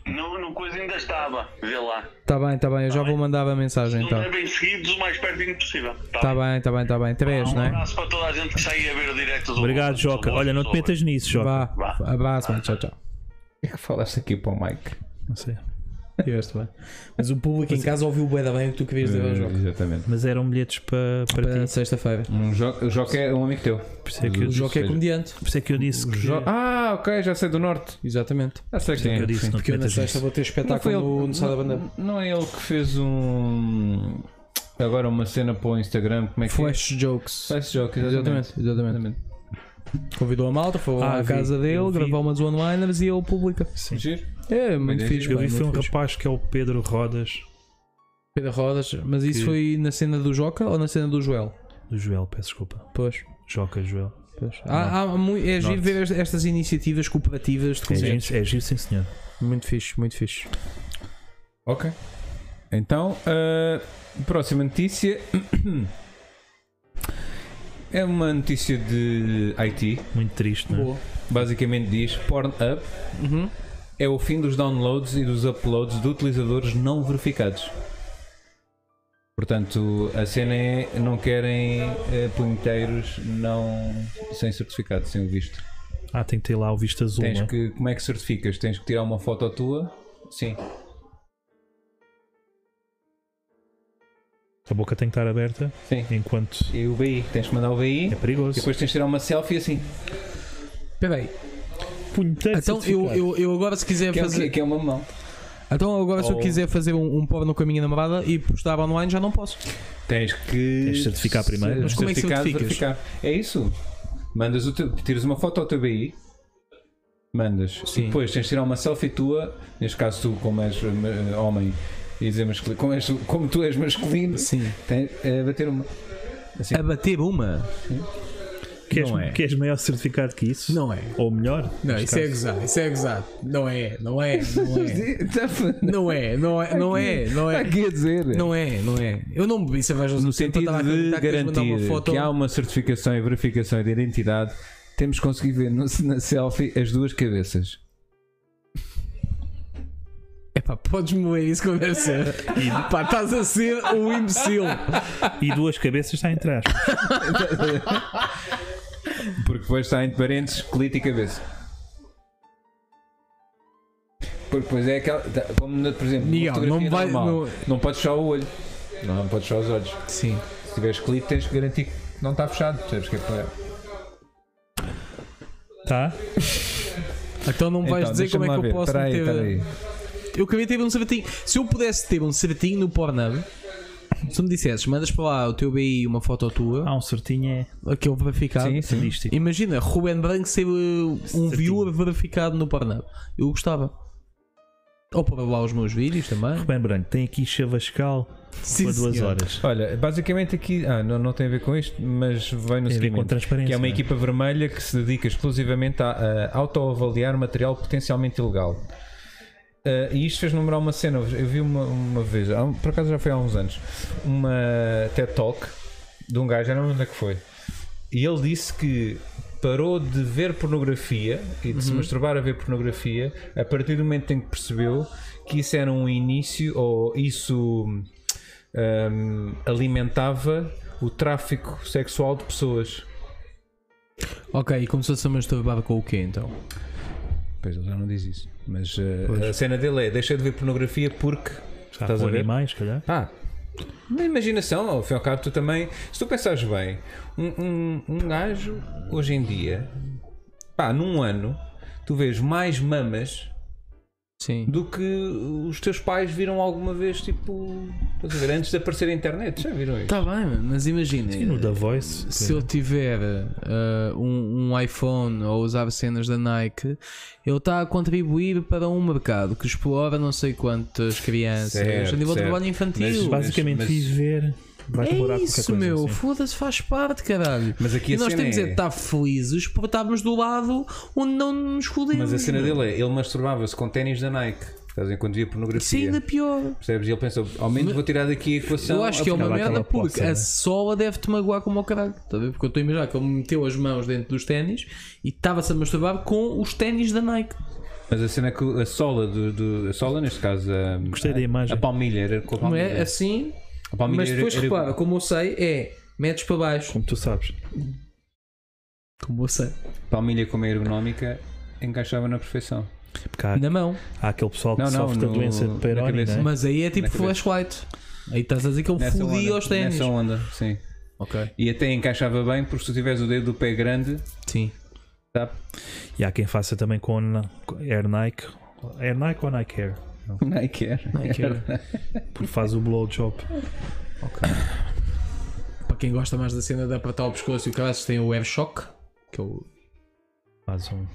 S5: No, no coisa ainda estava. Vê lá.
S2: Tá bem, tá bem, eu já vou mandar a mensagem
S5: Não
S2: então.
S5: é bem seguidos, o mais pertinho possível. Tá
S2: Tá bem, tá bem, tá bem. Três,
S5: Um
S2: não é?
S5: abraço para toda a gente que sai a ver o direto do
S3: Obrigado,
S5: do- do-
S3: Joca.
S5: do-
S3: Olha, não te
S5: do-
S3: metas nisso, Joca.
S2: Vá, abraço, mano. tchau, tchau.
S1: que é que falaste aqui para o Mike?
S3: Não sei.
S2: Tiveste bem. Mas o público em casa ouviu bué da bem o que tu querias dizer ao jogo.
S1: exatamente.
S3: Mas eram bilhetes para, para,
S2: Para
S3: ti.
S2: sexta-feira.
S1: Um jo- o Joca é um amigo teu.
S3: Por isso é que eu,
S1: Jo-
S2: O
S3: por
S2: jogo é
S1: seja,
S2: comediante.
S3: isso é que eu disse que.
S1: Jo- Ah, ok, já sei do norte.
S2: Exatamente.
S1: Já sei quem é.
S3: eu disse,
S1: sim.
S3: não te
S2: Porque eu na
S3: metas
S2: sexta
S3: nisso.
S2: vou ter
S1: Não foi
S2: espetáculo
S1: ele-
S2: no, no Sá da Bandeira.
S1: Não é ele que fez um. Agora uma cena para o Instagram, como é que
S2: Flash
S1: é?
S2: Jokes.
S1: Flash Joca, exatamente.
S2: Exatamente, exatamente.
S1: exatamente.
S2: Convidou a malta, foi lá
S3: Ah,
S2: à
S3: vi,
S2: casa dele,
S3: eu vi.
S2: gravou umas one-liners e ele publica.
S3: Sim.
S1: Giro?
S2: É, muito
S1: Olha,
S2: fixe.
S3: Eu
S2: bem,
S3: vi foi um
S2: muito fixe.
S3: rapaz que é o Pedro Rodas
S2: Pedro Rodas, mas isso
S3: Que-
S2: foi na cena do Joca ou na cena do Joel?
S3: do Joel, peço desculpa.
S2: Pois.
S3: Joca Joel.
S2: pois. Há, há mu- é giro
S3: Norte.
S2: ver est- estas iniciativas cooperativas de
S3: É
S2: concertos.
S3: giro, é giro, sim senhor.
S2: Muito fixe, muito fixe.
S1: Ok. Então, a próxima notícia é uma notícia de IT.
S3: Muito triste, não é?
S2: Boa.
S1: Basicamente diz: Pornhub
S2: Uhum.
S1: é o fim dos downloads e dos uploads de utilizadores não verificados. Portanto, a cena é não querem eh, punheteiros não sem certificado, sem o visto.
S3: Ah, tem que ter lá o visto azul,
S1: Tens
S3: não é?
S1: que, como é que certificas? Tens que tirar uma foto tua? Sim.
S3: A boca tem que estar aberta
S1: Sim.
S3: enquanto
S1: E o BI, tens que mandar o BI.
S3: é perigoso.
S1: E depois tens de tirar uma selfie assim.
S2: Espera aí.
S3: Punheteiro
S2: Então eu,
S3: certificado.
S2: eu, eu agora se quiser
S1: Que é, o
S2: fazer.
S1: quê? que é uma mão.
S2: Então agora se eu
S1: Ou-
S2: quiser fazer um, um porno com a minha namorada e postar online já não posso.
S1: Tens que.
S3: Tens de certificar primeiro.
S2: Mas como é que
S1: certificar,
S2: certificas?
S1: verificar. É isso. Mandas o teu, tiras uma foto ao teu BI, mandas.
S2: Sim.
S1: E depois tens de tirar uma selfie tua, neste caso tu, como és eh, homem, e dizer masculino, como, és- como tu és masculino,
S2: Sim.
S1: tens a bater uma. Assim.
S2: A bater uma?
S3: Queres,
S1: não é.
S3: queres maior certificado que isso?
S2: Não é.
S3: Ou melhor?
S2: Não,
S3: neste
S2: isso é
S3: caso.
S2: gozado, isso é gozado. Não é, não é, não
S1: um
S2: é. Não é, não é, não é, não é.
S1: Tá Aqui a dizer.
S2: Não é, não é. Eu não bebi cerveja
S1: no sentido de garantir
S2: foto.
S1: que há um- uma certificação e verificação de identidade, temos conseguido ver no- na selfie as duas cabeças.
S2: Epá, podes moer isso como deve ser. Pá, estás a ser um imbecil.
S3: E duas cabeças está em trás.
S1: Porque depois está entre parênteses, colite e cabeça. Porque depois é aquela. tá- Como, na- por exemplo,
S2: Miguel,
S1: numa fotografia
S2: não vai-
S1: normal,
S2: não-
S1: não podes fechar o olho, não podes fechar os olhos.
S2: Sim.
S1: Se tiveres colite, tens que garantir que não está fechado. Percebes que é para.
S3: Tá?
S2: Então não vais
S1: Então,
S2: dizer como é
S1: deixa-me
S2: que eu
S1: lá
S2: posso
S1: ver.
S2: meter.
S1: Espera aí, espera
S2: Eu queria ter um certinho. Se eu pudesse ter um certinho no Pornhub, se tu me dissesses, mandas para lá o teu BI e uma foto tua,
S3: Há um certinho é
S2: aquele verificado.
S1: aí. Sim, sim.
S3: disto.
S2: Imagina, Ruben Branco ser uh, um
S3: Certinho.
S2: viewer verificado no Pornhub. Eu gostava. Ou para lá os meus vídeos também.
S3: Bem branco, tem aqui chavascal
S2: Sim,
S3: para duas
S2: senhor.
S3: horas.
S1: Olha, basicamente aqui. Ah, não, não tem a ver com isto, mas vai no
S3: Tem a ver com
S1: seguimento.
S3: transparência.
S1: Que é uma
S3: não
S1: equipa vermelha que se dedica exclusivamente a, a autoavaliar material potencialmente ilegal. Ah, e isto fez lembrar uma cena, eu vi uma, uma vez, há um- por acaso já foi há uns anos, uma TED Talk de um gajo, já não lembro onde é que foi, e ele disse que parou de ver pornografia e de se masturbar a ver pornografia a partir do momento em que percebeu que isso era um início ou isso ahm, alimentava o tráfico sexual de pessoas.
S2: Ok, e começou-se a masturbar com o quê então?
S1: Pois ele já não diz isso. Mas eh, a cena dele é: deixa de ver pornografia porque.
S3: Já
S1: Estás
S3: Tá com
S1: a ver?
S3: animais, calhar.
S1: Pá, na Ah, imaginação, ao fim e ao cabo, tu também. Se tu pensares bem, um, um, um gajo, hoje em dia, pá, num ano, tu vês mais mamas
S2: Sim.
S1: do que os teus pais viram alguma vez, tipo. Estás a ver? Antes de aparecer a internet, já viram isso?
S2: Tá bem, mas imagina.
S3: E no da Voice.
S2: se eu tiver eh, um, um iPhone ou usar cenas da Nike, ele está a contribuir para um mercado que explora não sei quantas crianças
S1: Certo,
S2: a nível de
S1: certo.
S2: trabalho infantil.
S1: Mas-
S3: Basicamente,
S1: mas-
S3: viver. Vai demorar
S2: é
S3: qualquer
S2: isso,
S3: coisa,
S2: meu.
S3: assim.
S2: Foda-se, faz parte, caralho.
S1: Mas aqui
S2: e
S1: a
S2: nós
S1: cena
S2: temos é
S1: é-
S2: de estar felizes por estarmos do lado onde não nos fodemos.
S1: Mas a cena
S2: meu.
S1: dele é: ele masturbava-se com ténis da Nike. Estás enquanto via pornografia.
S2: Isso é ainda pior.
S1: Percebes? E ele pensou, ao menos vou tirar daqui a equação.
S2: Eu acho que é uma
S1: afinal,
S2: merda
S1: aquela
S2: porque
S1: poça,
S2: a
S1: né?
S2: sola deve-te magoar como ao caralho. Tá a ver? Porque eu estou a imaginar que ele meteu as mãos dentro dos ténis e estava-se a masturbar com os ténis da Nike.
S1: Mas a cena é que a sola, do, do- a sola neste caso, a,
S3: Gostei da imagem.
S1: a palmilha era com a
S2: Não
S1: palmilha.
S2: é? Assim.
S1: A palmilha
S2: Mas depois
S1: era- era-
S2: repara, como eu sei, é metes para baixo.
S3: Como tu sabes.
S2: Como eu sei.
S1: a palmilha como é ergonómica encaixava na perfeição.
S3: Porque Tipo, há,
S2: Na mão.
S3: há aquele pessoal que
S1: Não, não,
S3: sofre da
S1: no-
S3: doença de
S1: na
S3: Peroni,
S1: cabeça.
S3: não é?
S2: Mas aí é tipo
S1: Na cabeça.
S2: flashlight. Aí estás a dizer que ele
S1: Nessa
S2: fodia
S1: onda,
S2: aos ténis.
S1: Nessa onda, sim.
S2: Ok.
S1: E até encaixava bem, porque se tu tiveres o dedo do pé grande,
S2: Sim.
S1: tá?
S3: E há quem faça também com na- com Air Nike. Air Nike ou Nike Air? Não.
S1: nem quer.
S2: Não quero.
S3: Porque faz o blowjob.
S2: Para quem gosta mais da cena de apertar o pescoço e o caralho, tem o AirShock. Que é o.
S3: Faz um.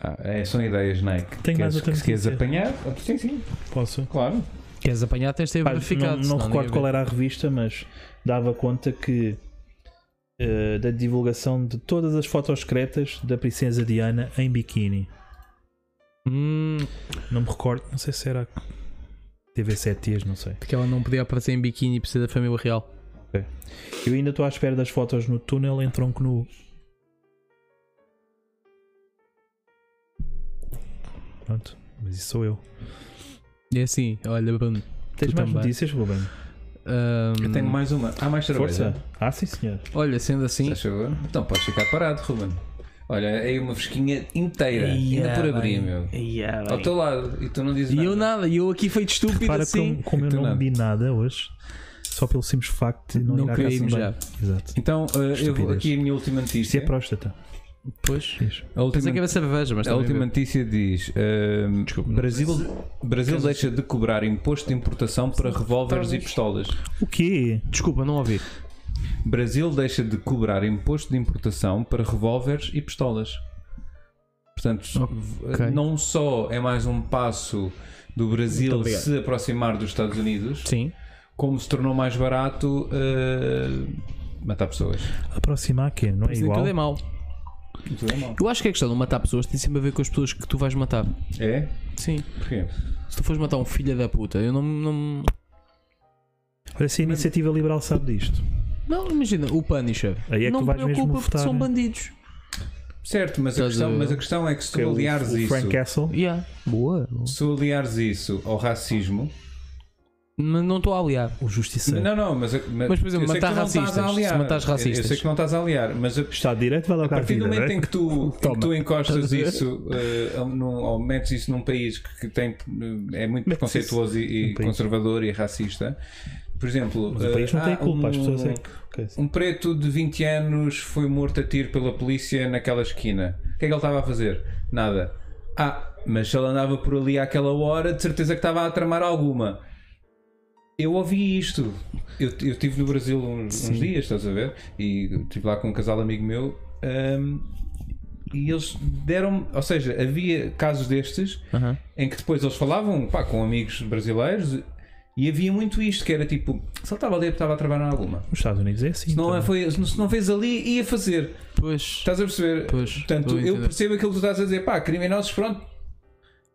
S1: Ah, é, são ideias, Nike.
S3: Tenho mais
S1: queres,
S3: outra
S1: se queres
S3: notícia.
S1: apanhar? Ah, Sim, sim,
S3: Posso?
S1: claro.
S2: Queres apanhar, tens de ter
S3: Pá,
S2: verificado.
S3: não não recordo qual era a revista, mas dava conta que eh, da divulgação de todas as fotos secretas da princesa Diana em biquíni.
S2: Hum,
S3: Não me recordo, não sei se era TV 7 dias, não sei.
S2: porque ela não podia aparecer em biquíni por ser da família real.
S3: Eu ainda estou à espera das fotos no túnel em tronco nu. Pronto, mas isso sou eu.
S2: É assim, olha, Bruno.
S3: Tens
S2: tu
S3: mais
S2: também.
S3: notícias, Ruben?
S2: Hum,
S1: Eu tenho mais uma. Há mais cerveja?
S3: Força. Ah, sim, senhor.
S2: Olha, sendo assim,
S1: Faz favor. Então podes ficar parado, Ruben. Olha, é aí uma fresquinha
S2: é
S1: inteira. ainda por abrir, meu. Ao teu lado. E tu não dizes
S2: e
S1: nada.
S2: eu nada, e eu aqui feito estúpido
S3: Para
S2: assim.
S3: como, como eu
S1: Tu Então
S3: não
S1: nada.
S3: bebi nada hoje, só pelo simples facto de não,
S2: Não
S3: ir à
S2: queria
S3: casa
S2: ir
S3: de
S2: mijar.
S3: banho. Exato.
S1: Então, eh, eu vou
S3: Estupidez.
S1: aqui a minha última notícia.
S3: Isso é próstata.
S2: Pois.
S1: A
S2: Pensei
S3: Fiz.
S2: que é
S1: última,
S2: era cerveja, mas
S1: a
S2: também é
S1: última notícia diz: ehm, Brasil, Brasil deixa de cobrar imposto de importação para revólveres e pistolas.
S3: O quê?
S2: bebo. Desculpa, não ouvi.
S1: Brasil deixa de cobrar imposto de importação para revólveres e pistolas. Portanto,
S2: Ok.
S1: não só é mais um passo do Brasil
S2: obrigado.
S1: se aproximar dos Estados Unidos,
S2: Sim.
S1: como se tornou mais barato eh, matar pessoas.
S3: Aproximar quê? Não é
S2: Isso nem
S3: igual?
S2: tudo é mau.
S1: Tudo é mau.
S2: Eu acho que a questão de matar pessoas tem sempre a ver com as pessoas que tu vais matar.
S1: É?
S2: Sim.
S1: Porquê?
S2: Se tu fores matar um filho da puta, eu não. Não,
S3: Olha, se a iniciativa liberal sabe disto.
S2: não imagina, o Punisher.
S3: Aí é que
S2: não
S3: tu vais mesmo
S2: preocupa porque
S3: votar,
S2: são
S3: né?
S2: bandidos.
S1: Certo, mas a,
S2: Estás
S1: questão,
S2: a-
S1: mas a questão é que se
S3: Que é
S1: tu
S3: o-
S1: aliares
S3: o Frank
S1: isso,
S3: Castle.
S2: Yeah. Boa.
S1: se tu aliares isso ao racismo,
S2: Mas não estou a aliar.
S3: O justiceiro.
S1: não, não, mas,
S2: Mas, por exemplo,
S1: eu sei que
S2: matar
S1: tu não estás
S2: racistas,
S1: a aliar.
S2: se matares
S1: Eu- Eu,
S2: racistas.
S1: sei que não estás a aliar, mas a,
S3: Está de direito, vai
S1: A
S3: logo à
S1: partir do
S3: vida.
S1: momento
S3: né?
S1: em que tu, em
S2: é? Toma.
S1: que tu encostas isso eh, ao- num- ou metes isso num país que, que tem, eh, é muito
S3: Metes
S1: preconceituoso e, e
S3: num país.
S1: conservador e racista, por exemplo,
S3: Mas o
S1: eh,
S3: país não tem
S1: há
S3: culpa, as pessoas é
S1: um-
S3: que.
S2: Ah,
S3: ok, sim.
S1: Um preto de 20 anos foi morto a tiro pela polícia naquela esquina. O que é que ele estava a fazer? Nada. Ah, mas se ele andava por ali àquela hora, de certeza que estava a tramar alguma. Eu ouvi isto. Eu eu estive no Brasil uns, uns dias, estás a ver? E estive lá com um casal amigo meu. ahm, e eles deram ou seja, havia casos destes
S2: Aham.
S1: em que depois eles falavam pá, com amigos brasileiros e havia muito isto, que era tipo, se ele estava ali, estava a trabalhar alguma.
S3: Nos Estados Unidos é assim.
S1: Se não, é-
S3: também.
S1: foi, se não fez ali, ia fazer.
S2: Pois.
S1: Estás a perceber?
S2: Pois,
S1: Portanto,
S2: estou a
S1: eu
S2: entender.
S1: percebo aquilo que tu estás a dizer. Pá, criminosos, pronto,
S3: Nos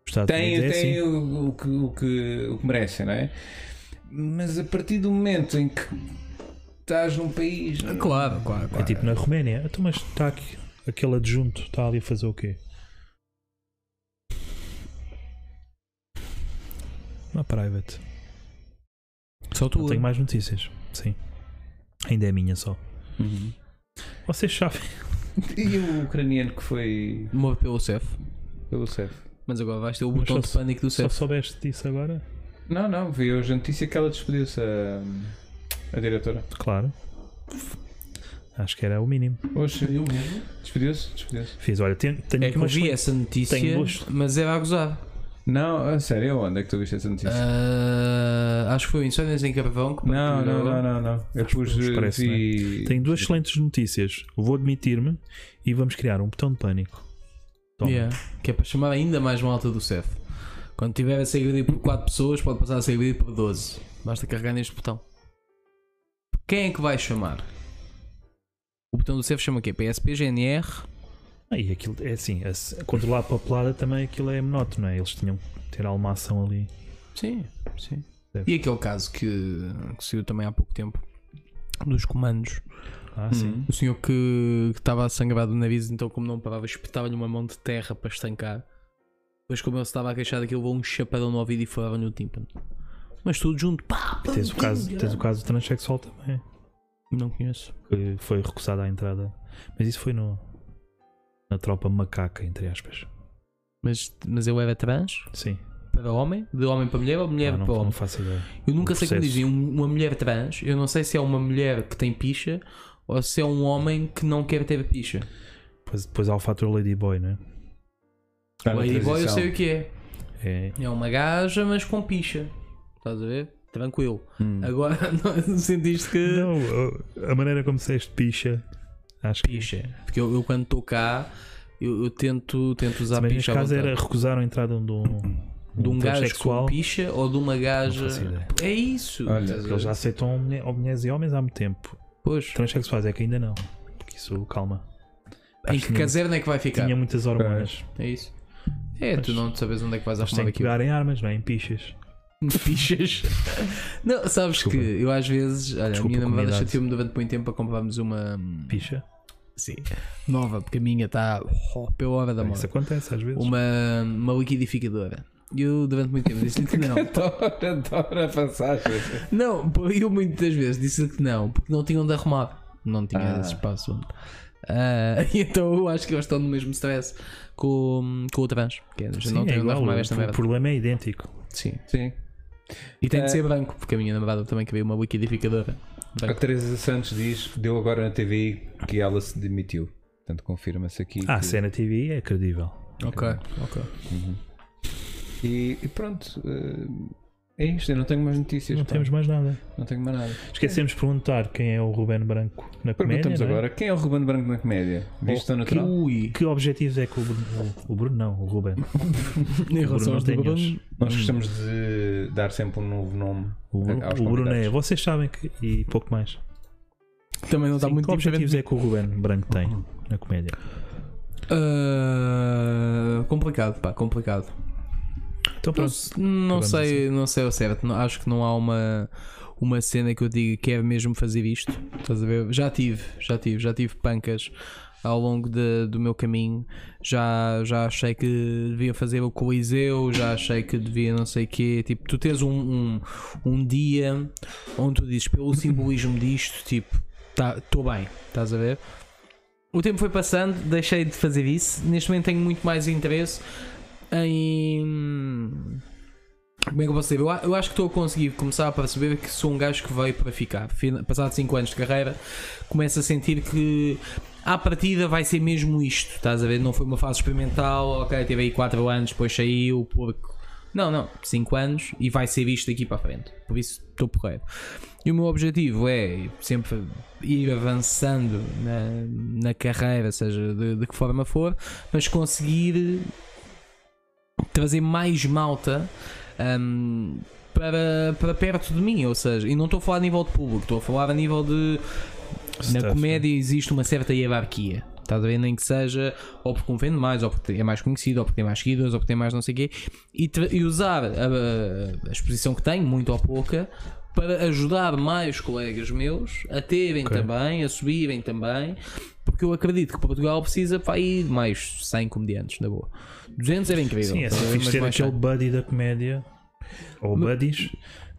S3: Estados
S1: têm,
S3: Unidos é
S1: têm
S3: assim.
S1: o, o que, o, que, o que merecem, não é? Mas a partir do momento em que estás num país.
S2: Claro, claro, claro.
S3: É tipo na Roménia. Então, mas está aqui. Aquele adjunto está ali a fazer o quê? Uma private.
S2: Só tu.
S3: Não tenho mais notícias. Sim. Ainda é minha só.
S2: Uhum.
S3: Vocês sabem.
S1: E o ucraniano que foi
S2: Move pelo CEF.
S1: pelo CEF?
S2: Mas agora vais ter o
S3: Mas
S2: botão
S3: só
S2: de
S3: se-
S2: pânico do
S3: Só
S2: CEF.
S3: soubeste disso agora?
S1: Não, não, vi hoje a notícia que ela despediu-se a, a diretora.
S3: Claro. Acho que era o mínimo.
S1: Hoje. Despediu-se? Despediu-se.
S3: Fiz, olha, tenho, tenho
S2: É
S3: aqui
S2: que eu
S3: umas
S2: vi
S3: coisas.
S2: essa notícia,
S3: Tenho gosto.
S2: mas era a gozar.
S1: Não, a sério, onde é que tu viste essa notícia?
S2: Ah, acho que foi o Insónias em Carvão que
S1: Não,
S2: Ah, partilhou.
S1: não, não, não, não. Eu pus
S3: que nos parece,
S2: é?
S1: vi...
S3: Tenho duas excelentes notícias. Vou admitir-me e vamos criar um botão de pânico. Toma.
S2: Yeah, Que é para chamar ainda mais malta do CEF. Quando tiver a ser agredido por 4 pessoas, pode passar a ser agredido por 12. Basta carregar neste botão. Quem é que vai chamar? O botão do CEF chama o quê? PSP, GNR,
S3: Ah, E aquilo é assim, a se- controlar a papelada também aquilo é monótono, não é? Eles tinham que ter alguma ação ali.
S2: Sim, sim.
S3: Deve.
S2: E aquele caso que, que saiu também há pouco tempo dos comandos.
S3: Ah, sim.
S2: O senhor que que estava sangrado do nariz, então, como não parava, espetava-lhe uma mão de terra para estancar. Depois, como ele se estava a queixar daquilo, levou um chapadão no ouvido e furava-lhe o tímpano. Mas tudo junto, pá!
S3: E tens o caso, tens o caso do transexual também,
S2: Não conheço.
S3: que foi recusado à entrada. Mas isso foi no na tropa macaca, entre aspas.
S2: Mas, mas eu era trans,
S3: Sim.
S2: para homem, de homem para mulher ou mulher
S3: Ah, não,
S2: para
S3: não
S2: homem.
S3: faço ideia.
S2: Eu nunca
S3: Um
S2: sei como
S3: processo.
S2: dizem um- uma mulher trans, eu não sei se é uma mulher que tem picha ou se é um homem que não quer ter picha.
S3: Depois, depois há o fator Ladyboy, né?
S1: Está na
S2: Ladyboy um eu
S1: transição.
S2: sei o que é.
S3: É.
S2: É uma gaja, mas com picha. Estás a ver? Tranquilo.
S1: Hum.
S2: Agora não sentiste que.
S3: Não, a- a maneira como disseste picha, acho que.
S2: Picha. Porque eu, eu quando estou cá, eu, eu tento, tento usar
S3: Mas neste
S2: picha. à
S3: caso
S2: vontade.
S3: era recusar a entrada de um,
S2: de um gajo com
S3: transexual.
S2: picha ou de uma gaja.
S3: faço ideia.
S2: É isso.
S1: Olha,
S2: estás a ver?
S3: Eles já aceitam mulher- mulheres e homens há muito tempo.
S2: Pois.
S3: Transsexuais é que ainda não. Porque isso, calma.
S2: Em
S3: acho
S2: que
S3: que
S2: caserna é que vai ficar?
S3: Tinha muitas hormonas.
S2: É isso. É, tu não sabes onde é que vais
S3: Eles
S2: arrumar
S3: têm que
S2: aquilo.
S3: pegar em armas, não é? Em pichas.
S2: Pichas. Não, sabes
S3: Desculpa.
S2: que eu às vezes. Olha, a
S3: Desculpa,
S2: minha namorada
S3: comunidade.
S2: chateou-me durante muito tempo para comprarmos uma. hum,
S3: Picha.
S2: Sim. Nova, porque a minha está. Oh, pela hora da
S3: Isso
S2: morte.
S3: acontece às vezes.
S2: Uma, uma liquidificadora. E eu durante muito tempo disse-lhe que não.
S1: Adoro, adoro a passagem.
S2: Não, pô, eu muitas vezes disse que não, porque não tinham de arrumar. Não tinha esse espaço. onde. Ah, e então eu acho que eles estão no mesmo stress com, com o trans. Que é, já
S3: Sim,
S2: não
S3: é
S2: tenho de
S3: igual,
S2: arrumar esta
S3: o, o
S2: merda.
S3: problema é idêntico.
S2: Sim.
S1: Sim.
S2: E tem
S1: É.
S2: de ser branco, porque a minha namorada também queria uma liquidificadora.
S1: A Teresa Santos diz, deu agora na TV que ela se demitiu. Portanto, confirma-se aqui.
S3: Ah,
S1: que-
S3: se é na TV é credível.
S2: Ok, ok.
S1: E, e pronto. eh, é isto, eu não tenho mais notícias.
S3: Não
S2: Tá.
S1: pá.
S3: temos mais nada.
S1: Não tenho mais nada.
S3: Esquecemos de perguntar quem é o Ruben Branco na comédia.
S1: Perguntamos
S3: não é? Oh,
S1: agora, quem é o Ruben Branco na comédia? Visto ao natural?
S2: Ui,
S3: Que objetivos é que o Bruno. O Bruno não, o Ruben.
S2: em relação
S3: Bruno
S2: aos
S3: tem
S2: do
S3: eles.
S2: Bruno,
S1: Nós gostamos de dar sempre um novo nome.
S3: O, Bru-
S1: aos
S3: o Bruno é.
S1: convidados.
S3: Vocês sabem que. E pouco mais.
S2: também não está
S3: Sim,
S2: Tá muito
S3: que objetivos
S2: diferente.
S3: é que o Ruben Branco tem na comédia?
S2: Ah, complicado, pá, complicado.
S3: Então
S2: Não,
S3: pronto.
S2: se- não
S3: Acabamos
S2: sei, não sei ao certo. Não- acho que não há uma, uma cena que eu diga quero mesmo fazer isto. Estás a ver? Já tive, já tive, já tive pancas ao longo de- do meu caminho. Já, já achei que devia fazer o Coliseu, já achei que devia não sei o quê. Tipo, tu tens um, um, um dia onde tu dizes pelo simbolismo disto, tipo, estou bem, estás a ver? O tempo foi passando, deixei de fazer isso. Neste momento tenho muito mais interesse em. Como é que eu posso dizer? Eu, a- eu acho que estou a conseguir começar a perceber que sou um gajo que veio para ficar. Fina- Passado 5 anos de carreira, começo a sentir que à partida vai ser mesmo isto. Estás a ver? Não foi uma fase experimental, ok, teve aí 4 anos, depois saiu, porque. Não, não, 5 anos e vai ser isto daqui para a frente. Por isso estou porreiro. E o meu objetivo é sempre ir avançando na, na carreira, seja de, de que forma for, mas conseguir trazer mais malta hum, para, para perto de mim. Ou seja, e não estou a falar a nível de público, estou a falar a nível de.
S3: Stuff,
S2: na comédia existe uma certa hierarquia. Estás a ver? Nem que seja ou porque um vende mais, ou porque é mais conhecido, ou porque tem mais seguidores, ou porque tem mais não sei o quê. E, tra- e usar a, a exposição que tenho, muito ou pouca, para ajudar mais colegas meus a terem também, a subirem também. Porque eu acredito que Portugal precisa para aí de mais 100 comediantes, na boa. 200 era incrível.
S3: Sim, é
S2: estás a ver? Então,
S3: fixe
S2: Mas
S3: ter
S2: mais 100.
S3: aquele buddy da comédia. Ou buddies.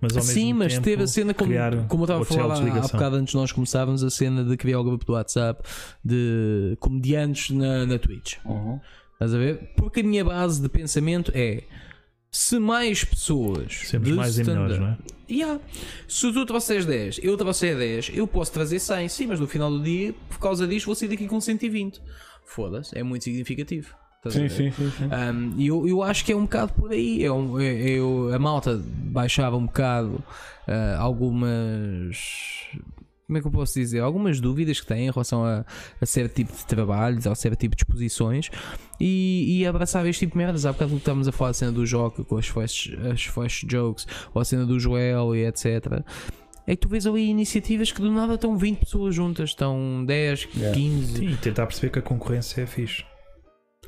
S3: Mas ao
S2: Sim,
S3: mesmo
S2: mas
S3: tempo
S2: teve a cena como,
S3: criar
S2: como eu estava a
S3: outros
S2: falar
S3: elos de
S2: há, há
S3: ligação.
S2: bocado antes de nós começarmos, a cena de criar o grupo do WhatsApp de comediantes na, na Twitch. Estás a ver? Porque a minha base de pensamento é se mais pessoas
S3: Sempre
S2: de
S3: mais e menores,
S2: stand-up-
S3: não é?
S2: Yeah. Se tu trouxeres 10, eu trouxer 10, eu posso trazer 100, sim, mas no final do dia, por causa disto, vou sair daqui com 120. Foda-se, é muito significativo. Estás a ver?
S1: sim, sim.
S2: Um, e eu, eu acho que é um bocado por aí. É um- é- eu, a malta baixava um bocado ah, algumas. Como é que eu posso dizer? Algumas dúvidas que têm em relação a, a certo tipo de trabalhos, a certo tipo de exposições e, e abraçava este tipo de merdas. Há bocado estávamos a falar a cena do Joca com as flash, as flash jokes ou a cena do Joel e etc. É que tu vês ali iniciativas que do nada estão 20 pessoas juntas, estão 10,
S1: Yeah.
S2: 15,
S3: Sim, e tentar perceber que a concorrência é fixe.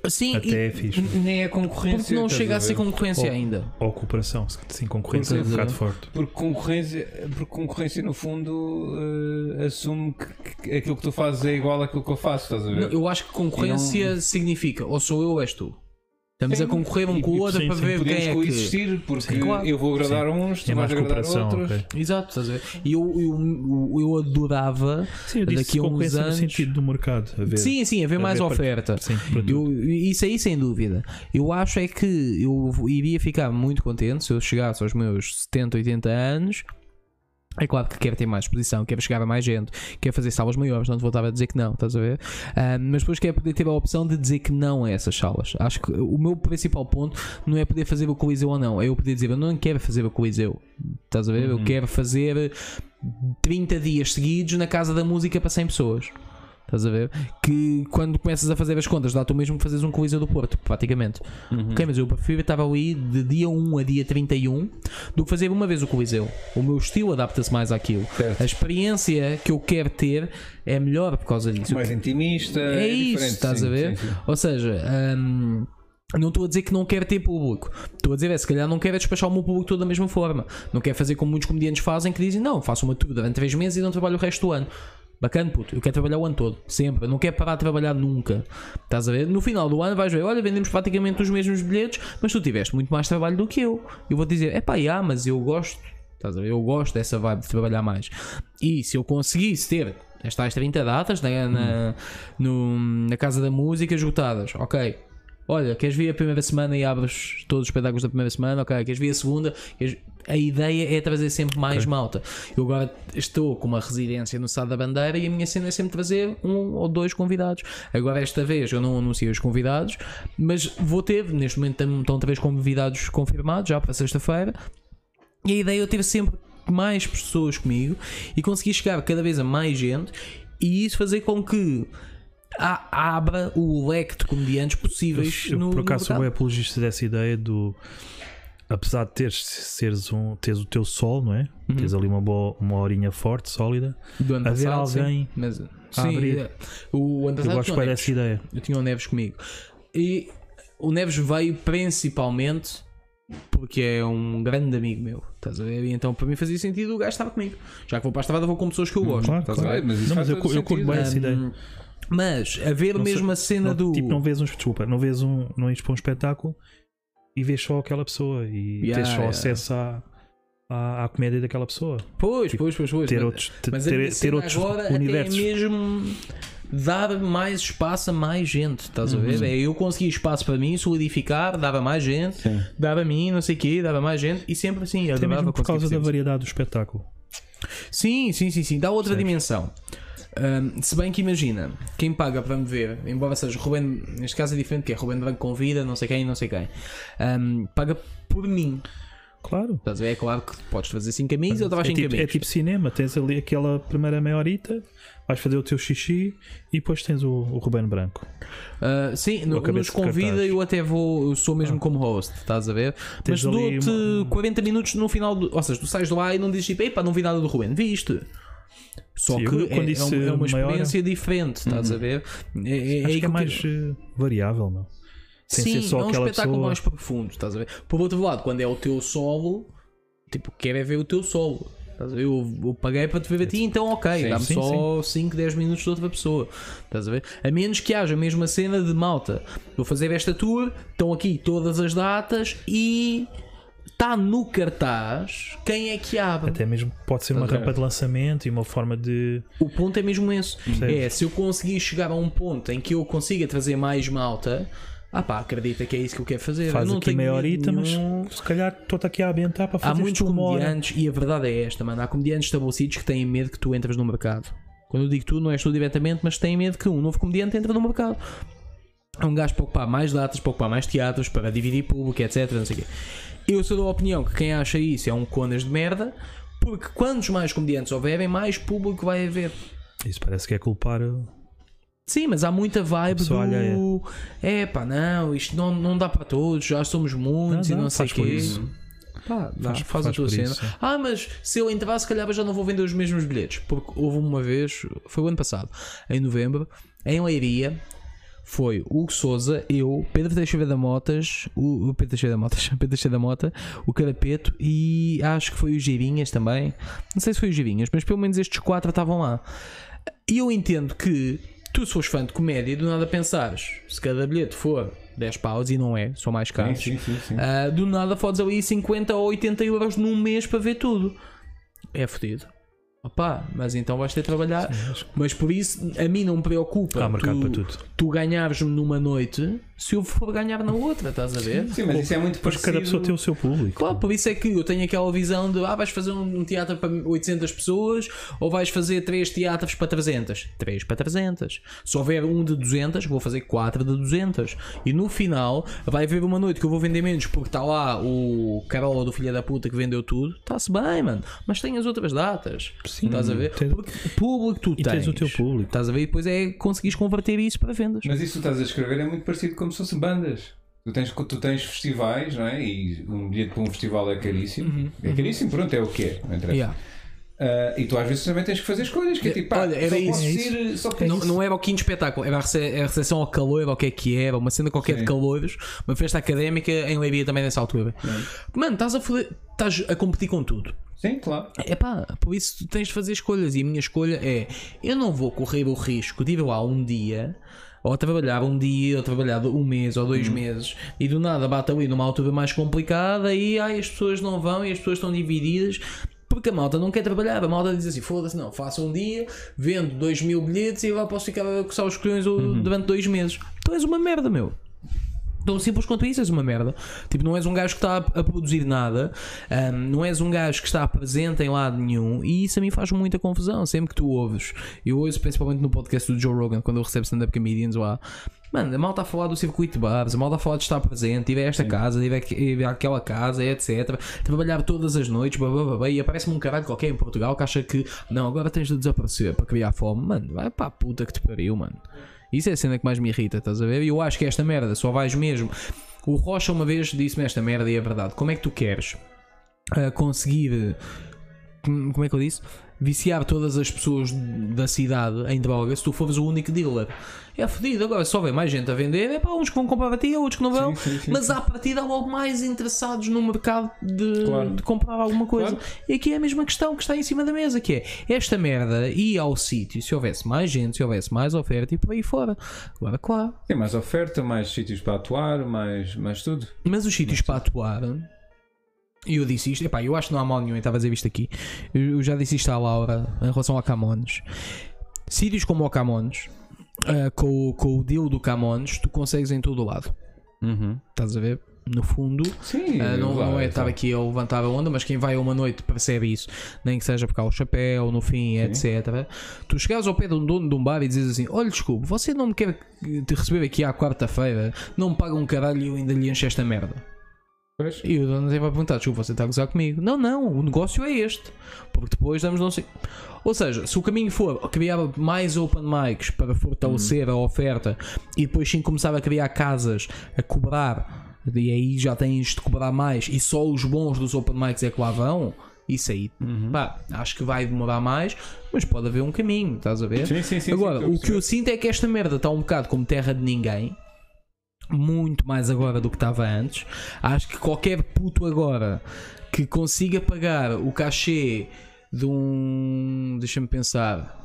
S2: Sim,
S3: Até
S2: e-
S3: é fixe.
S2: n-
S6: Nem é concorrência.
S2: porque não
S6: estás
S2: chega a ser
S6: ver?
S2: concorrência
S3: Oh.
S2: ainda.
S3: Ou cooperação, se- sim, concorrência é um
S2: Estás a
S3: bocado
S2: ver?
S3: forte.
S1: Porque concorrência, porque concorrência no fundo, eh, assume que, que aquilo que tu fazes é igual àquilo que eu faço, estás a
S6: é.
S1: ver?
S2: Não, Eu acho que
S6: um-
S2: concorrência significa ou sou eu ou és tu. Estamos a concorrer um
S3: e-
S2: com o
S3: e-
S2: outro
S3: sim,
S2: para
S3: sim,
S2: ver quem
S1: Podemos
S2: é que.
S1: coexistir, porque
S2: Sim, claro.
S1: eu vou agradar uns, tu
S3: É mais
S1: vais agradar
S3: cooperação,
S1: outros.
S3: ok.
S2: Exato, estás a ver? E eu, eu, eu adorava.
S3: Sim, eu disse
S2: Daqui a uns
S3: concorrência
S2: anos-
S3: no sentido do mercado. A ver,
S2: Sim, sim, haver
S3: a
S2: mais
S3: ver para-
S2: oferta.
S3: Sim, para tudo.
S2: Eu- isso aí sem dúvida. Eu acho é que eu iria ficar muito contente se eu chegasse aos meus 70, 80 anos. É claro que quero ter mais exposição, quero chegar a mais gente, quero fazer salas maiores, não te voltava a dizer que não, estás a ver? Ah, mas depois quero poder ter a opção de dizer que não a essas salas. Acho que o meu principal ponto não é poder fazer o Coliseu ou não, é eu poder dizer eu não quero fazer o Coliseu, estás a ver? Eu quero fazer 30 dias seguidos na Casa da Música para 100 pessoas. Estás a ver? Que quando começas a fazer as contas, dá-te o mesmo que fazes um Coliseu do Porto, praticamente. Ok, mas eu prefiro estar ali de dia 1 a dia 31 do que fazer uma vez o Coliseu. O meu estilo adapta-se mais àquilo.
S1: Certo.
S2: A experiência que eu quero ter é melhor por causa disso.
S1: Mais intimista.
S2: É isso,
S1: diferente,
S2: estás
S1: sim,
S2: a ver?
S1: sim, sim.
S2: Ou seja, hum, não estou a dizer que não quero ter público. Estou a dizer, é, se calhar não quero é despachar o meu público todo da mesma forma. Não quero fazer como muitos comediantes fazem, que dizem, não, faço uma tour durante 3 meses e não trabalho o resto do ano. Bacana, puto, eu quero trabalhar o ano todo, sempre, Eu não quero parar de trabalhar nunca. Estás a ver? No final do ano vais ver, olha, vendemos praticamente os mesmos bilhetes, mas tu tiveste muito mais trabalho do que eu. Eu vou dizer, é pá, yeah, mas eu gosto, estás a ver? Eu gosto dessa vibe de trabalhar mais. E se eu conseguisse ter as tais 30 datas na, na, no- na Casa da Música esgotadas, ok. Olha, queres vir a primeira semana e abres todos os espetáculos da primeira semana, ok. Queres vir a segunda? Queres- A ideia é trazer sempre mais malta. Eu agora estou com uma residência no Estado da Bandeira e a minha cena é sempre trazer um ou dois convidados. Agora, esta vez, eu não anunciei os convidados, mas vou ter, neste momento, tam- estão talvez convidados confirmados já para sexta-feira. E a ideia é eu ter sempre mais pessoas comigo e conseguir chegar cada vez a mais gente e isso fazer com que a- abra o leque de comediantes possíveis
S3: Eu,
S2: no,
S3: por
S2: no
S3: acaso sou
S2: mercado.
S3: bem apologista dessa ideia do apesar de teres, seres um, teres o teu sol, não é?
S2: Uhum.
S3: Tens ali uma, boa, uma horinha forte, sólida.
S2: do ano
S3: haver
S2: passado, sim.
S3: alguém
S2: Mas-
S3: abrir.
S2: sim, é. o ano
S3: Eu
S2: passado
S3: gosto
S2: tinha o
S3: bem
S2: Neves.
S3: dessa ideia.
S2: eu tinha o Neves comigo e o Neves veio principalmente porque é um grande amigo meu estás a ver? E então para mim fazia sentido o gajo estava comigo já que vou para a estrada vou com pessoas que eu gosto
S3: Hum, Claro,
S1: Estás a
S3: claro.
S1: ver? Mas isso
S3: não, mas
S1: faz
S3: eu,
S1: todo
S3: cu- eu curto
S1: sentido.
S3: bem essa ideia.
S2: Hum, mas haver
S3: Não sei-
S2: mesmo a cena
S3: Não-
S2: do
S3: Tipo, não vês um, desculpa, não vês um, não ires para um espetáculo e vês só aquela pessoa e
S2: Yeah,
S3: tens só
S2: yeah.
S3: acesso à, à, à comédia daquela pessoa.
S2: Pois, pois, pois, pois.
S3: Tipo, ter
S2: mas-
S3: outros, te-
S2: mas a minha
S3: ter, ter
S2: cena
S3: outros
S2: agora
S3: universos.
S2: Até é mesmo dar mais espaço a mais gente, estás a
S3: Uhum.
S2: ver? É eu conseguir espaço para mim, solidificar, dava mais gente, dava a mim, não sei o quê, dava mais gente e sempre assim, eu
S3: Até
S2: adorava
S3: mesmo por
S2: conseguir
S3: causa
S2: fazer
S3: da
S2: isso.
S3: variedade do espetáculo.
S2: Sim, sim, sim, sim, dá outra dimensão. Ahm, se bem que imagina, quem paga para me ver, embora seja Ruben, neste caso é diferente, que é Ruben Branco convida, não sei quem, não sei quem, ahm, paga por mim.
S3: Claro.
S2: Estás a ver? É claro que podes fazer sem caminhos, eu estava
S3: É
S2: sem
S3: tipo, é
S2: caminhos.
S3: tipo cinema, tens ali aquela primeira meia horita, vais fazer o teu xixi e depois tens o, o Rubén Branco.
S2: Uh, sim, no,
S3: cabeça
S2: nos
S3: de
S2: convida
S3: cartaz. Ah.
S2: eu até vou, eu sou mesmo como host, estás a ver? Mas
S3: Tens ali
S2: dou-te
S3: uma-
S2: 40 minutos no final do. Ou seja, tu sais de lá e não dizes tipo, epá, não vi nada do Ruben, viste? Só
S3: Sim,
S2: que
S3: eu-
S2: é,
S3: quando
S2: é
S3: isso
S2: um- é uma
S3: meia hora-
S2: experiência diferente, estás a ver? É, é- é
S3: Acho
S2: aí
S3: que é
S2: eu
S3: mais
S2: quero-
S3: eh, variável, não? Sem
S2: Sim,
S3: ser só
S2: é um
S3: aquela
S2: espetáculo
S3: pessoa.
S2: mais profundo, estás a ver? Por outro lado, quando é o teu solo, tipo, quer é ver o teu solo. Estás a ver? Eu, eu paguei para te ver a ti, então ok,
S3: Sim,
S2: dá-me
S3: sim,
S2: só 5, 10 minutos de outra pessoa. Estás a ver? A menos que haja a mesma cena de malta. Vou fazer esta tour, estão aqui todas as datas e está no cartaz quem é que abre.
S3: Até mesmo pode ser uma
S2: Estás a
S3: rampa de lançamento e uma forma de.
S2: O ponto é mesmo esse.
S3: Percebes?
S2: É, se eu conseguir chegar a um ponto em que eu consiga trazer mais malta, ah pá, acredita que é isso que eu quero fazer.
S3: Faz
S2: eu não
S3: aqui
S2: tenho
S3: meia
S2: medo
S3: horita, mas
S2: nenhum.
S3: se calhar estou-te aqui a abentar para fazer
S2: Há muitos
S3: isto uma hora.
S2: comediantes, e a verdade é esta, mano. Há comediantes estabelecidos que têm medo que tu entres no mercado. Quando eu digo tu, não és tu diretamente, mas têm medo que um novo comediante entre no mercado. É um gajo para ocupar mais datas, para ocupar mais teatros, para dividir público, etc. Não sei o quê. Eu sou da opinião que quem acha isso é um conas de merda, porque quantos mais comediantes houverem, mais público vai haver.
S3: Isso parece que é culpar. eh,
S2: Sim, mas há muita vibe
S3: Pessoal,
S2: do. É pá, não, isto não, não dá para todos, já somos muitos e
S3: Não, não,
S2: não sei o
S3: faz por
S2: quê.
S3: isso.
S2: Pá, dá, faz,
S3: Faz-
S2: a
S3: faz
S2: tua
S3: por
S2: cena.
S3: isso, é. sim.
S2: Ah, mas se eu entrar, se calhar eu já não vou vender os mesmos bilhetes. Porque houve uma vez, foi o ano passado, em novembro, em Leiria, foi Hugo Souza, eu, Pedro Teixeira da Motas, o, o Pedro Teixeira da Motas, Pedro Teixeira da Mota, o Carapeto e acho que foi o Girinhas também. Não sei se foi o Girinhas, mas pelo menos estes quatro estavam lá. E eu entendo que tu, se fores fã de comédia, e do nada pensares, se cada bilhete for 10 paus, e não é, são mais caros,
S1: sim, sim, sim.
S2: ah, do nada fodes ali 50 ou 80 euros num mês para ver tudo. É fodido. Opá, mas então vais ter de trabalhar. Mas por isso, a mim não me preocupa.
S3: Há mercado
S2: tu,
S3: para tudo.
S2: Tu ganhares-me numa noite se eu for ganhar na outra, estás a ver?
S1: Sim, mas isso é muito
S3: Depois
S1: parecido.
S3: cada pessoa tem o seu público.
S2: Claro, por isso é que eu tenho aquela visão de ah, vais fazer um teatro para 800 pessoas ou vais fazer 3 teatros para 300. 3 para 300. Se houver um de 200, vou fazer 4 de 200. E no final, vai haver uma noite que eu vou vender menos porque está lá o Carol do filho da puta que vendeu tudo. Está-se bem, mano. Mas tem as outras datas. Sim, estás a ver?
S3: tens-
S2: Porque público tu
S3: E tens o teu público.
S2: Estás a ver? E depois é conseguires converter isso para vendas.
S1: Mas isso que tu estás a escrever é muito parecido como se fossem bandas. Tu tens, tu tens festivais, não é? E um bilhete para um festival é caríssimo. É caríssimo, pronto, é o que é. Não interessa.
S2: Uhum, Yeah.
S1: Ah, e tu às vezes também tens que fazer escolhas, que é tipo, pá,
S2: Olha, era
S1: só
S2: isso,
S1: posso
S2: é isso.
S1: ir, só posso
S2: Não, não era o quinto espetáculo, era a rece- é a recepção ao calor, era o que é que era, uma cena qualquer de
S1: Sim.
S2: calores, uma festa académica em Leiria também nessa altura. Mano, estás a foder- estás a competir com tudo.
S1: Sim, claro.
S2: É pá, por isso tu tens de fazer escolhas. E a minha escolha é: eu não vou correr o risco de ir lá um dia, ou trabalhar um dia, ou trabalhar um mês, ou dois meses, e do nada bate ali numa altura mais complicada e ai, as pessoas não vão e as pessoas estão divididas. Porque a malta não quer trabalhar, a malta diz assim: foda-se, não, faça um dia, vendo dois mil bilhetes e lá posso ficar a coçar os colhões o- durante dois meses. Tu és uma merda, meu. Tão simples quanto isso, és uma merda. Tipo, não és um gajo que está a a produzir nada, ahm, não és um gajo que está presente em lado nenhum, e isso a mim faz muita confusão. Sempre que tu ouves, eu ouço principalmente no podcast do Joe Rogan, quando eu recebo stand-up comedians lá. Mano, a malta a falar do circuito de bares, a malta a falar de estar presente, ir a esta casa, ir, a, ir àquela casa, etc. Trabalhar todas as noites, blá, blá, blá, blá, e aparece-me um caralho qualquer em Portugal que acha que não, agora tens de desaparecer para criar fome. Mano, vai para a puta que te pariu, mano. Isso é a cena que mais me irrita, estás a ver? E eu acho que esta merda só vais mesmo. O Rocha uma vez disse-me esta merda e é verdade. Como é que tu queres ah, conseguir. hum, Como é que eu disse? Viciar todas as pessoas da cidade em droga se tu fores o único dealer. É fodido, agora só vem mais gente a vender, é para uns que vão comprar para ti, outros que não vão, mas à partida há logo mais interessados no mercado de,
S1: Claro.
S2: de comprar alguma coisa. E aqui é a mesma questão que está em cima da mesa, que é esta merda ir ao sítio, se houvesse mais gente, se houvesse mais oferta e por aí fora. Agora, claro.
S1: Tem mais oferta, mais sítios para atuar, mais, mais tudo.
S2: Mas os sítios para atuar. E eu disse isto, epá, eu acho que não há mal nenhum, eu estava a dizer isto aqui. Eu eu já disse isto à Laura em relação ao Camões. Sítios como o Camões, ah, com, o- com o deal do Camões, tu consegues em todo o lado. Estás a ver? No fundo,
S1: Sim,
S2: Uhum. Ah, não,
S1: lá,
S2: não é
S1: então.
S2: estar aqui a levantar a onda, mas quem vai a uma noite percebe isso, nem que seja por causa do chapéu, no fim, etc. Tu chegares ao pé de um dono de um bar e dizes assim: Olha, desculpe, você não me quer te receber aqui à quarta-feira, não me paga um caralho e eu ainda lhe encho esta merda.
S1: Pois.
S2: E o dono até vai perguntar: Desculpa, você está a gozar comigo? Não, não, o negócio é este, porque depois damos não sei. Ou seja, se o caminho for criar mais open mics para fortalecer a oferta e depois sim começar a criar casas a cobrar, e aí já tens de cobrar mais e só os bons dos open mics é que lá vão, isso aí, pá, acho que vai demorar mais, mas pode haver um caminho, estás a ver?
S1: Sim, sim, sim,
S2: Agora,
S1: sim, estou a
S2: o que eu sinto é que esta merda está um bocado como terra de ninguém. Muito mais agora do que estava antes. Acho que qualquer puto agora que consiga pagar o cachê de um. Deixa-me pensar.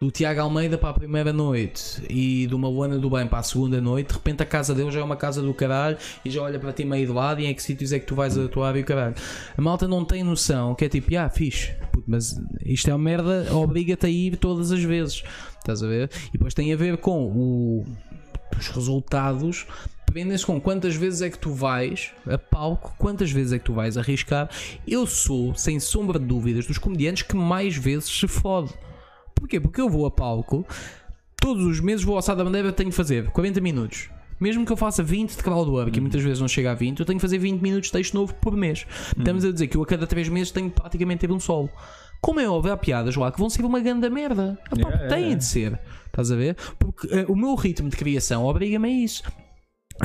S2: Do Tiago Almeida para a primeira noite e de uma Luana do Bem para a segunda noite, de repente a casa dele já é uma casa do caralho e já olha para ti meio de lado e em que sítios é que tu vais atuar e o caralho. A malta não tem noção que é tipo, ah, fixe, puto, mas isto é uma merda, obriga-te a ir todas as vezes. Estás a ver? E depois tem a ver com o, os resultados. Prendem-se com quantas vezes é que tu vais a palco, quantas vezes é que tu vais arriscar. Eu sou, sem sombra de dúvidas, dos comediantes que mais vezes se fode. Porquê? Porque eu vou a palco, todos os meses vou ao Sá da Bandeira, tenho que fazer 40 minutos. Mesmo que eu faça 20 de crowd work, e muitas vezes não chega a 20, eu tenho que fazer 20 minutos de texto novo por mês. Estamos a dizer que eu a cada 3 meses tenho praticamente ter um solo. Como é óbvio, há piadas lá que vão ser uma grande merda. Ah, pá,
S1: Yeah, yeah,
S2: têm
S1: yeah.
S2: de ser. Estás a ver? Porque eh, o meu ritmo de criação obriga-me a isso.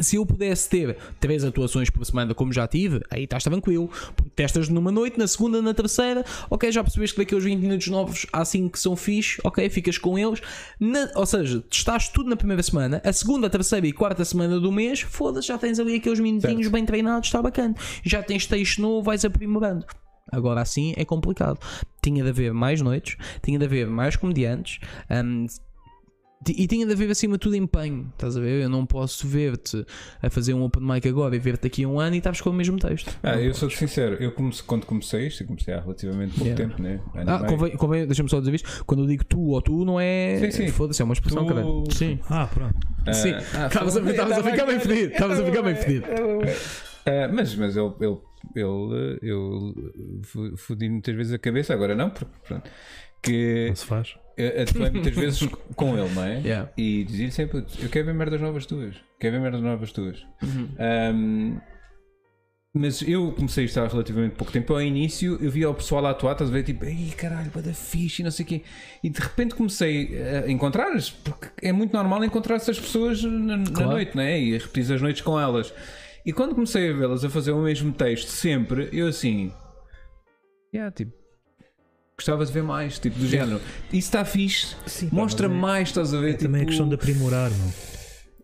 S2: Se eu pudesse ter três atuações por semana, como já tive, aí estás tranquilo. Porque testas numa noite, na segunda, na terceira, ok, já percebeste que daqueles 20 minutos novos há 5 que são fixe, ok, ficas com eles. Na- ou seja, testaste tudo na primeira semana, a segunda, a terceira e quarta semana do mês, foda-se, já tens ali aqueles minutinhos bem treinados, está bacana. Já tens texto novo, vais aprimorando. Agora assim é complicado. Tinha de haver mais noites, tinha de haver mais comediantes, hum, Ti- E tinha de haver acima de tudo empenho, estás a ver? Eu não posso ver-te a fazer um open mic agora e ver-te daqui a um ano e estás com o mesmo texto.
S1: Ah, eu sou sincero, eu comece- quando comecei isto, eu comecei há relativamente pouco
S2: Yeah.
S1: tempo, né? Ano e
S2: Ah,
S1: meio.
S2: convém, convém- deixa-me só dizer isto. Quando eu digo tu ou tu, não é.
S1: Sim, sim.
S2: Foda-se, é uma expressão,
S1: Tu-
S2: caralho. Sim.
S3: Ah, pronto.
S1: Ah,
S2: Sim.
S1: ah,
S2: Estavas a,
S1: foi-
S2: estavas a
S1: tava-
S2: ficar bem fedido. Estavas a ficar bem fedido.
S1: Ah, mas mas ele, ele, ele, eu fu- fudi muitas vezes a cabeça, agora não, porque pronto. Que
S3: Não se faz.
S1: eu atuei muitas vezes com ele, não é?
S2: Yeah.
S1: E dizia-lhe sempre: Eu quero ver merdas novas tuas, quero ver merdas novas tuas.
S2: Uhum.
S1: Ahm, mas eu comecei isto há relativamente pouco tempo. Ao início eu via o pessoal a atuar, estás a ver, tipo, ei caralho, bada fixe e não sei o quê. E de repente comecei a encontrar-as, porque é muito normal encontrar essas pessoas na, na
S2: Claro.
S1: noite, né? E repetir as noites com elas. E quando comecei a vê-las a fazer o mesmo texto sempre, eu assim, yeah, tipo, gostava de ver mais, tipo, do género. Isso está fixe,
S2: tá
S1: mostra mais, estás a ver? tipo,
S3: Também é questão de aprimorar, meu.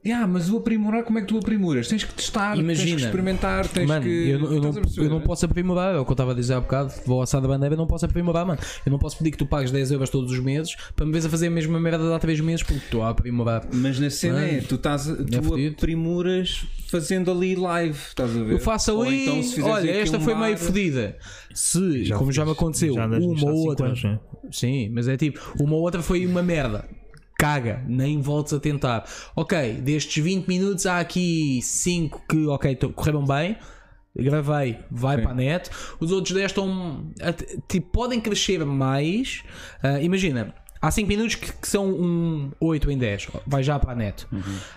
S1: Yeah, mas o aprimorar, como é que tu aprimoras? Tens que testar, tens
S2: Imagina.
S1: que experimentar, tens
S2: Mano,
S1: que.
S2: eu, não-
S1: Estás
S2: eu
S1: a
S2: não,
S1: perceber? né?
S2: eu não posso aprimorar, é o que eu estava a dizer há bocado. Vou ao assar da bandeira, não posso aprimorar, mano. Eu não posso pedir que tu pagues 10 euros todos os meses para me veres a fazer a mesma merda de há 3 meses porque estou a aprimorar.
S1: Mas na cena
S2: Mano,
S1: é, tu, estás, a- tu
S2: fodido.
S1: aprimoras fazendo ali live, estás a ver?
S2: Eu faço
S1: Ou
S2: ali.
S1: então, se fizeres
S2: olha,
S1: aqui
S2: esta
S1: um
S2: foi
S1: bar-
S2: meio fodida. Se, como já me aconteceu,
S3: Já andas nisto
S2: uma
S3: há
S2: ou
S3: cinco
S2: outra.
S3: anos, não é?
S2: Sim, mas é tipo, uma ou outra foi uma merda. Caga, nem voltes a tentar. Ok, destes 20 minutos há aqui 5 que, ok, to- correram bem. Gravei, vai para a net. Os outros 10 estão. at- Tipo, podem crescer mais. Ah, imagina, há 5 minutos que, que são um 8 em 10. Vai já para a net.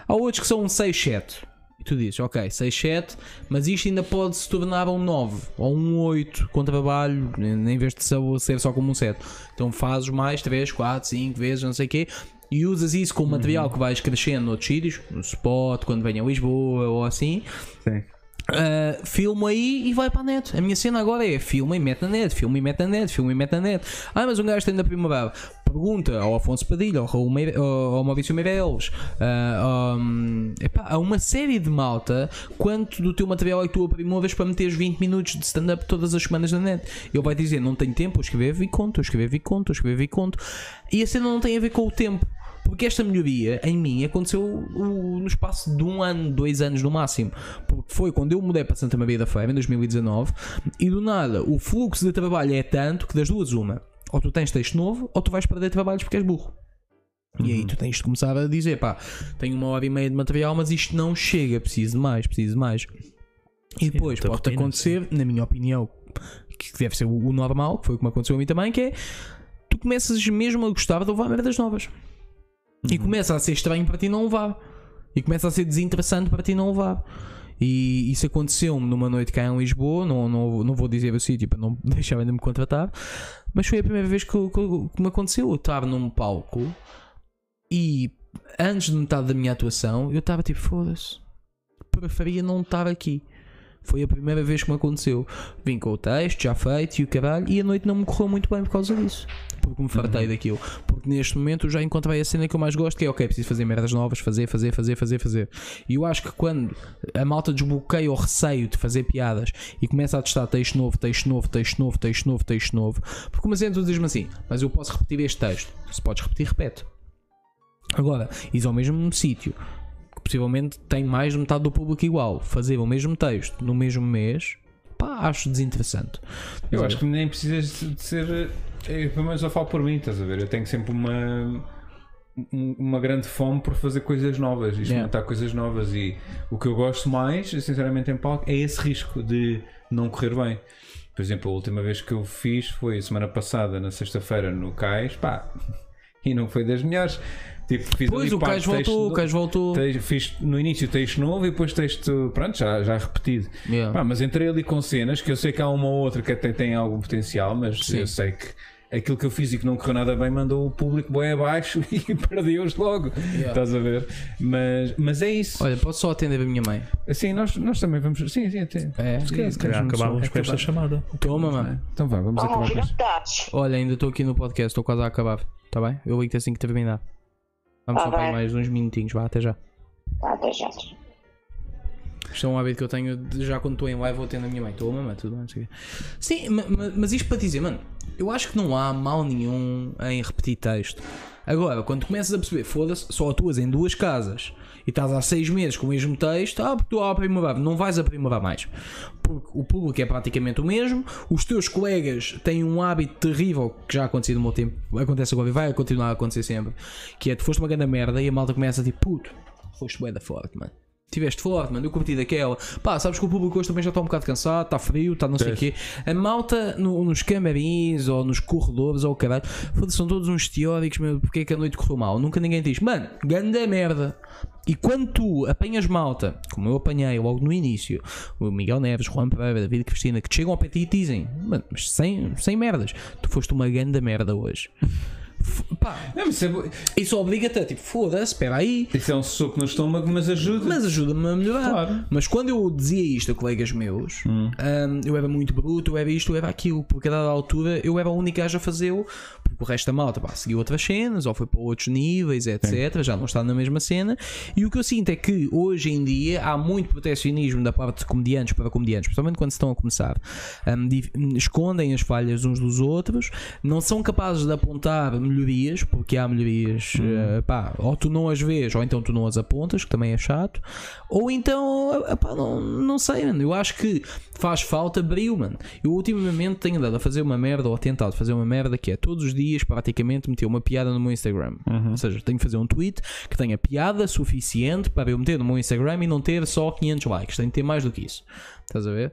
S2: Há outros que são um 6, 7. E tu dizes, ok, 6, 7, mas isto ainda pode se tornar um 9 ou um 8 com trabalho, em vez de só- ser só como um 7. Então fazes mais 3, 4, 5 vezes, não sei o quê, e usas isso como material que vais crescendo noutros sítios, no spot, quando vem a Lisboa ou assim. Uh, filma aí e vai para a net. A minha cena agora é filma e mete na net, filma e mete na net, filma e mete na net. Ah, mas um gajo tem da primavera. Pergunta ao Afonso Padilha, ao, Raul Meire- ao ao Maurício Meireles, ah, um, epá, a uma série de malta quanto do teu material é que tu aprimoras para meteres 20 minutos de stand-up todas as semanas na net. Ele vai dizer: Não tenho tempo, eu escrevo e conto, eu escrevo e conto, eu escrevo e conto. E a cena não tem a ver com o tempo. Porque esta melhoria em mim aconteceu o- no espaço de um ano, dois anos no máximo. Porque foi quando eu mudei para Santa Maria da Feira em 2019 e do nada o fluxo de trabalho é tanto que das duas, uma, ou tu tens texto novo ou tu vais perder trabalhos porque és burro. E
S3: Uhum.
S2: aí tu tens de começar a dizer, pá, tenho uma hora e meia de material, mas isto não chega, preciso de mais, preciso de mais. E depois
S3: muita
S2: pode
S3: rotina,
S2: acontecer, na minha opinião, que deve ser o o normal, que foi o que me aconteceu a mim também, que é tu começas mesmo a gostar de levar merdas novas. E começa a ser estranho para ti não levar. E começa a ser desinteressante para ti não levar. E isso aconteceu-me numa noite cá em Lisboa, não, não, não vou dizer o sítio para não deixarem de me contratar, mas foi a primeira vez que, eu- que eu- que me aconteceu eu estar num palco e antes de metade da minha atuação eu estava tipo, foda-se, preferia não estar aqui. Foi a primeira vez que me aconteceu. Vim com o texto já feito e o caralho, e a noite não me correu muito bem por causa disso. Porque me
S1: Uhum.
S2: fartei daquilo. Porque neste momento eu já encontrei a cena que eu mais gosto, que é ok, preciso fazer merdas novas, fazer, fazer, fazer, fazer, fazer. E eu acho que quando a malta desbloqueia o receio de fazer piadas e começa a testar texto novo, texto novo, texto novo, texto novo, texto novo, porque como assim tu dizes-me assim, mas eu posso repetir este texto. Se podes repetir, repete. Agora, ires ao mesmo sítio, que possivelmente tem mais de metade do público igual, fazer o mesmo texto no mesmo mês, pá, acho desinteressante.
S1: Eu acho que nem precisas de- de ser. eh, Pelo menos eu falo por mim, estás a ver? Eu tenho sempre uma. um- Uma grande fome por fazer coisas novas e experimentar coisas novas. E o que eu gosto mais, sinceramente, em palco é esse risco de não correr bem. Por exemplo, a última vez que eu fiz foi semana passada, na sexta-feira, no Cais, pá, e não foi das melhores. Tipo, fiz
S2: Pois,
S1: ali
S2: o
S1: parte
S2: Cais
S1: de texto
S2: voltou, o
S1: do-
S2: Cais voltou.
S1: Te- fiz no início texto novo e depois texto, pronto, já, já repetido.
S2: Yeah.
S1: Ah, Pá, mas entrei ali com cenas que eu sei que há uma ou outra que até tem algum potencial, mas eu sei que aquilo que eu fiz e que não correu nada bem mandou o público bem abaixo e perdeu-os logo. Estás a ver? Mas, mas é isso.
S2: Olha, posso só atender a minha mãe?
S1: Assim, nós, nós também vamos. Sim, sim, até.
S2: É.
S1: Se calhar- se calhar
S3: Já
S1: vamos-
S3: acabávamos com esta chamada.
S2: Toma, mãe.
S1: Então vá, vamos acabar com isto.
S7: novidades.
S2: Olha, ainda estou aqui no podcast, estou quase a acabar. Está bem? Eu ligo-te assim que terminar. Vamos
S7: Tá
S2: só para aí
S7: bem.
S2: mais uns minutinhos, vá, até já.
S7: Tá, Até já.
S2: Isto é um hábito que eu tenho de, já quando estou em live, vou tendo a minha mãe. Estou a mamãe, tudo bem, não sei o quê. Sim, ma- ma- mas isto para dizer, mano, eu acho que não há mal nenhum em repetir texto. Agora, quando começas a perceber, foda-se, só atuas em duas casas e estás há seis meses com o mesmo texto, ah, porque tu a aprimorar, não vais aprimorar mais. Porque o público é praticamente o mesmo, os teus colegas têm um hábito terrível que já aconteceu no meu tempo, acontece agora e vai continuar a acontecer sempre, que é tu foste uma grande merda e a malta começa a tipo, puto, foste bué da forte, mano. Tiveste forte, mano. Eu curti daquela. Pá, sabes que o público hoje também já está um bocado cansado, está frio, está não sei o quê. A malta no- nos camarins ou nos corredores ou o caralho, foda-se, são todos uns teóricos, meu. Porque é que a noite correu mal? Nunca ninguém diz, mano, ganda merda. E quando tu apanhas malta, como eu apanhei logo no início, o Miguel Neves, Juan Pereira, David Cristina, que te chegam ao pé de ti e te dizem, mano, mas sem, sem merdas, tu foste uma ganda merda hoje. F- Pá,
S1: Não, mas isso, é, bo-
S2: isso obriga-te a tipo, foda-se, espera aí,
S1: isso é um soco no estômago, mas ajuda.
S2: mas ajuda-me a melhorar.
S1: Claro.
S2: Mas quando eu dizia isto a colegas meus, hum, eu era muito bruto, eu era isto, eu era aquilo, porque a dada altura eu era o único gajo a fazê-lo, porque o resto da malta pá, seguiu outras cenas, ou foi para outros níveis, etc. Já não está na mesma cena. E o que eu sinto é que hoje em dia há muito protecionismo da parte de comediantes para comediantes, principalmente quando estão a começar. Hum, dif- hum, escondem as falhas uns dos outros, não são capazes de apontar melhorias, porque há melhorias, eh, pá, ou tu não as vês, ou então tu não as apontas, que também é chato, ou então, ah, pá, não, não sei, mano. Eu acho que faz falta brilho, mano. Eu ultimamente tenho andado a fazer uma merda, ou tentado fazer uma merda, que é todos os dias praticamente meter uma piada no meu Instagram. Ou seja, tenho que fazer um tweet que tenha piada suficiente para eu meter no meu Instagram e não ter só 500 likes, tenho que ter mais do que isso. Estás a ver?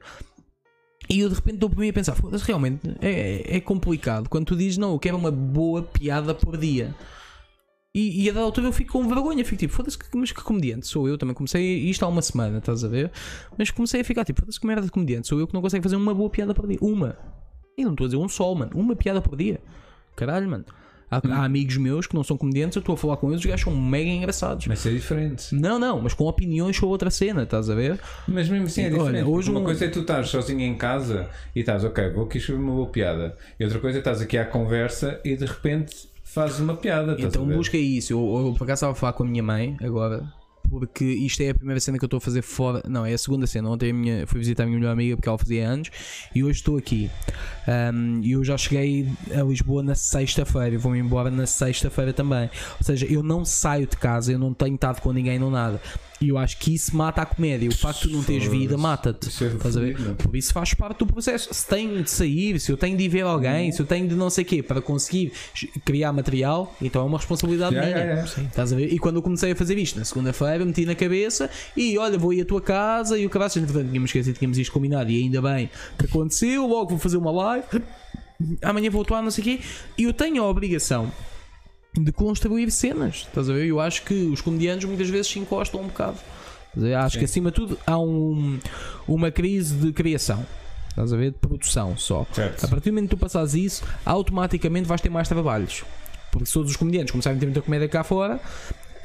S2: E eu de repente dou por mim a pensar, foda-se, realmente é, é complicado. Quando tu dizes, não, eu quero uma boa piada por dia. E, e a dada altura eu fico com vergonha, fico tipo, foda-se, que- mas que comediante sou eu? Também comecei isto há uma semana, estás a ver? Mas comecei a ficar tipo, foda-se, que merda de comediante sou eu que não consigo fazer uma boa piada por dia. Uma. E não estou a dizer um só, mano. Uma piada por dia. Caralho, mano. Há, há amigos meus que não são comediantes, eu estou a falar com eles, os gajos são mega engraçados.
S1: Mas isso é diferente.
S2: Não, não, mas com opiniões sobre outra cena, estás a ver?
S1: Mas mesmo assim é
S2: Olha,
S1: diferente.
S2: hoje
S1: hoje uma
S2: um-
S1: coisa é tu estás sozinho em casa e estás, ok, vou aqui escrever uma boa piada. E outra coisa é estás aqui à conversa e de repente fazes uma piada. estás
S2: Então
S1: a ver?
S2: busca isso. Eu, eu por acaso estava a falar com a minha mãe agora. Porque isto é a primeira cena que eu estou a fazer fora. Não, é a segunda cena. Ontem a minha, fui visitar a minha melhor amiga porque ela fazia anos e hoje estou aqui. Ahm, E eu já cheguei a Lisboa na sexta-feira. e Vou-me embora na sexta-feira também. Ou seja, eu não saio de casa, eu não tenho estado com ninguém, não nada. E eu acho que isso mata a comédia. O facto de não teres vida mata-te.
S1: Isso é
S2: Estás a ver?
S1: fodido, não é?
S2: Por isso faz parte do processo. Se tenho de sair, se eu tenho de ir ver alguém, se eu tenho de não sei o quê, para conseguir criar material, então é uma responsabilidade
S1: Yeah,
S2: minha.
S1: yeah, yeah. Sim.
S2: Estás a ver? E quando eu comecei a fazer isto, na segunda-feira, meti na cabeça e olha, vou ir à tua casa e o caralho, entretanto, tínhamos esquecido, tínhamos isto combinado e ainda bem que aconteceu, logo vou fazer uma live, amanhã vou atuar, não sei o quê, e eu tenho a obrigação de construir cenas. Estás a ver? Eu acho que os comediantes muitas vezes se encostam um bocado. Estás a ver? Acho que acima de tudo há um- uma crise de criação. Estás a ver? De produção só.
S1: Certo.
S2: A partir do momento que tu passares isso, automaticamente vais ter mais trabalhos. Porque se todos os comediantes começarem a ter muita comédia cá fora,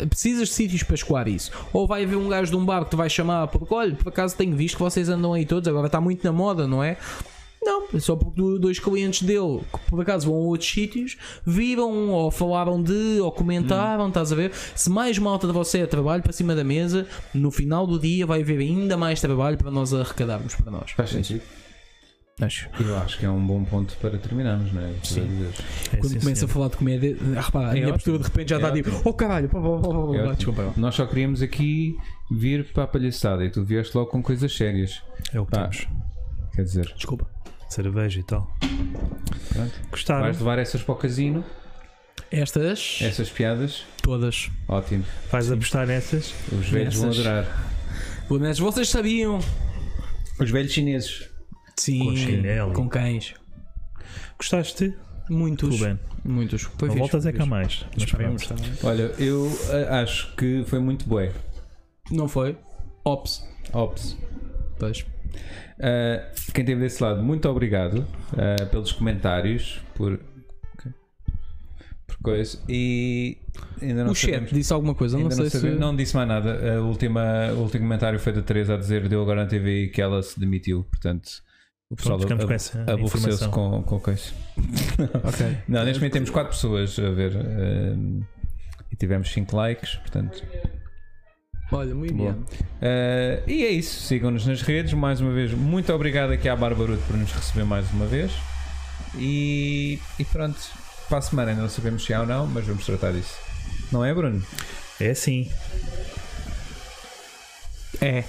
S2: precisas de sítios para escoar isso. Ou vai haver um gajo de um bar que te vai chamar porque, olha, por acaso tenho visto que vocês andam aí todos, agora está muito na moda, não é? Não, é só porque do- dois clientes dele, que por acaso vão a outros sítios, viram ou falaram de, ou comentaram, estás a ver? Se mais malta de você é trabalho para cima da mesa, no final do dia vai haver ainda mais trabalho para nós arrecadarmos para nós.
S1: Faz sentido.
S2: Acho.
S1: Eu acho que é um bom ponto para terminarmos, não é? Sim.
S3: É,
S2: Quando
S3: sim,
S2: começa
S3: senhor.
S2: a falar de comédia, ah, repara, a minha
S1: ótimo.
S2: postura de repente já
S1: É
S2: está tipo, oh caralho, pá, pá, pá, pá,
S1: É
S2: pá,
S1: ótimo.
S2: desculpa. pá."
S1: Nós só queríamos aqui vir para a palhaçada e tu vieste logo com coisas sérias.
S3: É o que
S1: Pá,
S3: temos.
S1: Quer dizer,
S2: Desculpa.
S3: Cerveja e tal.
S1: pronto.
S3: Gostaram?
S1: vais levar essas para o casino,
S2: Estas,
S1: essas piadas.
S2: todas.
S1: Ótimo.
S3: Vais apostar nessas?
S1: Os velhos vão
S2: Essas.
S1: adorar.
S2: Pelo menos vocês sabiam.
S1: Os velhos chineses.
S2: Sim.
S3: Com chinelo.
S2: Com cães.
S3: Gostaste?
S2: Muitos.
S3: Ruben,
S2: Muitos. Foi
S3: não
S2: fixe,
S3: voltas
S2: foi
S3: é cá
S2: fixe.
S3: mais. Mas
S2: Esperemos,
S3: pronto.
S2: tá bem.
S1: Olha, eu ah, acho que foi muito bué.
S2: Não foi? Ops.
S1: Ops. Eh,
S2: Pois.
S1: Uh, quem esteve desse lado, muito obrigado uh, pelos eh, comentários, por coisa. E ainda não
S2: o chat
S1: sabemos-
S2: disse alguma coisa, não
S1: Ainda
S2: sei
S1: não,
S2: se.
S1: sabemos- não disse mais nada. A última, o último comentário foi da Teresa a dizer, deu agora na TV que ela se demitiu. Portanto, o pessoal
S3: Pronto, ficamos
S1: ab-
S3: com essa
S1: aborreceu-se
S3: informação.
S1: com, com o queixo.
S2: Ok.
S1: Não, neste momento temos 4 pessoas a ver ehm, e tivemos 5 likes, portanto.
S2: Olha, muito
S1: Boa.
S2: bem.
S1: Eh, e é isso, sigam-nos nas redes. Mais uma vez, muito obrigado aqui à Barbaruto por nos receber mais uma vez. E, e pronto, para a semana ainda não sabemos se há ou não, mas vamos tratar disso. Não é, Bruno?
S3: É sim.
S2: É.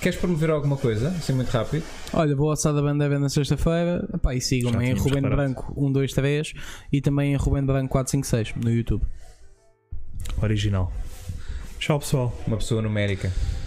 S1: Queres promover alguma coisa? Assim, muito rápido.
S2: Olha, vou ao Sada Bandeira na sexta-feira. Epá, E sigam-me
S3: Já
S2: em
S3: tínhamos
S2: Rubén
S3: reparado.
S2: Branco 123 e também em Rubén Branco 456 no YouTube.
S3: Original. Tchau, pessoal.
S1: Uma pessoa numérica.